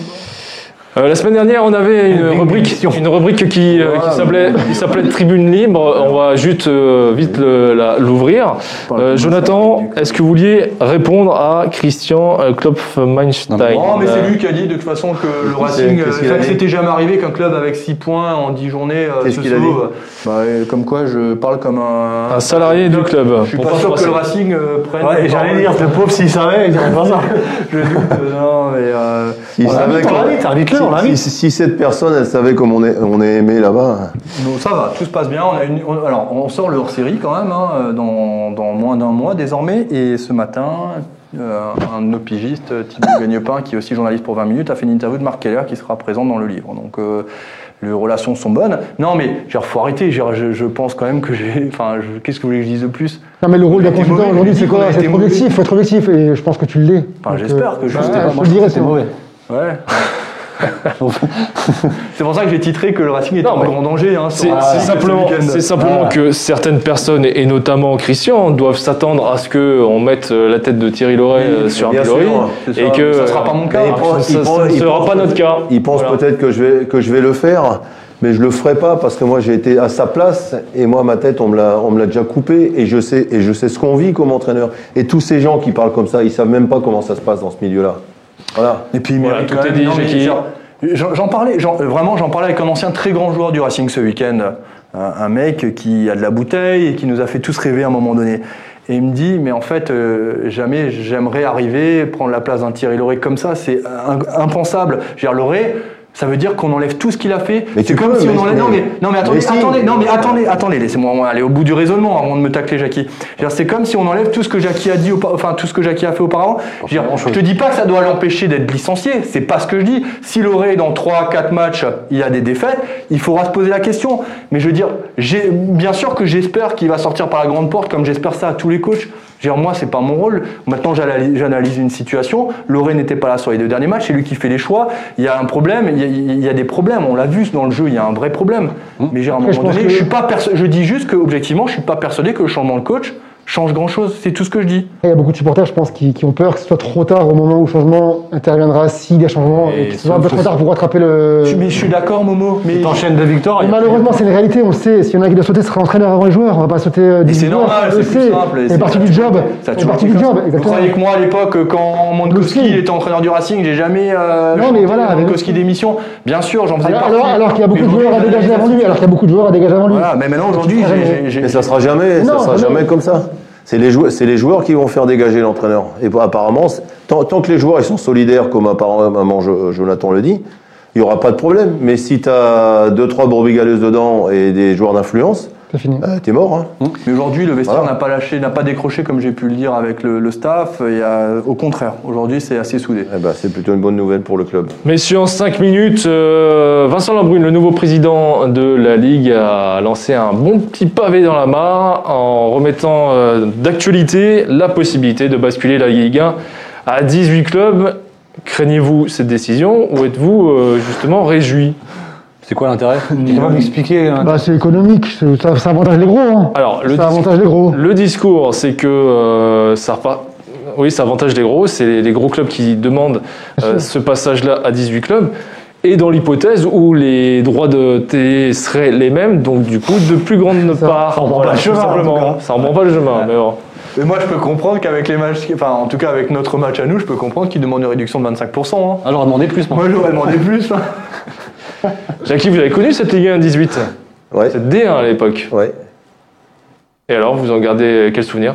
S2: Euh, la semaine dernière, on avait une
S5: Une
S2: rubrique,
S5: émission.
S2: une rubrique qui, euh, qui s'appelait, qui s'appelait Tribune libre. On va juste euh, vite le- la- l'ouvrir. Euh, Jonathan, est-ce que vous vouliez répondre à Christian euh, Klopf-Meinstein
S3: Oh, mais c'est lui qui a dit de toute façon que le Racing.
S1: qu'est-ce
S3: euh,
S1: qu'il a
S3: enfin, que
S1: dit
S3: C'était jamais arrivé qu'un club avec 6 points en 10 journées euh,
S1: Qu'est-ce
S3: se
S1: qu'il a dit
S3: sauve. Bah, euh, comme quoi, je parle comme un.
S2: Euh, Un salarié du club.
S3: Je suis
S2: Pour
S3: pas
S2: pas se
S3: sûr que
S2: passer.
S3: le Racing euh, prenne.
S5: Ouais, j'allais dire, le pauvre, s'il savait, il dirait pas ça.
S3: [LAUGHS] Je doute, euh, non, mais. euh,
S1: Si,
S5: On l'a mis, on l'a mis, t'as
S3: hein.
S5: mis-le, on l'a mis.
S1: si- si cette personne, elle savait comme on est, on est aimé là-bas.
S3: Bon, ça va, tout se passe bien. On a une- on- alors, on sort le hors-série quand même, hein, dans, dans moins d'un mois désormais. Et ce matin, euh, un de nos pigistes,
S2: [COUGHS]
S3: Thibaut Gagnepin, qui est aussi journaliste pour 20 minutes, a fait une interview de Marc Keller qui sera présent dans le livre. Donc, euh, les relations sont bonnes. Non, mais genre, faut arrêter. Genre, je, je pense quand même que j'ai. Enfin, je- qu'est-ce que vous voulez que je dise de plus
S4: Non, mais le rôle
S3: On a
S4: d'un
S3: été
S4: consultant
S3: mauvais,
S4: aujourd'hui,
S3: je
S4: c'est
S3: dis qu'on a
S4: quoi
S3: été
S4: C'est être
S3: mauvais.
S4: objectif, faut être objectif, et je pense que tu l'es.
S3: Enfin,
S4: Donc, euh,
S3: j'espère que je-
S4: ouais,
S3: c'était
S5: C'était pas
S4: je
S5: moi,
S4: le dirai,
S5: c'était
S4: c'est
S5: mauvais.
S3: Ouais. [LAUGHS] c'est pour ça que j'ai titré que le Racing est
S2: Non,
S3: en
S2: mais
S3: grand danger. hein, sur
S2: C'est
S3: un-
S2: c'est
S3: ce
S2: simplement,
S3: week-end.
S2: c'est simplement
S5: Ah.
S2: que certaines personnes, et notamment Christian, doivent s'attendre à ce qu'on mette euh, la tête de Thierry Loret euh, sur un
S1: bien
S2: pilori.
S1: sûr,
S3: c'est
S2: Et
S3: ça,
S2: que.
S3: ça sera pas mon cas.
S2: Mais il
S3: hein.
S2: prend-
S1: Ça-
S2: il
S1: ça-
S2: prend-
S1: ça
S2: il
S1: sera
S2: prend-
S1: pas notre cas. Il pense
S2: Voilà.
S1: peut-être que je vais que je vais le faire, mais je le ferai pas parce que moi j'ai été à sa place et moi ma tête on me l'a on me l'a déjà coupée et je sais et je sais ce qu'on vit comme entraîneur et tous ces gens qui parlent comme ça ils savent même pas comment ça se passe dans ce milieu-là. Voilà.
S3: Et puis il
S2: Voilà,
S3: mérite
S2: tout
S3: quand
S2: est
S3: même-
S2: dit,
S3: non, mais
S2: Jackie.
S3: genre, J'en j'en parlais, j'en- euh, vraiment, j'en parlais avec un ancien très grand joueur du Racing ce week-end, un, un mec qui a de la bouteille et qui nous a fait tous rêver à un moment donné. Et il me dit, mais en fait, euh, jamais j'aimerais arriver, prendre la place d'un Thierry Loré comme ça, c'est im- impensable. Je veux dire, Loré, ça veut dire qu'on enlève tout ce qu'il a fait.
S1: Mais
S3: C'est
S1: tu
S3: comme
S1: peux,
S3: si
S1: mais
S3: on enlève.
S1: tu
S3: Non,
S1: peux.
S3: mais, non, mais attendez,
S1: Mais si.
S3: attendez, non, mais attendez, attendez, laissez-moi aller au bout du raisonnement avant de me tacler, Jackie. Je veux dire, C'est comme si on enlève tout ce que Jackie a dit, aupa- enfin tout ce que Jackie a fait auparavant. Je, veux dire, je te dis pas que ça doit l'empêcher d'être licencié, c'est pas ce que je dis. S'il aurait dans 3-4 matchs, il a des défaites, il faudra se poser la question. Mais je veux dire, j'ai- bien sûr que j'espère qu'il va sortir par la grande porte, comme j'espère ça à tous les coachs. Je veux dire, moi, c'est pas mon rôle. Maintenant, j'analyse j'analyse une situation. Loré n'était pas là sur les deux derniers matchs. C'est lui qui fait les choix. Il y a un problème. Il y a, il y a des problèmes. On l'a vu dans le jeu. Il y a un vrai problème. Mais j'ai un
S4: Hum. Après, je
S3: moment donné,
S4: pense que-
S3: je suis pas perso- Je dis juste que objectivement, je suis pas persuadé que le changement de coach change grand chose. C'est tout ce que je dis.
S4: Il y a beaucoup de supporters, je pense, qui, qui ont peur que ce soit trop tard au moment où le changement interviendra, s'il y a changement,
S5: Et
S4: et, que ce soit un peu
S5: sauf
S4: trop
S5: que-
S4: tard pour rattraper le.
S3: Mais je suis d'accord, Momo. Mais
S5: T'enchaînes deux
S3: Oh,
S5: victoires.
S4: Mais
S5: il y a-
S4: malheureusement, c'est une réalité, on le sait. S'il y en a qui doit sauter, ce sera l'entraîneur avant le joueur. On va pas sauter euh,
S3: Et
S4: du
S3: c'est
S4: joueur,
S3: normal,
S4: on le
S3: c'est plus
S4: sait.
S3: simple, et
S4: C'est
S3: c'est-
S4: partie du job.
S3: Ça a
S4: C'est
S3: toujours
S4: partie
S3: été
S4: du
S3: comme
S4: job,
S3: ça. Vous
S4: exactement.
S3: croyez que moi à l'époque, quand Mankowski
S4: Mankowski.
S3: était entraîneur du Racing, j'ai jamais euh,
S4: Non, mais
S3: chanté
S4: voilà, avec-
S3: Mankowski démission. Bien sûr, j'en faisais
S4: Alors,
S3: partie.
S4: alors- alors qu'il y a beaucoup
S3: Mais
S4: de joueurs à
S3: aujourd'hui,
S4: dégager avant lui. Alors qu'il y a beaucoup de joueurs à dégager avant lui.
S3: Voilà, mais maintenant aujourd'hui,
S4: Ah, mais-
S3: j'ai- j'ai-
S1: Mais
S3: j'ai
S1: ça sera jamais, ça
S4: Non,
S1: sera
S4: non.
S1: jamais comme ça. C'est les, joueurs, c'est les joueurs qui vont faire dégager l'entraîneur. Et bah, apparemment, c'est- tant, tant que les joueurs ils sont solidaires, comme apparemment Jo- Jonathan le dit, il n'y aura pas de problème. Mais si tu as deux, trois brebis galeuses dedans et des joueurs d'influence,
S4: C'est fini.
S1: bah, t'es mort. hein.
S3: Mais aujourd'hui, le vestiaire
S1: Voilà.
S3: n'a pas lâché, n'a pas décroché comme j'ai pu le dire avec le, le staff. Il y a- au contraire, aujourd'hui, c'est assez soudé.
S1: Eh ben, c'est plutôt une bonne nouvelle pour le club.
S2: Messieurs, en 5 minutes, euh, Vincent Lambrune, le nouveau président de la Ligue, a lancé un bon petit pavé dans la mare en remettant euh, d'actualité la possibilité de basculer la Ligue 1 à 18 clubs. Craignez-vous cette décision ou êtes-vous euh, justement réjoui
S5: C'est quoi [LAUGHS] l'intérêt Tu vas m'expliquer. hein.
S4: Bah, c'est économique, c'est- ça, ça avantage les gros. Hein.
S3: Ah,
S2: Alors, le,
S4: ça
S2: dis-
S4: avantage les gros.
S2: le discours, c'est que euh, ça repart- Oui, ça avantage les gros, c'est les, les gros clubs qui demandent euh,
S5: [LAUGHS]
S2: ce passage-là à 18 clubs. Et dans l'hypothèse où les droits de télé seraient les mêmes, donc du coup, de plus grande
S4: Ça-
S2: part.
S5: ça en prend pas le
S2: tout
S5: chemin, en
S2: simplement.
S5: tout cas.
S2: Ça en prend pas le chemin, mais bon.
S3: Et moi, je peux comprendre qu'avec les matchs, enfin, en tout cas, avec notre match à nous, je peux comprendre qu'ils demandent une réduction de 25%. hein.
S5: Alors, à demander Ah, plus, moi.
S3: Moi, j'aurais demandé plus. hein.
S2: Jackie, vous avez connu cette Ligue 1 18
S1: Ouais.
S2: Cette D1 à l'époque.
S1: Ouais.
S2: Et alors, vous en gardez quel souvenir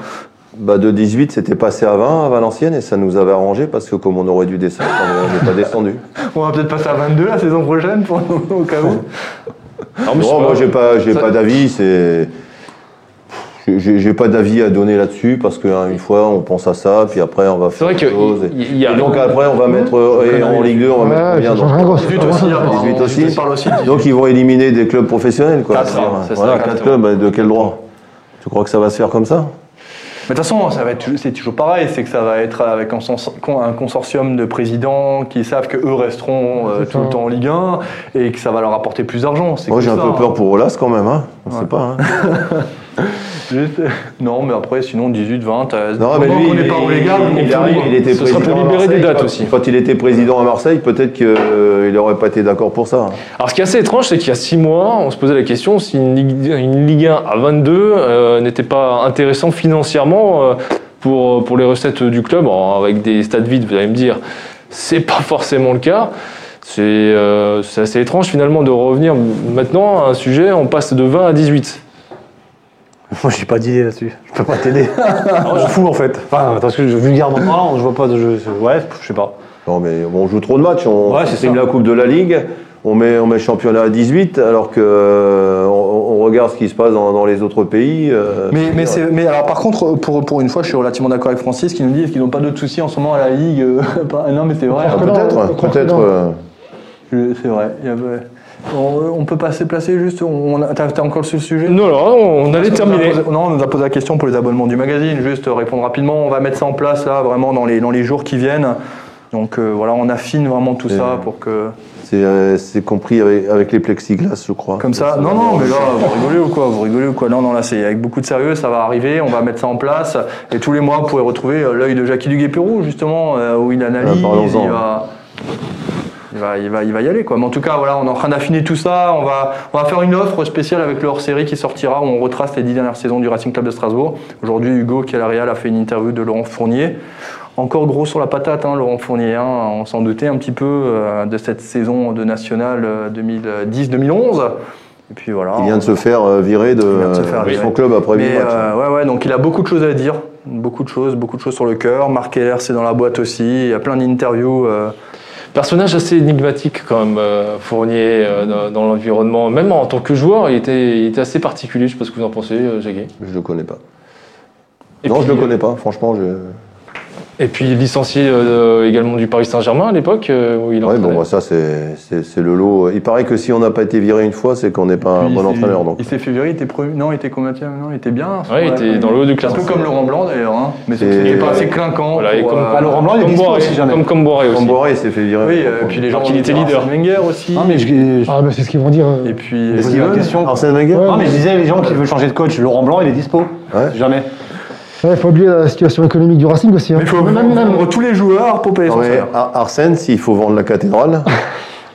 S1: Bah, de 18, c'était passé à 20 à Valenciennes et ça nous avait arrangé parce que comme on aurait dû descendre, on n'est pas descendu.
S3: On va peut-être passer à 22 la saison prochaine, pour, au cas où.
S2: Alors, je sais
S1: Non,
S2: pas.
S1: moi j'ai pas, j'ai
S2: Ça-
S1: pas d'avis. C'est, j'ai j'ai pas d'avis à donner là-dessus parce qu'une fois on pense à ça, puis après on va
S2: C'est
S1: faire
S2: vrai que
S1: autre chose.
S2: y- y- y a-
S1: Et donc après on va mettre euh, et en Ligue 2, on va
S4: Ouais,
S1: mettre combien
S4: ça change
S1: donc,
S4: rien gros.
S3: 18 aussi, apparemment.
S1: 18 aussi.
S3: On parle aussi de 18.
S1: donc ils vont éliminer des clubs professionnels quoi.
S2: Quatre,
S1: C'est-à-dire,
S2: hein, c'est ça,
S1: voilà, quatre
S2: exactement.
S1: clubs. bah, De quel droit Tu crois que ça va se faire comme ça
S3: Mais de toute façon, ça va être, c'est toujours pareil, c'est que ça va être avec un, sens- un consortium de présidents qui savent que eux resteront euh,
S4: C'est
S3: tout le
S4: ça.
S3: temps en Ligue 1 et que ça va leur apporter plus d'argent. c'est
S1: Moi
S3: que
S1: j'ai un
S3: ça,
S1: peu
S3: hein.
S1: peur pour Olas quand même. Hein. On
S3: Ouais.
S1: sait pas. hein.
S3: Juste- euh, Non, mais après, sinon 18, 20. euh,
S1: Non, mais
S3: tant
S1: lui,
S3: qu'on n'est
S1: il-
S3: pas
S1: il-
S3: relégable,
S1: il-
S3: on hein.
S1: il
S3: peut-
S1: arrive, il était
S2: Ce sera
S1: président
S2: pour
S1: à
S2: libérer des
S1: Marseille,
S2: dates
S1: quand-
S2: aussi.
S1: Quand il était président à Marseille, peut-être qu'il n'aurait pas été d'accord pour ça.
S2: Alors ce qui est assez étrange, c'est qu'il y a six mois, on se posait la question si une Ligue, une Ligue 1 à 22 euh, n'était pas intéressant financièrement euh, pour, pour les recettes du club, Alors, avec des stades vides, vous allez me dire, c'est pas forcément le cas. C'est euh, c'est assez étrange finalement de revenir maintenant à un sujet, on passe de 20 à 18.
S5: Moi, j'ai pas d'idée là-dessus. Je peux pas [LAUGHS] t'aider. On m'en fous, en fait. Enfin, parce que je- vulgairement parlant, je vois pas de jeu. Ouais, je sais pas.
S1: Non, mais on joue trop de matchs. On
S5: Ouais, c'est
S1: supprime
S5: ça.
S1: la Coupe de la Ligue. On met, on met le championnat à 18, alors que euh, on, on regarde ce qui se passe dans, dans les autres pays. euh,
S3: Mais, mais,
S1: je veux
S3: c'est- mais alors par contre, pour, pour une fois, je suis relativement d'accord avec Francis qui nous dit qu'ils n'ont pas d'autres soucis en ce moment à la Ligue. euh, [LAUGHS] pas- non mais c'est vrai,
S1: dire.
S4: Encore
S3: hein,
S4: Non,
S1: Peut-être,
S4: je crois que
S1: peut-être.
S4: non.
S1: euh,
S3: je- c'est vrai. il y avait- on, on peut passer placer juste, on, on- t'as t'as encore sur le sujet
S2: Non, alors on allait
S3: Parce qu'on
S2: terminer.
S3: nous a posé- Non, on nous a posé la question pour les abonnements du magazine. Juste euh, répondre rapidement. On va mettre ça en place là, vraiment dans les, dans les jours qui viennent. Donc euh, voilà, on affine vraiment tout
S1: Et-
S3: ça pour que.
S1: c'est, euh, c'est compris avec, avec les plexiglas, je crois.
S3: Comme ça. Non, non, mais là, vous rigolez ou quoi Vous rigolez ou quoi Non, non, là, c'est avec beaucoup de sérieux, ça va arriver. On va mettre ça en place. Et tous les mois, vous pourrez retrouver euh, l'œil de Jackie Duguay-Pérou, justement, euh, où il analyse.
S1: Ah, parlons-en.
S3: il va. Il va, il, va, il va y aller quoi. Mais en tout cas, voilà, on est en train d'affiner tout ça. On va, on va faire une offre spéciale avec le hors-série qui sortira où on retrace les dix dernières saisons du Racing Club de Strasbourg. Aujourd'hui, Hugo Calarial a fait une interview de Laurent Fournier. encore gros sur la patate, hein, Laurent Fournier. hein. on s'en doutait un petit peu euh, de cette saison de nationale euh, 2010-2011. Et puis voilà.
S1: Il vient de se faire euh, virer de,
S3: Il vient de se faire
S1: de
S3: virer.
S1: son club après 8
S3: Mais,
S1: matchs.
S3: euh, ouais, ouais, donc il a beaucoup de choses à dire, beaucoup de choses, beaucoup de choses sur le cœur. Marc Keller, c'est dans la boîte aussi. Il y a plein d'interviews. euh,
S2: Personnage assez énigmatique quand même, euh, Fournier euh, dans, dans l'environnement. Même en tant que joueur, il était, il était assez particulier. Je sais pas ce que vous en pensez, euh, Jaguet.
S1: Je le connais pas.
S2: Et
S1: non,
S2: puis, euh,
S1: je le connais pas. Franchement, je.
S2: Et puis licencié euh, également du Paris Saint-Germain à l'époque euh, où il
S1: Ouais, bon,
S2: entraînait.
S1: bah, ça, c'est c'est- c'est le lot. Il paraît que si on n'a pas été viré une fois, c'est qu'on n'est pas un
S3: il
S1: bon
S3: s'est-
S1: entraîneur. Donc,
S3: Il s'est fait virer, il était premier. Non, il était combien Non, il était bien. hein,
S2: Ouais, il était dans le haut du
S3: Un peu
S2: classement.
S3: comme Laurent Blanc d'ailleurs. hein. Mais
S1: Et-
S3: c'est pas assez clinquant.
S2: Voilà, et
S3: pour,
S2: comme
S3: euh,
S5: Ah, Laurent Blanc, il y a
S2: comme
S5: des histoires
S2: Boiré,
S5: aussi, jamais.
S2: Comme comme Boiré aussi.
S1: Camboré, il s'est fait virer.
S3: Oui, euh, et puis les gens
S2: Alors qu'il
S3: vont
S2: était
S3: dire
S2: leader.
S3: Arsène Wenger aussi.
S5: Non, mais je, je-
S4: Ah, bah, c'est ce qu'ils vont dire. euh.
S3: Et puis
S5: je vous dis
S3: Zidane.
S5: la question.
S1: Arsène Wenger
S4: Ouais.
S5: Non, mais je disais, les gens qui veulent changer de coach, Laurent Blanc, il est dispo.
S1: Ouais.
S5: Jamais.
S4: Ouais, faut oublier la situation économique du Racing aussi. hein.
S3: Mais il faut
S4: Même- même- même-
S3: vendre tous les joueurs pour payer
S1: Non,
S3: son
S1: mais
S3: salaire.
S1: Ar- Arsène, s'il faut vendre la
S5: [LAUGHS]
S1: cathédrale,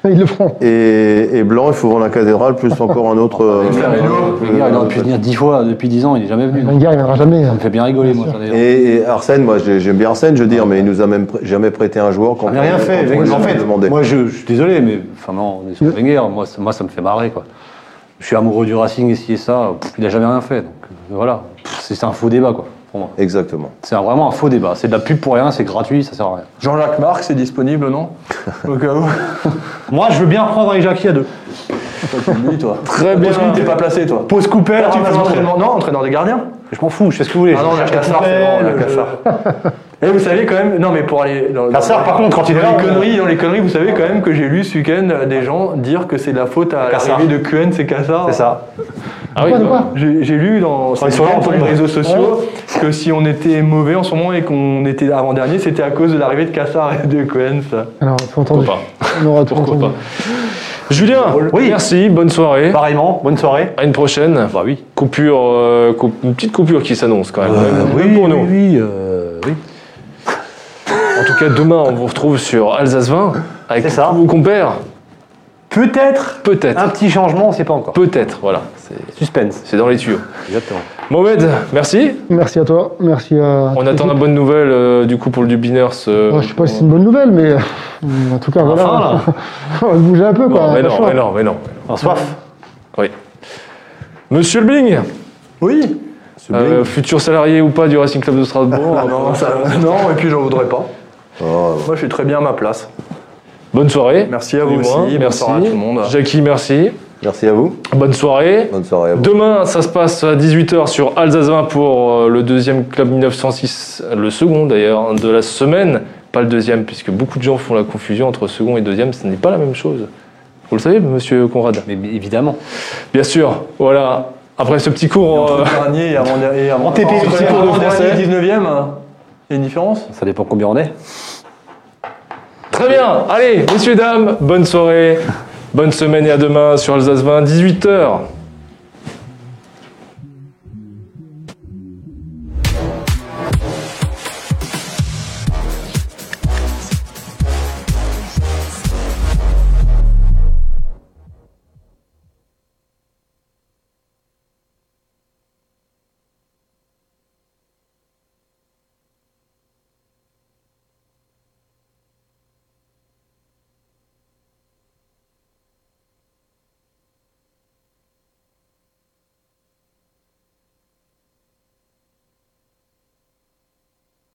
S4: Ils le feront.
S1: et, et Blanc, il faut vendre la cathédrale, plus encore un autre. euh,
S5: Ah,
S3: Flameno.
S5: Le gars, il aurait pu venir dix fois depuis dix ans, il est jamais venu. donc.
S4: Wenger, il viendra jamais. hein.
S5: Ça me fait bien rigoler, moi. ça, d'ailleurs.
S1: euh, Et, et Arsène, moi j'ai- j'aime bien Arsène, je veux dire, mais il nous a même pr- jamais prêté un joueur quand
S5: On n'a rien
S1: quand
S5: fait.
S1: on lui
S5: Wenger,
S1: a
S5: en fait,
S1: demandé.
S5: moi, je, je suis désolé, mais enfin non, on est sur Wenger. Moi, ça, moi, ça me fait marrer, quoi. Je suis amoureux du Racing, et si et ça, pff, il n'a jamais rien fait. Donc euh, voilà, Pff, c'est c'est un faux débat, quoi, pour moi.
S1: Exactement.
S5: C'est un- vraiment un faux débat. C'est de la pub pour rien, c'est gratuit, ça sert à rien.
S3: Jean-Jacques Marc, c'est disponible, non Au cas où.
S5: [LAUGHS] Moi, je veux bien reprendre les Jackie à deux.
S3: Toi, tu oublies,
S5: [LAUGHS]
S3: toi.
S2: Très bien.
S3: Parce que t'es pas placé, toi.
S5: Pose Cooper,
S3: Ah, tu
S5: ramasse
S3: fais
S5: Bond.
S3: entraînement. Non, entraîneur des gardiens.
S5: Je m'en fous, je fais ce que vous voulez.
S3: Ah non, on a
S5: Je- je-
S3: Cassard, c'est bon, on a
S5: je-
S3: Cassard.
S5: [LAUGHS]
S3: Et vous savez quand même, non mais pour aller dans,
S5: Cassard,
S3: dans-
S5: par contre, quand il est
S3: dans
S5: là,
S3: les
S5: on-
S3: conneries, dans les conneries, vous savez quand même que j'ai lu ce week-end euh, des gens dire que c'est de la faute à
S5: Cassard.
S3: l'arrivée de QN, c'est Cassard.
S5: C'est ça.
S2: Ah oui,
S4: Quoi, de
S2: bah,
S4: quoi
S3: J'ai j'ai lu dans
S5: Quand ils sont là, on
S3: sur les
S5: tombe.
S3: réseaux sociaux que si on était mauvais en ce moment et qu'on était avant dernier, c'était à cause de l'arrivée de Cassard et de Cohen. Ça.
S4: Alors, faut
S2: pourquoi
S4: entendre.
S2: pas.
S4: On aura tout
S2: Pourquoi
S4: entendu.
S2: pas. Julien,
S5: Oui.
S2: merci, bonne soirée.
S5: Pareillement, bonne soirée.
S2: À une prochaine.
S5: Bah oui.
S2: Coupure, euh, coup- une petite coupure qui s'annonce quand même.
S5: Euh,
S2: Même
S5: oui,
S2: pour nous.
S5: oui, oui, euh, oui.
S2: En tout cas, demain, on vous retrouve sur Alsace 20 avec
S5: C'est ça.
S2: tous vos compères.
S5: Peut-être
S2: Peut-être.
S5: un petit changement, on sait pas encore.
S2: Peut-être, voilà. C'est-
S5: Ah. Suspense.
S2: C'est dans les tuyaux.
S5: Exactement.
S2: Mohamed, merci.
S4: Merci à toi. Merci à.
S2: On attend la bonne nouvelle euh, du coup pour le Dubiners. euh,
S4: Ouais, Oh, je sais pas si c'est une bonne nouvelle, mais euh, en tout cas,
S5: Enfin,
S4: voilà,
S5: là.
S4: [LAUGHS] on va se bouger un peu.
S2: Non,
S5: Bah,
S4: quoi,
S2: mais
S4: pas
S2: non,
S4: chaud.
S2: mais non, mais non.
S5: En soif.
S2: Oui. Monsieur le Bing,
S3: Oui.
S2: euh, futur salarié ou pas du Racing Club de
S3: [LAUGHS]
S2: Strasbourg.
S3: Ah non, ça- non, et puis j'en voudrais pas.
S1: Oh,
S3: Moi, je suis très bien à ma place.
S2: Bonne soirée.
S3: Merci à vous
S2: Dis-moi,
S3: aussi.
S2: Merci.
S3: Bonsoir à tout le monde.
S2: Jackie, merci.
S1: merci à vous.
S2: Bonne soirée.
S1: Bonne soirée à vous.
S2: Demain, ça se passe à 18h sur Alsace 20 pour euh, le deuxième club 1906, le second d'ailleurs de la semaine. Pas le deuxième, puisque beaucoup de gens font la confusion entre second et deuxième, ce n'est pas la même chose. Vous le savez, monsieur Conrad
S5: Mais évidemment.
S2: Bien sûr, voilà. Après ce petit cours. euh,
S3: Dernier et avant et avant
S5: TP,
S3: avant-
S5: petit
S2: tour de
S3: avant-
S2: français.
S3: dernier, 19e. hein. Il y a une différence
S5: Ça dépend combien on est.
S2: Très bien, allez, messieurs, dames, bonne soirée, bonne semaine et à demain sur Alsace 20, 18h.